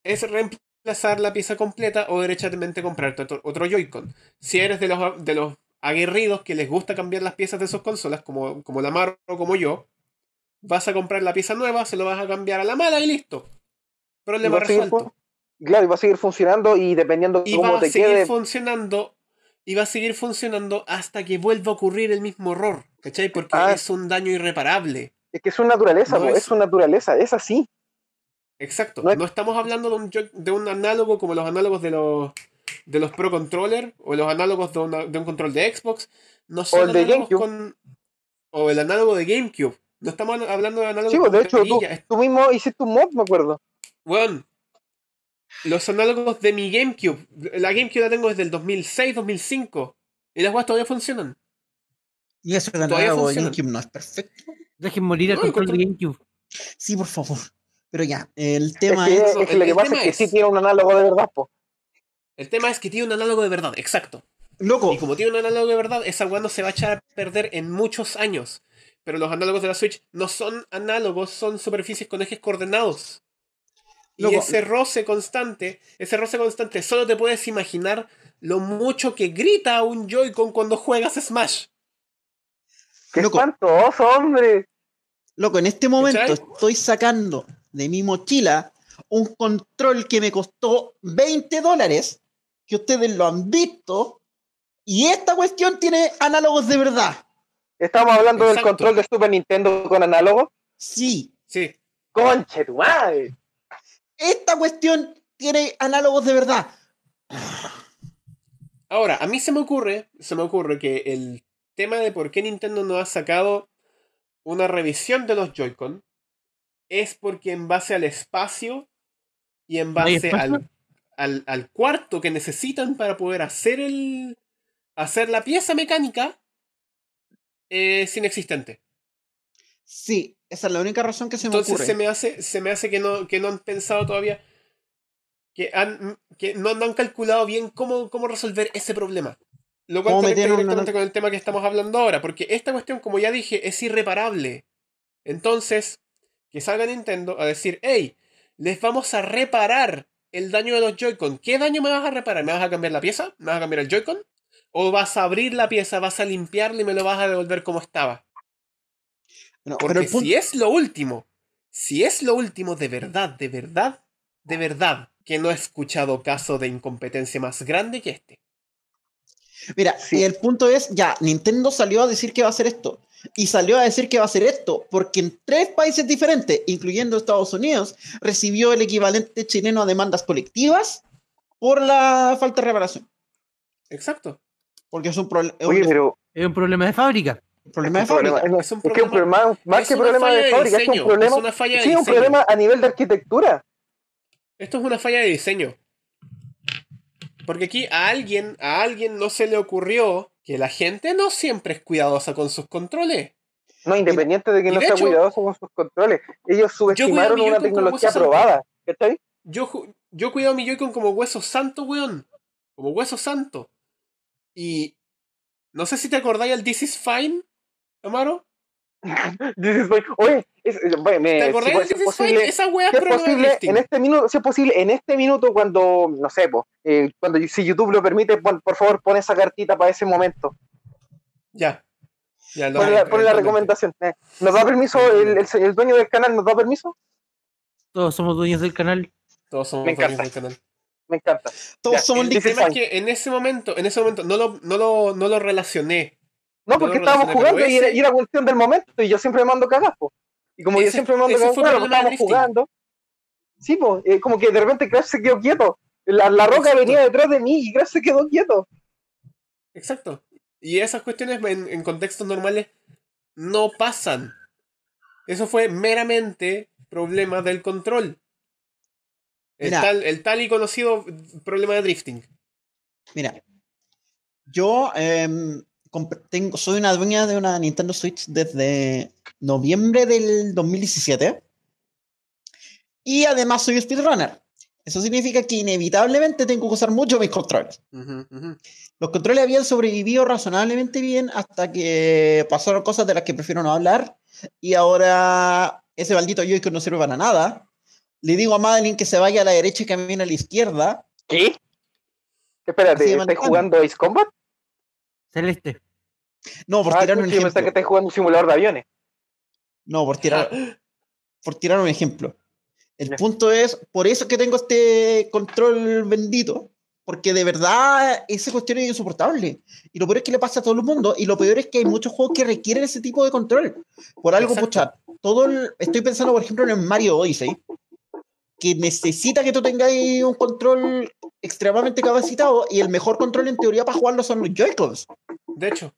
[SPEAKER 3] Es reemplazar la pieza completa o derechamente comprarte otro, otro Joy-Con. Si eres de los, de los aguerridos que les gusta cambiar las piezas de sus consolas, como, como la Maro o como yo, vas a comprar la pieza nueva, se lo vas a cambiar a la mala y listo.
[SPEAKER 4] Y
[SPEAKER 3] Problema
[SPEAKER 4] va a seguir
[SPEAKER 3] resuelto.
[SPEAKER 4] fun- Claro, y va a seguir funcionando y dependiendo
[SPEAKER 3] y
[SPEAKER 4] cómo
[SPEAKER 3] va a
[SPEAKER 4] te
[SPEAKER 3] seguir
[SPEAKER 4] quede.
[SPEAKER 3] funcionando y va a seguir funcionando hasta que vuelva a ocurrir el mismo error, ¿cachai? Porque
[SPEAKER 4] Ah.
[SPEAKER 3] es un daño irreparable.
[SPEAKER 4] Es que es su naturaleza,
[SPEAKER 3] No
[SPEAKER 4] po,
[SPEAKER 3] es-
[SPEAKER 4] es su naturaleza, es así.
[SPEAKER 3] Exacto.
[SPEAKER 4] No
[SPEAKER 3] No,
[SPEAKER 4] es-
[SPEAKER 3] estamos hablando de un, joy- de un análogo como los análogos de los de los Pro Controller o los análogos de, una- de un control de Xbox, no son
[SPEAKER 4] el de
[SPEAKER 3] análogos
[SPEAKER 4] GameCube.
[SPEAKER 3] con o el análogo de GameCube. No estamos hablando de análogos
[SPEAKER 4] Sí, pues,
[SPEAKER 3] con
[SPEAKER 4] de hecho, tú,
[SPEAKER 3] perilla,
[SPEAKER 4] tú mismo hiciste un mod, me acuerdo.
[SPEAKER 3] Weón, los análogos de mi GameCube. La GameCube la tengo desde el 2006, 2005. Y las guas todavía funcionan.
[SPEAKER 1] Y eso era
[SPEAKER 3] Todavía
[SPEAKER 1] nuevo,
[SPEAKER 3] funciona.
[SPEAKER 1] GameCube no es perfecto.
[SPEAKER 2] Dejen morir al
[SPEAKER 3] No,
[SPEAKER 2] control de
[SPEAKER 3] encontré-
[SPEAKER 2] GameCube.
[SPEAKER 1] Sí, por favor. Pero ya, el
[SPEAKER 4] Es
[SPEAKER 1] tema
[SPEAKER 4] que,
[SPEAKER 1] es.
[SPEAKER 3] eso,
[SPEAKER 4] es que
[SPEAKER 3] el-
[SPEAKER 4] lo que
[SPEAKER 3] el
[SPEAKER 4] pasa
[SPEAKER 3] tema
[SPEAKER 4] es que
[SPEAKER 3] es-
[SPEAKER 4] sí tiene un análogo de verdad, po.
[SPEAKER 3] El tema es que tiene un análogo de verdad, exacto.
[SPEAKER 1] Loco,
[SPEAKER 3] Y como tiene un análogo de verdad, esa weá no se va a echar a perder en muchos años. Pero los análogos de la Switch no son análogos, son superficies con ejes coordenados. Y
[SPEAKER 1] Loco.
[SPEAKER 3] ese roce constante, ese roce constante, solo te puedes imaginar lo mucho que grita un Joy-Con cuando juegas Smash.
[SPEAKER 4] ¡Qué
[SPEAKER 1] Loco.
[SPEAKER 4] espantoso, hombre!
[SPEAKER 1] loco, en este momento
[SPEAKER 3] ¿Cachai?
[SPEAKER 1] estoy sacando de mi mochila un control que me costó 20 dólares, que ustedes lo han visto, y esta cuestión tiene análogos de verdad.
[SPEAKER 4] Estamos hablando del
[SPEAKER 3] Exacto.
[SPEAKER 4] control de Super Nintendo con análogo.
[SPEAKER 1] Sí,
[SPEAKER 3] Sí,
[SPEAKER 4] ¡Conche tu madre!
[SPEAKER 1] esta cuestión tiene análogos de verdad.
[SPEAKER 3] Ahora, a mí se me ocurre, se me ocurre que el tema de por qué Nintendo no ha sacado una revisión de los Joy-Con es porque en base al espacio y en
[SPEAKER 2] hay
[SPEAKER 3] base al, al, al cuarto que necesitan para poder hacer el. hacer la pieza mecánica eh, es inexistente.
[SPEAKER 1] Sí, esa es la única razón que se me
[SPEAKER 3] Entonces
[SPEAKER 1] ocurre.
[SPEAKER 3] se me hace, se me hace que, no, que no han pensado todavía. Que, han, que no, no han calculado bien cómo, cómo resolver ese problema. Lo cual
[SPEAKER 1] ¿Cómo
[SPEAKER 3] conecta
[SPEAKER 1] metieron una-
[SPEAKER 3] directamente con el tema que estamos hablando ahora. Porque esta cuestión, como ya dije, es irreparable. Entonces, que salga Nintendo a decir, hey, les vamos a reparar el daño de los Joy-Con. ¿Qué daño me vas a reparar? ¿Me vas a cambiar la pieza? ¿Me vas a cambiar el Joy-Con? ¿O vas a abrir la pieza, vas a limpiarla y me lo vas a devolver como estaba?
[SPEAKER 1] No,
[SPEAKER 3] Porque
[SPEAKER 1] pero el punto-
[SPEAKER 3] si es lo último, si es lo último de verdad, de verdad, de verdad, que no he escuchado caso de incompetencia más grande que este.
[SPEAKER 1] Mira,
[SPEAKER 4] Sí.
[SPEAKER 1] y el punto es, ya, Nintendo salió a decir que va a hacer esto. Y salió a decir que va a hacer esto, porque en tres países diferentes, incluyendo Estados Unidos, recibió el equivalente chileno a demandas colectivas por la falta de reparación.
[SPEAKER 3] Exacto.
[SPEAKER 1] Porque es un, proble- es
[SPEAKER 4] Oye,
[SPEAKER 1] un
[SPEAKER 4] pero
[SPEAKER 2] Es un problema de fábrica.
[SPEAKER 1] problema de
[SPEAKER 4] es un problema,
[SPEAKER 1] fábrica.
[SPEAKER 4] es, no,
[SPEAKER 3] Es un
[SPEAKER 4] es que un
[SPEAKER 3] problema-
[SPEAKER 4] problema, más
[SPEAKER 3] es
[SPEAKER 4] que
[SPEAKER 3] una
[SPEAKER 4] problema
[SPEAKER 3] falla
[SPEAKER 4] de fábrica, es
[SPEAKER 3] diseño,
[SPEAKER 4] un problema,
[SPEAKER 3] una falla de
[SPEAKER 4] sí, un
[SPEAKER 3] diseño.
[SPEAKER 4] problema a nivel de arquitectura.
[SPEAKER 3] Esto es una falla de diseño. Porque aquí a alguien, a alguien no se le ocurrió que la gente no siempre es cuidadosa con sus controles.
[SPEAKER 4] No, independiente de que
[SPEAKER 3] y
[SPEAKER 4] no
[SPEAKER 3] de
[SPEAKER 4] sea
[SPEAKER 3] hecho-
[SPEAKER 4] cuidadoso con sus controles. Ellos subestimaron
[SPEAKER 3] mi
[SPEAKER 4] una
[SPEAKER 3] Joy-Con como
[SPEAKER 4] tecnología
[SPEAKER 3] hueso santo.
[SPEAKER 4] probada. ¿Cachai?
[SPEAKER 3] Yo, ju- yo cuidado mi Joy-Con como hueso santo, weón. Como hueso santo. Y no sé si te acordáis al This is Fine, Amaro.
[SPEAKER 4] Dices, "Oye, Oye, es, eh, bueno, me-
[SPEAKER 3] ¿Te
[SPEAKER 4] si
[SPEAKER 3] acordás
[SPEAKER 4] puede
[SPEAKER 3] de
[SPEAKER 4] ser
[SPEAKER 3] This is
[SPEAKER 4] posible-
[SPEAKER 3] Fine? Esa wea
[SPEAKER 4] si
[SPEAKER 3] es
[SPEAKER 4] es posible, en
[SPEAKER 3] probabilistic.
[SPEAKER 4] este minuto, si es posible, en este minuto cuando, no sé, po, eh, cuando si YouTube lo permite, pon- por favor, pon esa cartita para ese momento.
[SPEAKER 3] Ya. Ya lo
[SPEAKER 4] Pon la, pon la recomendación. Eh, ¿Nos da permiso el, el, el dueño del canal? ¿Nos da permiso?
[SPEAKER 2] Todos somos dueños del canal.
[SPEAKER 3] Todos somos
[SPEAKER 4] Me
[SPEAKER 3] dueños
[SPEAKER 4] encanta.
[SPEAKER 3] del canal.
[SPEAKER 4] Me encanta.
[SPEAKER 1] Todos
[SPEAKER 4] Ya,
[SPEAKER 1] somos
[SPEAKER 3] el
[SPEAKER 4] This
[SPEAKER 1] Nintendo.
[SPEAKER 4] is
[SPEAKER 3] tema es
[SPEAKER 4] Fine.
[SPEAKER 3] que en ese momento, en ese momento, no lo, no lo, no lo relacioné.
[SPEAKER 4] No, porque
[SPEAKER 3] Yo
[SPEAKER 4] estábamos
[SPEAKER 3] relacioné,
[SPEAKER 4] jugando
[SPEAKER 3] pero
[SPEAKER 4] y era,
[SPEAKER 3] ese-
[SPEAKER 4] y era cuestión del momento y yo siempre me mando cagas, po. Y como yo
[SPEAKER 3] Ese-
[SPEAKER 4] siempre me mando
[SPEAKER 3] ese
[SPEAKER 4] cagas,
[SPEAKER 3] fue
[SPEAKER 4] claro,
[SPEAKER 3] problema de
[SPEAKER 4] estábamos
[SPEAKER 3] drifting.
[SPEAKER 4] jugando. Sí, po, eh, como que de repente Crash se quedó quieto. La, la roca
[SPEAKER 3] Exacto.
[SPEAKER 4] venía detrás de mí y Crash se quedó quieto.
[SPEAKER 3] Exacto. Y esas cuestiones en, en contextos normales no pasan. Eso fue meramente problema del control. El
[SPEAKER 1] Mira.
[SPEAKER 3] tal, el tal y conocido problema de drifting.
[SPEAKER 1] Mira, yo em, comp- tengo, soy una dueña de una Nintendo Switch desde noviembre del 2017. Y además soy speedrunner. Eso significa que inevitablemente tengo que usar mucho mis controles.
[SPEAKER 3] Ujú, ujú.
[SPEAKER 1] Los controles habían sobrevivido razonablemente bien hasta que pasaron cosas de las que prefiero no hablar. Y ahora ese maldito Joy-Con no sirve para nada. Le digo a Madeline que se vaya a la derecha y camine a la izquierda.
[SPEAKER 4] ¿Qué?
[SPEAKER 1] Así de
[SPEAKER 4] Espérate, ¿estáis
[SPEAKER 1] manicón.
[SPEAKER 4] jugando Ace Combat?
[SPEAKER 2] Celeste.
[SPEAKER 1] No, por
[SPEAKER 4] Ah,
[SPEAKER 1] tirar un
[SPEAKER 4] chucha, yo pensaba que
[SPEAKER 1] ejemplo.
[SPEAKER 4] estáis jugando un simulador de aviones.
[SPEAKER 3] Ah,
[SPEAKER 1] No, por tirar, por tirar un ejemplo. El
[SPEAKER 4] Ya.
[SPEAKER 1] punto es, por eso es que tengo este control bendito, porque de verdad esa cuestión es insoportable. Y lo peor es que le pasa a todo el mundo, y lo peor es que hay muchos juegos que requieren ese tipo de control. Por algo,
[SPEAKER 3] Exacto.
[SPEAKER 1] pucha, todo el- estoy pensando, por ejemplo, en el Mario Odyssey, que necesita que tú tengáis un control extremadamente capacitado, y el mejor control en teoría para jugarlo son los Joy-Cons.
[SPEAKER 3] De hecho,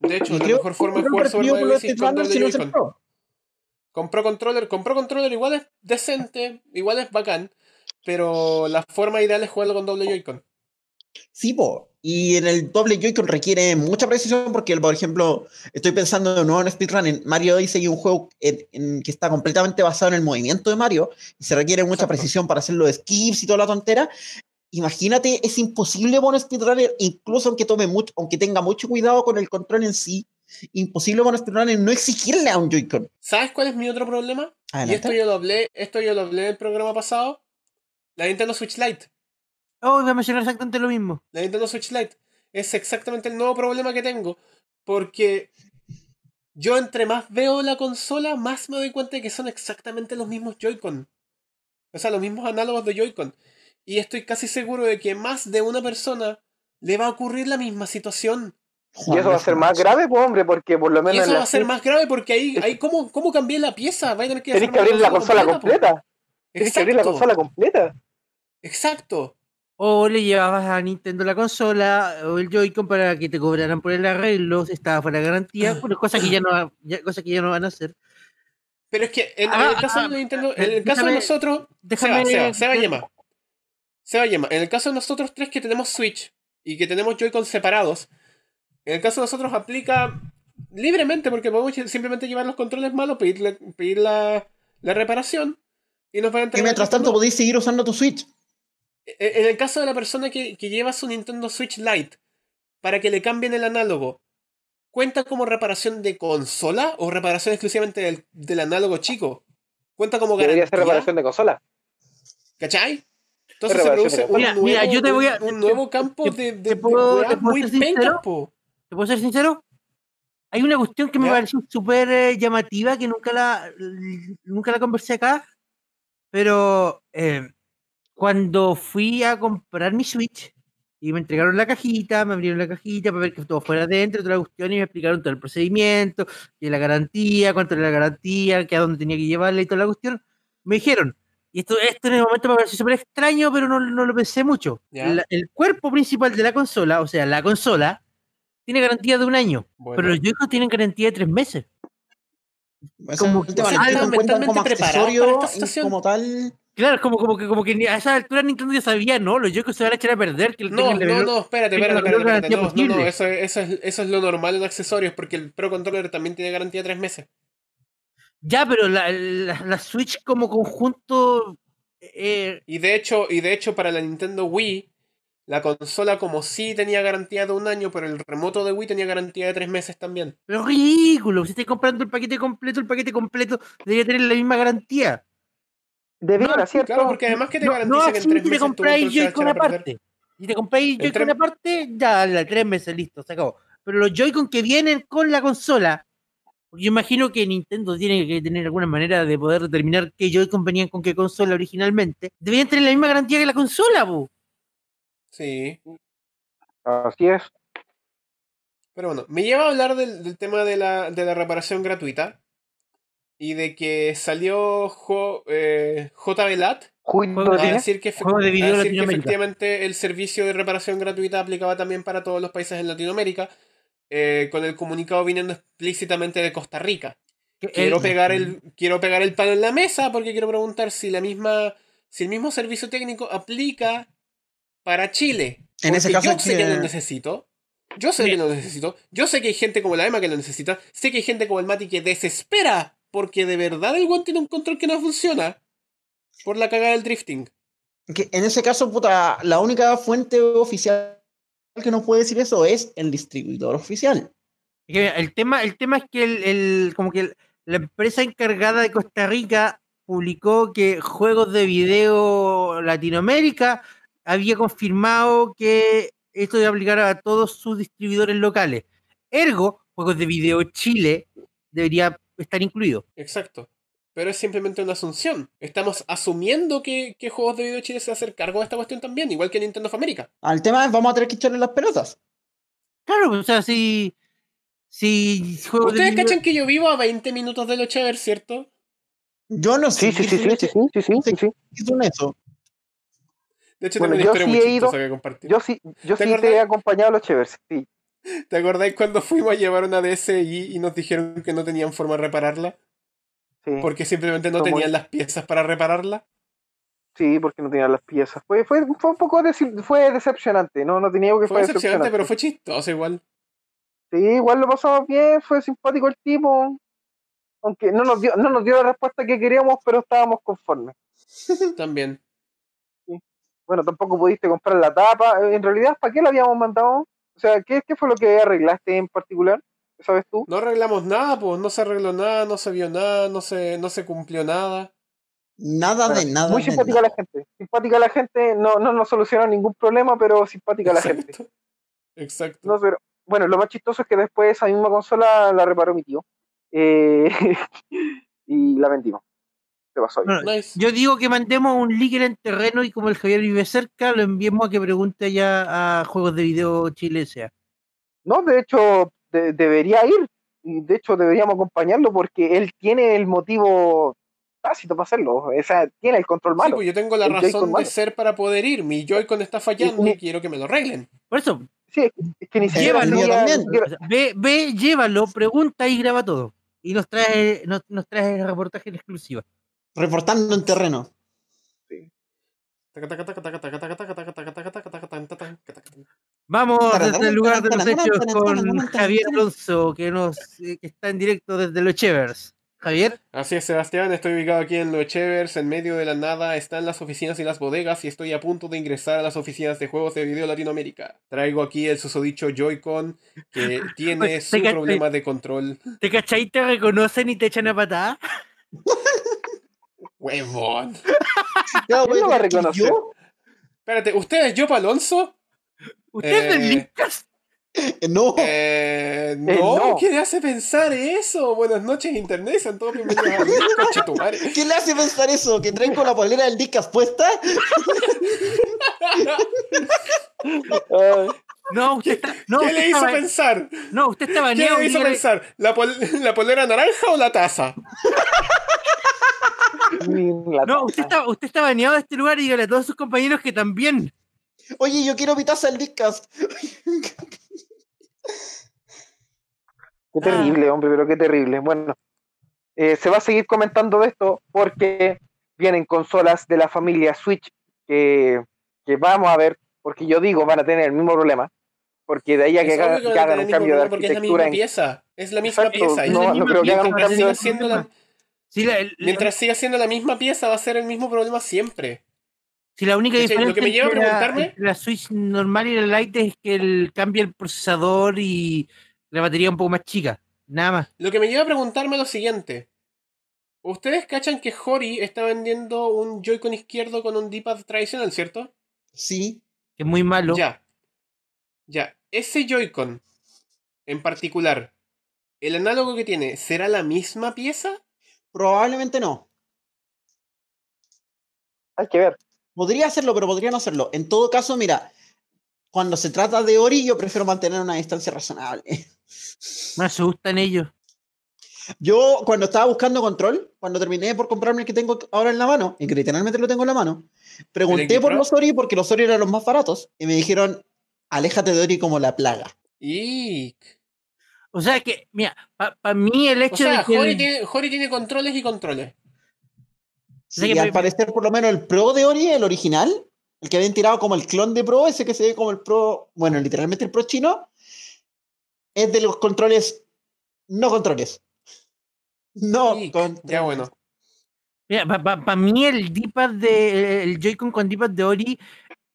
[SPEAKER 3] de hecho,
[SPEAKER 1] Y
[SPEAKER 3] la
[SPEAKER 1] creo
[SPEAKER 3] mejor forma de
[SPEAKER 1] Control
[SPEAKER 3] jugar sobre
[SPEAKER 1] partido por
[SPEAKER 3] Mario
[SPEAKER 1] los
[SPEAKER 3] Odyssey es
[SPEAKER 1] speedrunners
[SPEAKER 3] control de
[SPEAKER 1] si no es el
[SPEAKER 3] Joy-Con.
[SPEAKER 1] pro.
[SPEAKER 3] Compró controller, compró controller, igual es decente, igual es bacán, pero la forma ideal es jugarlo con doble Joy-Con.
[SPEAKER 1] Sí, po. Y en el doble Joy-Con requiere mucha precisión porque, por ejemplo, estoy pensando de nuevo en speedrun en Mario Odyssey, un juego en, en que está completamente basado en el movimiento de Mario y se requiere mucha
[SPEAKER 3] Exacto.
[SPEAKER 1] precisión para hacer los skips y toda la tontera. Imagínate, es imposible para un speedrunner, incluso aunque tome mucho, aunque tenga mucho cuidado con el control en sí, imposible para un speedrunner no exigirle a un Joy-Con.
[SPEAKER 3] ¿Sabes cuál es mi otro problema? Y esto
[SPEAKER 1] Adelante.
[SPEAKER 3] yo lo hablé, esto yo lo hablé en el programa pasado. La Nintendo Switch Lite.
[SPEAKER 2] Oh, voy a mencionar exactamente lo mismo.
[SPEAKER 3] La Nintendo Switch Lite es exactamente el nuevo problema que tengo. Porque yo entre más veo la consola, más me doy cuenta de que son exactamente los mismos Joy-Con. O sea, los mismos análogos de Joy-Con. Y estoy casi seguro de que más de una persona le va a ocurrir la misma situación.
[SPEAKER 4] Y eso va a ser más grave, pues, hombre, porque por lo
[SPEAKER 3] Y
[SPEAKER 4] menos
[SPEAKER 3] eso
[SPEAKER 4] en
[SPEAKER 3] va
[SPEAKER 4] la
[SPEAKER 3] a ser
[SPEAKER 4] Switch
[SPEAKER 3] más grave porque ahí,
[SPEAKER 4] Es-
[SPEAKER 3] ahí ¿cómo, ¿cómo cambié la pieza? Va a tener que
[SPEAKER 4] tenés
[SPEAKER 3] hacer
[SPEAKER 4] que
[SPEAKER 3] una
[SPEAKER 4] abrir la consola
[SPEAKER 3] po.
[SPEAKER 4] completa. Tienes que abrir la
[SPEAKER 3] Exacto,
[SPEAKER 4] consola completa.
[SPEAKER 3] Exacto.
[SPEAKER 2] O le llevabas a Nintendo la consola o el Joy-Con para que te cobraran por el arreglo, si estaba fuera de garantía, bueno, cosa que ya no, va- ya- cosa que ya no van a hacer.
[SPEAKER 3] Pero es que en, en
[SPEAKER 2] Ah,
[SPEAKER 3] el caso
[SPEAKER 2] ah,
[SPEAKER 3] de Nintendo, en
[SPEAKER 2] eh,
[SPEAKER 3] el caso de
[SPEAKER 2] déjame-
[SPEAKER 3] nosotros,
[SPEAKER 2] déjame-
[SPEAKER 3] Seba, Seba, Seba Yema. Se va a llamar. En el caso de nosotros tres que tenemos Switch y que tenemos Joy-Con separados, en el caso de nosotros aplica libremente porque podemos simplemente llevar los controles malos, pedirle- pedir la, la reparación y nos van a
[SPEAKER 1] Y
[SPEAKER 3] entregar.
[SPEAKER 1] mientras tanto podéis seguir usando tu Switch.
[SPEAKER 3] E- En el caso de la persona que, que lleva su Nintendo Switch Lite para que le cambien el análogo, ¿cuenta como reparación de consola o reparación exclusivamente del, del análogo chico? ¿Cuenta como
[SPEAKER 4] Debería
[SPEAKER 3] garantía?
[SPEAKER 4] ser reparación de consola.
[SPEAKER 3] ¿Cachai? Entonces se
[SPEAKER 4] reparación
[SPEAKER 3] produce
[SPEAKER 4] de
[SPEAKER 3] un,
[SPEAKER 2] consola.
[SPEAKER 3] nuevo,
[SPEAKER 2] Mira, mira, yo te voy a-
[SPEAKER 3] un- un nuevo campo
[SPEAKER 2] te-
[SPEAKER 3] de, de,
[SPEAKER 2] te
[SPEAKER 3] de
[SPEAKER 2] puedo-
[SPEAKER 3] weas
[SPEAKER 2] te puedo
[SPEAKER 3] muy
[SPEAKER 2] ser sincero.
[SPEAKER 3] pencas, po.
[SPEAKER 2] ¿Te puedo ser sincero? Hay una cuestión que me
[SPEAKER 3] Ya.
[SPEAKER 2] pareció súper eh, llamativa que nunca la, l- nunca la conversé acá, pero eh, cuando fui a comprar mi Switch y me entregaron la cajita, me abrieron la cajita para ver que todo fuera dentro, toda la cuestión, y me explicaron todo el procedimiento, y la garantía, cuánto era la garantía, que a dónde tenía que llevarla y toda la cuestión, me dijeron, y esto, esto en el momento me pareció súper extraño, pero no, no lo pensé mucho.
[SPEAKER 3] Ya.
[SPEAKER 2] La- el cuerpo principal de la consola, o sea, la consola, tiene garantía de un año, pero
[SPEAKER 3] Bueno.
[SPEAKER 2] los joy tienen garantía de tres meses.
[SPEAKER 1] Ese
[SPEAKER 2] Como
[SPEAKER 1] es
[SPEAKER 2] que
[SPEAKER 1] el tema,
[SPEAKER 2] se
[SPEAKER 1] los
[SPEAKER 2] sientan
[SPEAKER 1] Joy-Con cuentan
[SPEAKER 3] mentalmente
[SPEAKER 1] como
[SPEAKER 3] preparados
[SPEAKER 1] accesorio
[SPEAKER 3] para esta
[SPEAKER 1] y
[SPEAKER 3] situación.
[SPEAKER 1] como tal.
[SPEAKER 2] Claro, como, como que como que ni a esa altura Nintendo ya sabía, no, los joy se van a echar a perder, que le
[SPEAKER 3] No,
[SPEAKER 2] tengan la
[SPEAKER 3] no,
[SPEAKER 2] menor-
[SPEAKER 3] no, espérate,
[SPEAKER 2] tenga
[SPEAKER 3] espérate,
[SPEAKER 2] la menor
[SPEAKER 3] espérate, espérate, No,
[SPEAKER 2] garantía
[SPEAKER 3] no, no,
[SPEAKER 2] posible.
[SPEAKER 3] eso, eso, es, eso es lo normal en accesorios porque el Pro Controller también tiene garantía de tres meses.
[SPEAKER 2] Ya, pero la, la- la Switch como conjunto eh,
[SPEAKER 3] Y de hecho, y de hecho para la Nintendo Wii, la consola como sí tenía garantía de un año, pero el remoto de Wii tenía garantía de tres meses también.
[SPEAKER 2] pero es ridículo. Si estáis comprando el paquete completo, el paquete completo debería tener la misma garantía.
[SPEAKER 4] Debiera,
[SPEAKER 2] No,
[SPEAKER 4] ¿cierto?
[SPEAKER 3] Claro, porque además que te
[SPEAKER 2] No, no
[SPEAKER 3] garantiza que en
[SPEAKER 2] así
[SPEAKER 3] tres
[SPEAKER 2] te
[SPEAKER 3] meses tu
[SPEAKER 2] compráis
[SPEAKER 3] control se va a
[SPEAKER 2] Joy-Con
[SPEAKER 3] echar a perder.
[SPEAKER 2] aparte. Si te compráis
[SPEAKER 3] En
[SPEAKER 2] Joy-Con
[SPEAKER 3] tres-
[SPEAKER 2] aparte, ya, la tres meses, listo, se acabó. Pero los Joy-Con que vienen con la consola, porque yo imagino que Nintendo tiene que tener alguna manera de poder determinar qué Joy-Con venían con qué consola originalmente, deberían tener la misma garantía que la consola, bu.
[SPEAKER 3] Sí.
[SPEAKER 4] Así es.
[SPEAKER 3] Pero bueno, me lleva a hablar del, del tema de la, de la reparación gratuita y de que salió jo, eh, JBLAT
[SPEAKER 4] Juego
[SPEAKER 2] Juego
[SPEAKER 3] a
[SPEAKER 4] de
[SPEAKER 2] ¿Línea?
[SPEAKER 4] línea.
[SPEAKER 3] decir que, efe-
[SPEAKER 2] Juego de
[SPEAKER 3] a
[SPEAKER 2] video
[SPEAKER 3] decir que
[SPEAKER 2] Latinoamérica.
[SPEAKER 3] efectivamente el servicio de reparación gratuita aplicaba también para todos los países en Latinoamérica, eh, con el comunicado viniendo explícitamente de Costa Rica.
[SPEAKER 2] Que
[SPEAKER 3] Quiero
[SPEAKER 2] el-
[SPEAKER 3] pegar el, quiero pegar el palo en la mesa porque quiero preguntar si la misma, si el mismo servicio técnico aplica para Chile.
[SPEAKER 1] En ese
[SPEAKER 3] Porque
[SPEAKER 1] caso,
[SPEAKER 3] yo sé que
[SPEAKER 1] Chile-
[SPEAKER 3] lo necesito. Yo sé que
[SPEAKER 2] Mira.
[SPEAKER 3] lo necesito. Yo sé que hay gente como la Emma que lo necesita. Sé que hay gente como el Mati que desespera porque de verdad el One tiene un control que no funciona por la cagada del drifting.
[SPEAKER 1] Que en ese caso, puta, la única fuente oficial que nos puede decir eso es el distribuidor oficial.
[SPEAKER 2] Que mira, El tema, el tema es que el, el- como que el- la empresa encargada de Costa Rica publicó que juegos de video Latinoamérica había confirmado que esto iba a aplicar a todos sus distribuidores locales. Ergo, juegos de video Chile debería estar incluido.
[SPEAKER 3] Exacto. Pero es simplemente una asunción. Estamos asumiendo que, que Juegos de Video Chile se va a hacer cargo de esta cuestión también, igual que Nintendo of America.
[SPEAKER 1] Al tema es, vamos a tener que echarle las pelotas.
[SPEAKER 2] Claro, o sea, si, si juegos de
[SPEAKER 3] Ustedes
[SPEAKER 2] video-
[SPEAKER 3] cachan que yo vivo a 20 minutos de Lochaber, ¿cierto?
[SPEAKER 1] Yo no sé
[SPEAKER 4] Sí, sí,
[SPEAKER 1] qué
[SPEAKER 4] sí, sí, sí,
[SPEAKER 1] leche
[SPEAKER 4] sí, sí, sí, sí.
[SPEAKER 1] hicieron eso.
[SPEAKER 3] De hecho,
[SPEAKER 4] Bueno,
[SPEAKER 3] tengo una historia
[SPEAKER 4] yo sí
[SPEAKER 3] muy
[SPEAKER 4] he
[SPEAKER 3] chistosa
[SPEAKER 4] ido-
[SPEAKER 3] que compartir.
[SPEAKER 4] Yo sí, yo
[SPEAKER 3] ¿Te
[SPEAKER 4] sí
[SPEAKER 3] acordás?
[SPEAKER 4] te he acompañado a los Chevers, sí.
[SPEAKER 3] ¿Te acordáis cuando fuimos a llevar una DSI y nos dijeron que no tenían forma de repararla?
[SPEAKER 4] Sí,
[SPEAKER 3] Porque simplemente no
[SPEAKER 4] Mm. Como-
[SPEAKER 3] tenían las piezas para repararla.
[SPEAKER 4] sí, porque no tenía las piezas. Fue, fue, fue un poco desi- fue decepcionante, no, no te niego que
[SPEAKER 3] Fue
[SPEAKER 4] fue,
[SPEAKER 3] decepcionante,
[SPEAKER 4] decepcionante.
[SPEAKER 3] pero fue chistoso igual.
[SPEAKER 4] Sí, igual lo pasamos bien, fue simpático el tipo. Aunque no nos dio, no nos dio la respuesta que queríamos, pero estábamos conformes.
[SPEAKER 3] También.
[SPEAKER 4] Bueno, tampoco pudiste comprar la tapa. eh, En realidad, ¿para qué la habíamos mandado? O sea, ¿qué, qué fue lo que arreglaste en particular? ¿Sabes tú?
[SPEAKER 3] No arreglamos nada, pues. No se arregló nada, no se vio nada, no se, no se cumplió nada.
[SPEAKER 1] Nada de
[SPEAKER 4] Bueno,
[SPEAKER 1] nada.
[SPEAKER 4] Muy
[SPEAKER 1] de
[SPEAKER 4] simpática
[SPEAKER 1] nada.
[SPEAKER 4] la gente. Simpática la gente, no, no nos solucionó ningún problema, pero simpática la gente.
[SPEAKER 3] Exacto. Exacto.
[SPEAKER 4] No, pero, bueno, lo más chistoso es que después esa misma consola la reparó mi tío. Eh, (laughs) y la vendimos. Se pasó bien.
[SPEAKER 2] Bueno,
[SPEAKER 3] Nice.
[SPEAKER 2] Yo digo que mandemos un líder en terreno y como el Javier vive cerca, lo enviemos a que pregunte allá a juegos de video Chile sea.
[SPEAKER 4] No, de hecho, de- debería ir. Y de hecho, deberíamos acompañarlo porque él tiene el motivo tácito para hacerlo. O sea, tiene el control
[SPEAKER 3] Sí,
[SPEAKER 4] malo.
[SPEAKER 3] pues yo tengo la
[SPEAKER 4] El Joy-Con
[SPEAKER 3] razón de
[SPEAKER 4] malo. pues.
[SPEAKER 3] ser para poder ir. Mi Joy-Con está fallando y
[SPEAKER 4] Ni-
[SPEAKER 3] quiero que me lo arreglen.
[SPEAKER 2] Por eso,
[SPEAKER 4] Sí, es que, es que ni
[SPEAKER 1] Sí,
[SPEAKER 4] siquiera.
[SPEAKER 2] llévalo.
[SPEAKER 4] ni siquiera-
[SPEAKER 1] también.
[SPEAKER 2] (laughs)
[SPEAKER 4] ni siquiera-
[SPEAKER 2] O sea, ve, ve, llévalo, pregunta y graba todo. Y nos trae, nos, nos trae el reportaje en exclusiva.
[SPEAKER 4] (laughs)
[SPEAKER 1] Reportando en terreno.
[SPEAKER 2] Vamos desde el lugar de los hechos con Javier Alonso, que nos eh, que está en directo desde los Chevers. Javier,
[SPEAKER 3] Así es, Sebastián, estoy ubicado aquí en Los Chevers, en medio de la nada están las oficinas y las bodegas y estoy a punto de ingresar a las oficinas de juegos de video Latinoamérica. Traigo aquí el susodicho Joy-Con
[SPEAKER 4] (laughs)
[SPEAKER 3] que tiene
[SPEAKER 2] Pues,
[SPEAKER 3] su
[SPEAKER 2] fíjate.
[SPEAKER 3] problema de control.
[SPEAKER 2] ¿te cachai? ¿Te reconocen y te echan a patada?
[SPEAKER 3] ¡Huevón!
[SPEAKER 1] Claro,
[SPEAKER 4] ¿Quién lo Ah, va a
[SPEAKER 1] weón, que
[SPEAKER 4] reconocer?
[SPEAKER 1] yo-
[SPEAKER 3] Espérate, ¿usted es Job Alonso?
[SPEAKER 2] ¿Ustedes
[SPEAKER 3] Eh,
[SPEAKER 2] listas?
[SPEAKER 1] eh, no,
[SPEAKER 3] Eh, no,
[SPEAKER 4] Oh. no.
[SPEAKER 3] ¿qué le hace pensar eso? Buenas noches, internet, sean todos bienvenidos a
[SPEAKER 4] (laughs)
[SPEAKER 3] Conchetumare.
[SPEAKER 1] ¿qué le hace pensar eso? ¿Que traen con la polera del Dicas puesta?
[SPEAKER 4] Ay,
[SPEAKER 2] No, usted está. No,
[SPEAKER 3] ¿Qué
[SPEAKER 2] usted
[SPEAKER 3] le
[SPEAKER 2] está
[SPEAKER 3] hizo
[SPEAKER 2] ba-
[SPEAKER 3] pensar?
[SPEAKER 2] no, usted está
[SPEAKER 3] ¿Qué
[SPEAKER 2] baneado.
[SPEAKER 3] le hizo
[SPEAKER 2] dígale-
[SPEAKER 3] pensar? ¿La, pol- la polera naranja o la taza?
[SPEAKER 4] ni la
[SPEAKER 2] No, usted
[SPEAKER 4] taza.
[SPEAKER 2] está, usted está baneado de este lugar y dígale a todos sus compañeros que también.
[SPEAKER 1] Oye, yo quiero mi taza del Dicas.
[SPEAKER 4] Qué
[SPEAKER 3] Ah.
[SPEAKER 4] terrible, hombre, pero qué terrible. Bueno, eh, se va a seguir comentando de esto porque vienen consolas de la familia Switch que, que vamos a ver, porque yo digo, van a tener el mismo problema, porque de ahí a que
[SPEAKER 3] Es obvio
[SPEAKER 4] haga-
[SPEAKER 3] que no
[SPEAKER 4] que hagan
[SPEAKER 3] tiene
[SPEAKER 4] un
[SPEAKER 3] ningún
[SPEAKER 4] cambio de
[SPEAKER 3] problema porque es la misma
[SPEAKER 4] arquitectura en
[SPEAKER 3] pieza. Es la misma
[SPEAKER 4] Exacto,
[SPEAKER 3] pieza.
[SPEAKER 2] Es la
[SPEAKER 4] no, no
[SPEAKER 2] misma
[SPEAKER 4] creo que hagan un
[SPEAKER 2] pieza,
[SPEAKER 4] cambio.
[SPEAKER 2] sigue
[SPEAKER 3] Mientras siga, siendo la,
[SPEAKER 2] Si la, el-
[SPEAKER 3] mientras siga siendo la misma pieza, va a ser el mismo problema siempre.
[SPEAKER 2] si la única
[SPEAKER 3] Sí, sí,
[SPEAKER 2] diferencia
[SPEAKER 3] lo que me lleva a
[SPEAKER 2] entre la-
[SPEAKER 3] preguntarme-
[SPEAKER 2] entre La, Switch normal y la Lite es que el, cambia el procesador y la batería un poco más chica. Nada más.
[SPEAKER 3] Lo que me lleva a preguntarme lo siguiente. ¿Ustedes cachan que Hori está vendiendo un Joy-Con izquierdo con un D-pad tradicional, cierto?
[SPEAKER 1] (laughs) Sí,
[SPEAKER 2] Es muy malo.
[SPEAKER 3] Ya. Ya. Ese Joy-Con en particular, el análogo que tiene, ¿será la misma pieza?
[SPEAKER 1] probablemente no.
[SPEAKER 4] Hay que ver.
[SPEAKER 1] Podría hacerlo, pero podría no hacerlo. En todo caso, mira, cuando se trata de Ori, yo prefiero mantener una distancia razonable. (laughs)
[SPEAKER 2] Me asustan ellos.
[SPEAKER 1] Yo, cuando estaba buscando control, cuando terminé por comprarme el que tengo ahora en la mano, y que literalmente lo tengo en la mano, pregunté
[SPEAKER 3] X
[SPEAKER 1] por
[SPEAKER 3] Pro?
[SPEAKER 1] los Ori porque los Ori eran los más baratos y me dijeron, aléjate de Ori como la plaga.
[SPEAKER 3] Y...
[SPEAKER 2] O sea que, mira, para mí el hecho
[SPEAKER 3] O sea,
[SPEAKER 2] de que. el-
[SPEAKER 3] Hori tiene, Hori tiene controles y controles.
[SPEAKER 2] sea
[SPEAKER 1] Sí,
[SPEAKER 2] que
[SPEAKER 1] al
[SPEAKER 2] me-
[SPEAKER 1] parecer, por lo menos el Pro de Ori, el original, el que habían tirado como el clon de Pro, ese que se ve como el Pro, bueno, literalmente el Pro chino, es de los controles, no controles. No,
[SPEAKER 3] Ick,
[SPEAKER 1] controles.
[SPEAKER 3] Ya bueno.
[SPEAKER 2] Mira, para mí el D-pad de el Joy-Con con D-pad de Ori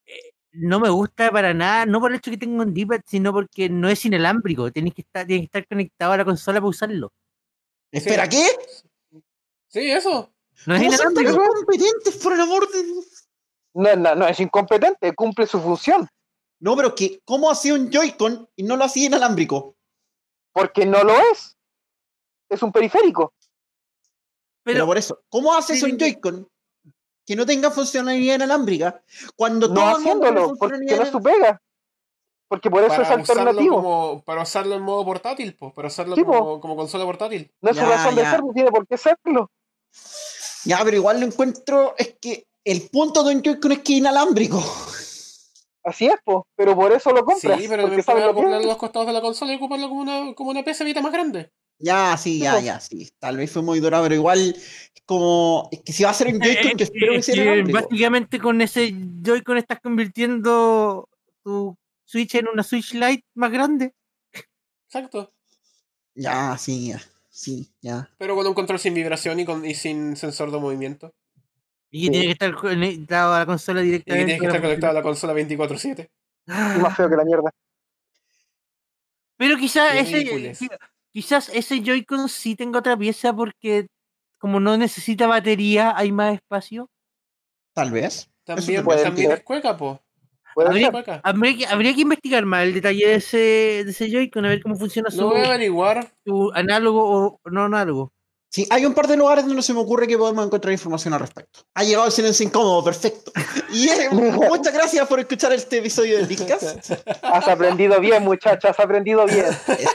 [SPEAKER 2] eh, no me gusta para nada, no por el hecho que tenga un D-pad, sino porque no es inalámbrico, tienes que estar tienes que estar conectado a la consola para usarlo.
[SPEAKER 1] Espera,
[SPEAKER 3] Sí.
[SPEAKER 1] ¿qué?
[SPEAKER 3] Sí, eso.
[SPEAKER 2] No es
[SPEAKER 1] ¿Cómo son tan
[SPEAKER 2] inalámbrico.
[SPEAKER 1] competentes, por el amor de Dios?
[SPEAKER 4] No, no, no, es incompetente, cumple su función,
[SPEAKER 1] No, pero que, ¿cómo hacía un Joy-Con y no lo hacía inalámbrico?
[SPEAKER 4] porque no lo es. Es un periférico.
[SPEAKER 1] Pero,
[SPEAKER 2] Pero
[SPEAKER 1] por eso, ¿cómo haces
[SPEAKER 2] sí,
[SPEAKER 1] un
[SPEAKER 2] sí.
[SPEAKER 1] Joy-Con que no tenga funcionalidad inalámbrica cuando
[SPEAKER 4] No
[SPEAKER 1] todo el mundo tiene
[SPEAKER 4] haciéndolo, porque
[SPEAKER 1] funcionalidad
[SPEAKER 4] no es su pega. Porque por eso
[SPEAKER 3] Para
[SPEAKER 4] es
[SPEAKER 3] usarlo,
[SPEAKER 4] alternativo.
[SPEAKER 3] como, para usarlo en modo portátil, pues. Para usarlo
[SPEAKER 4] Sí,
[SPEAKER 3] como, como consola portátil.
[SPEAKER 4] No es su
[SPEAKER 1] Ya,
[SPEAKER 4] razón de
[SPEAKER 1] ya.
[SPEAKER 4] ser, no tiene por qué serlo.
[SPEAKER 1] Ya, pero igual lo encuentro, es que el punto de un Joy-Con es que es inalámbrico. (laughs)
[SPEAKER 4] Así es, po, pero por eso lo compras.
[SPEAKER 3] Sí, pero también
[SPEAKER 4] porque sabes
[SPEAKER 3] puedes
[SPEAKER 4] lo que
[SPEAKER 3] acoplar
[SPEAKER 4] es.
[SPEAKER 3] los costados de la consola y ocuparlo como una, como una PC Vita más grande.
[SPEAKER 1] Ya, sí, ya,
[SPEAKER 4] pues.
[SPEAKER 1] ya, sí. Tal vez fue muy dura, pero igual, es como, es que si va a ser un Joy-Con, yo
[SPEAKER 2] es que-
[SPEAKER 1] espero que
[SPEAKER 2] Eh, es
[SPEAKER 1] sea
[SPEAKER 2] que
[SPEAKER 1] inalámbrico.
[SPEAKER 2] básicamente con ese Joy-Con estás convirtiendo tu Switch en una Switch Lite más grande.
[SPEAKER 3] Exacto.
[SPEAKER 1] Ya, sí, ya, sí, ya.
[SPEAKER 3] Pero con un control sin vibración y, con, y sin sensor de movimiento.
[SPEAKER 2] Y que tiene que estar conectado a la consola
[SPEAKER 3] Y que
[SPEAKER 2] directamente.
[SPEAKER 3] tienes que
[SPEAKER 2] a la
[SPEAKER 3] estar conectado a
[SPEAKER 2] consola.
[SPEAKER 3] la consola 24-7.
[SPEAKER 4] Y más feo que la mierda.
[SPEAKER 2] Pero quizás ese,
[SPEAKER 3] Ridícules.
[SPEAKER 2] qui- quizás ese Joy-Con sí tenga otra pieza porque como no necesita batería hay más espacio.
[SPEAKER 1] Tal vez.
[SPEAKER 3] También,
[SPEAKER 4] puede
[SPEAKER 3] también
[SPEAKER 4] ser.
[SPEAKER 3] es cueca, po.
[SPEAKER 4] Puede
[SPEAKER 2] Habría-
[SPEAKER 4] ser.
[SPEAKER 3] Es cueca.
[SPEAKER 2] Habría que, habría que investigar más el detalle de ese, de ese Joy-Con, a ver cómo funciona
[SPEAKER 3] Lo
[SPEAKER 2] su,
[SPEAKER 3] voy a averiguar.
[SPEAKER 2] su análogo o no análogo.
[SPEAKER 1] Sí, hay un par de lugares donde se me ocurre que podemos encontrar información al respecto. Ha llegado el silencio incómodo,
[SPEAKER 2] (laughs)
[SPEAKER 1] perfecto. Y eh, muchas gracias por escuchar este episodio del Discast.
[SPEAKER 2] (laughs)
[SPEAKER 4] Has aprendido bien, muchacha, has aprendido bien.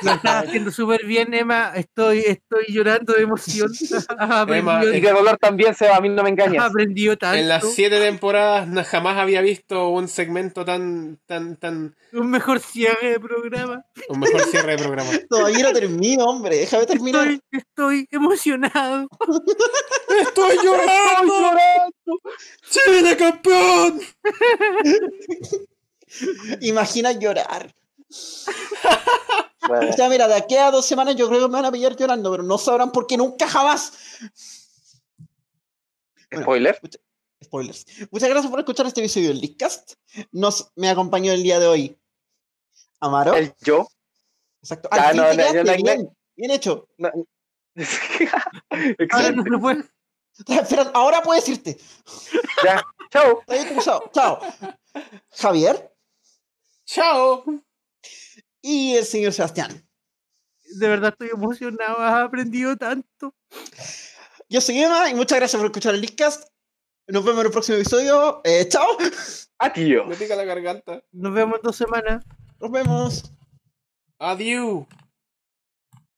[SPEAKER 2] Lo
[SPEAKER 3] Ah.
[SPEAKER 2] estás haciendo súper bien, Emma. Estoy, estoy llorando de
[SPEAKER 3] (laughs)
[SPEAKER 2] emoción. (laughs) Has aprendido,
[SPEAKER 4] Y de dolor también, Seba, a mí no
[SPEAKER 2] has
[SPEAKER 4] me engañas.
[SPEAKER 2] aprendido tanto.
[SPEAKER 3] En las siete temporadas na- jamás había visto un segmento tan, tan, tan.
[SPEAKER 2] Un mejor cierre de programa.
[SPEAKER 3] Un mejor cierre de programa.
[SPEAKER 1] Todavía no termino, hombre. Déjame terminar.
[SPEAKER 2] Estoy, estoy emocionado. emocionado.
[SPEAKER 3] ¡Estoy llorando! ¡Chile campeón!
[SPEAKER 1] Imagina llorar.
[SPEAKER 4] (laughs) Bueno,
[SPEAKER 1] O sea, mira, de aquí a dos semanas yo creo que me van a pillar llorando, pero no sabrán por qué nunca jamás.
[SPEAKER 4] spoiler.
[SPEAKER 1] Spoilers. Muchas gracias por escuchar este episodio del Discast. Nos me acompañó el día de hoy. Amaro.
[SPEAKER 4] (laughs) El (laughs) yo.
[SPEAKER 1] Exacto.
[SPEAKER 4] Ya,
[SPEAKER 1] Al fin
[SPEAKER 4] no,
[SPEAKER 1] te
[SPEAKER 4] no, yo
[SPEAKER 1] quedaste,
[SPEAKER 4] no-
[SPEAKER 1] bien, bien hecho. (laughs)
[SPEAKER 2] Ahora
[SPEAKER 4] Excelente.
[SPEAKER 2] no se puede.
[SPEAKER 1] Espera, ahora puedes irte.
[SPEAKER 4] Ya. Chao.
[SPEAKER 1] Está bien
[SPEAKER 4] (laughs)
[SPEAKER 1] cruzado. Chao. Javier
[SPEAKER 3] ¡Chao!
[SPEAKER 1] y el señor Sebastián.
[SPEAKER 2] De verdad estoy emocionado, has aprendido tanto.
[SPEAKER 1] Yo soy Emma y muchas gracias por escuchar el Discast. Nos vemos en el próximo episodio. Eh, chao.
[SPEAKER 4] Adiós.
[SPEAKER 3] Me pica la garganta.
[SPEAKER 2] Nos vemos en dos semanas.
[SPEAKER 1] Nos vemos.
[SPEAKER 3] Adiós.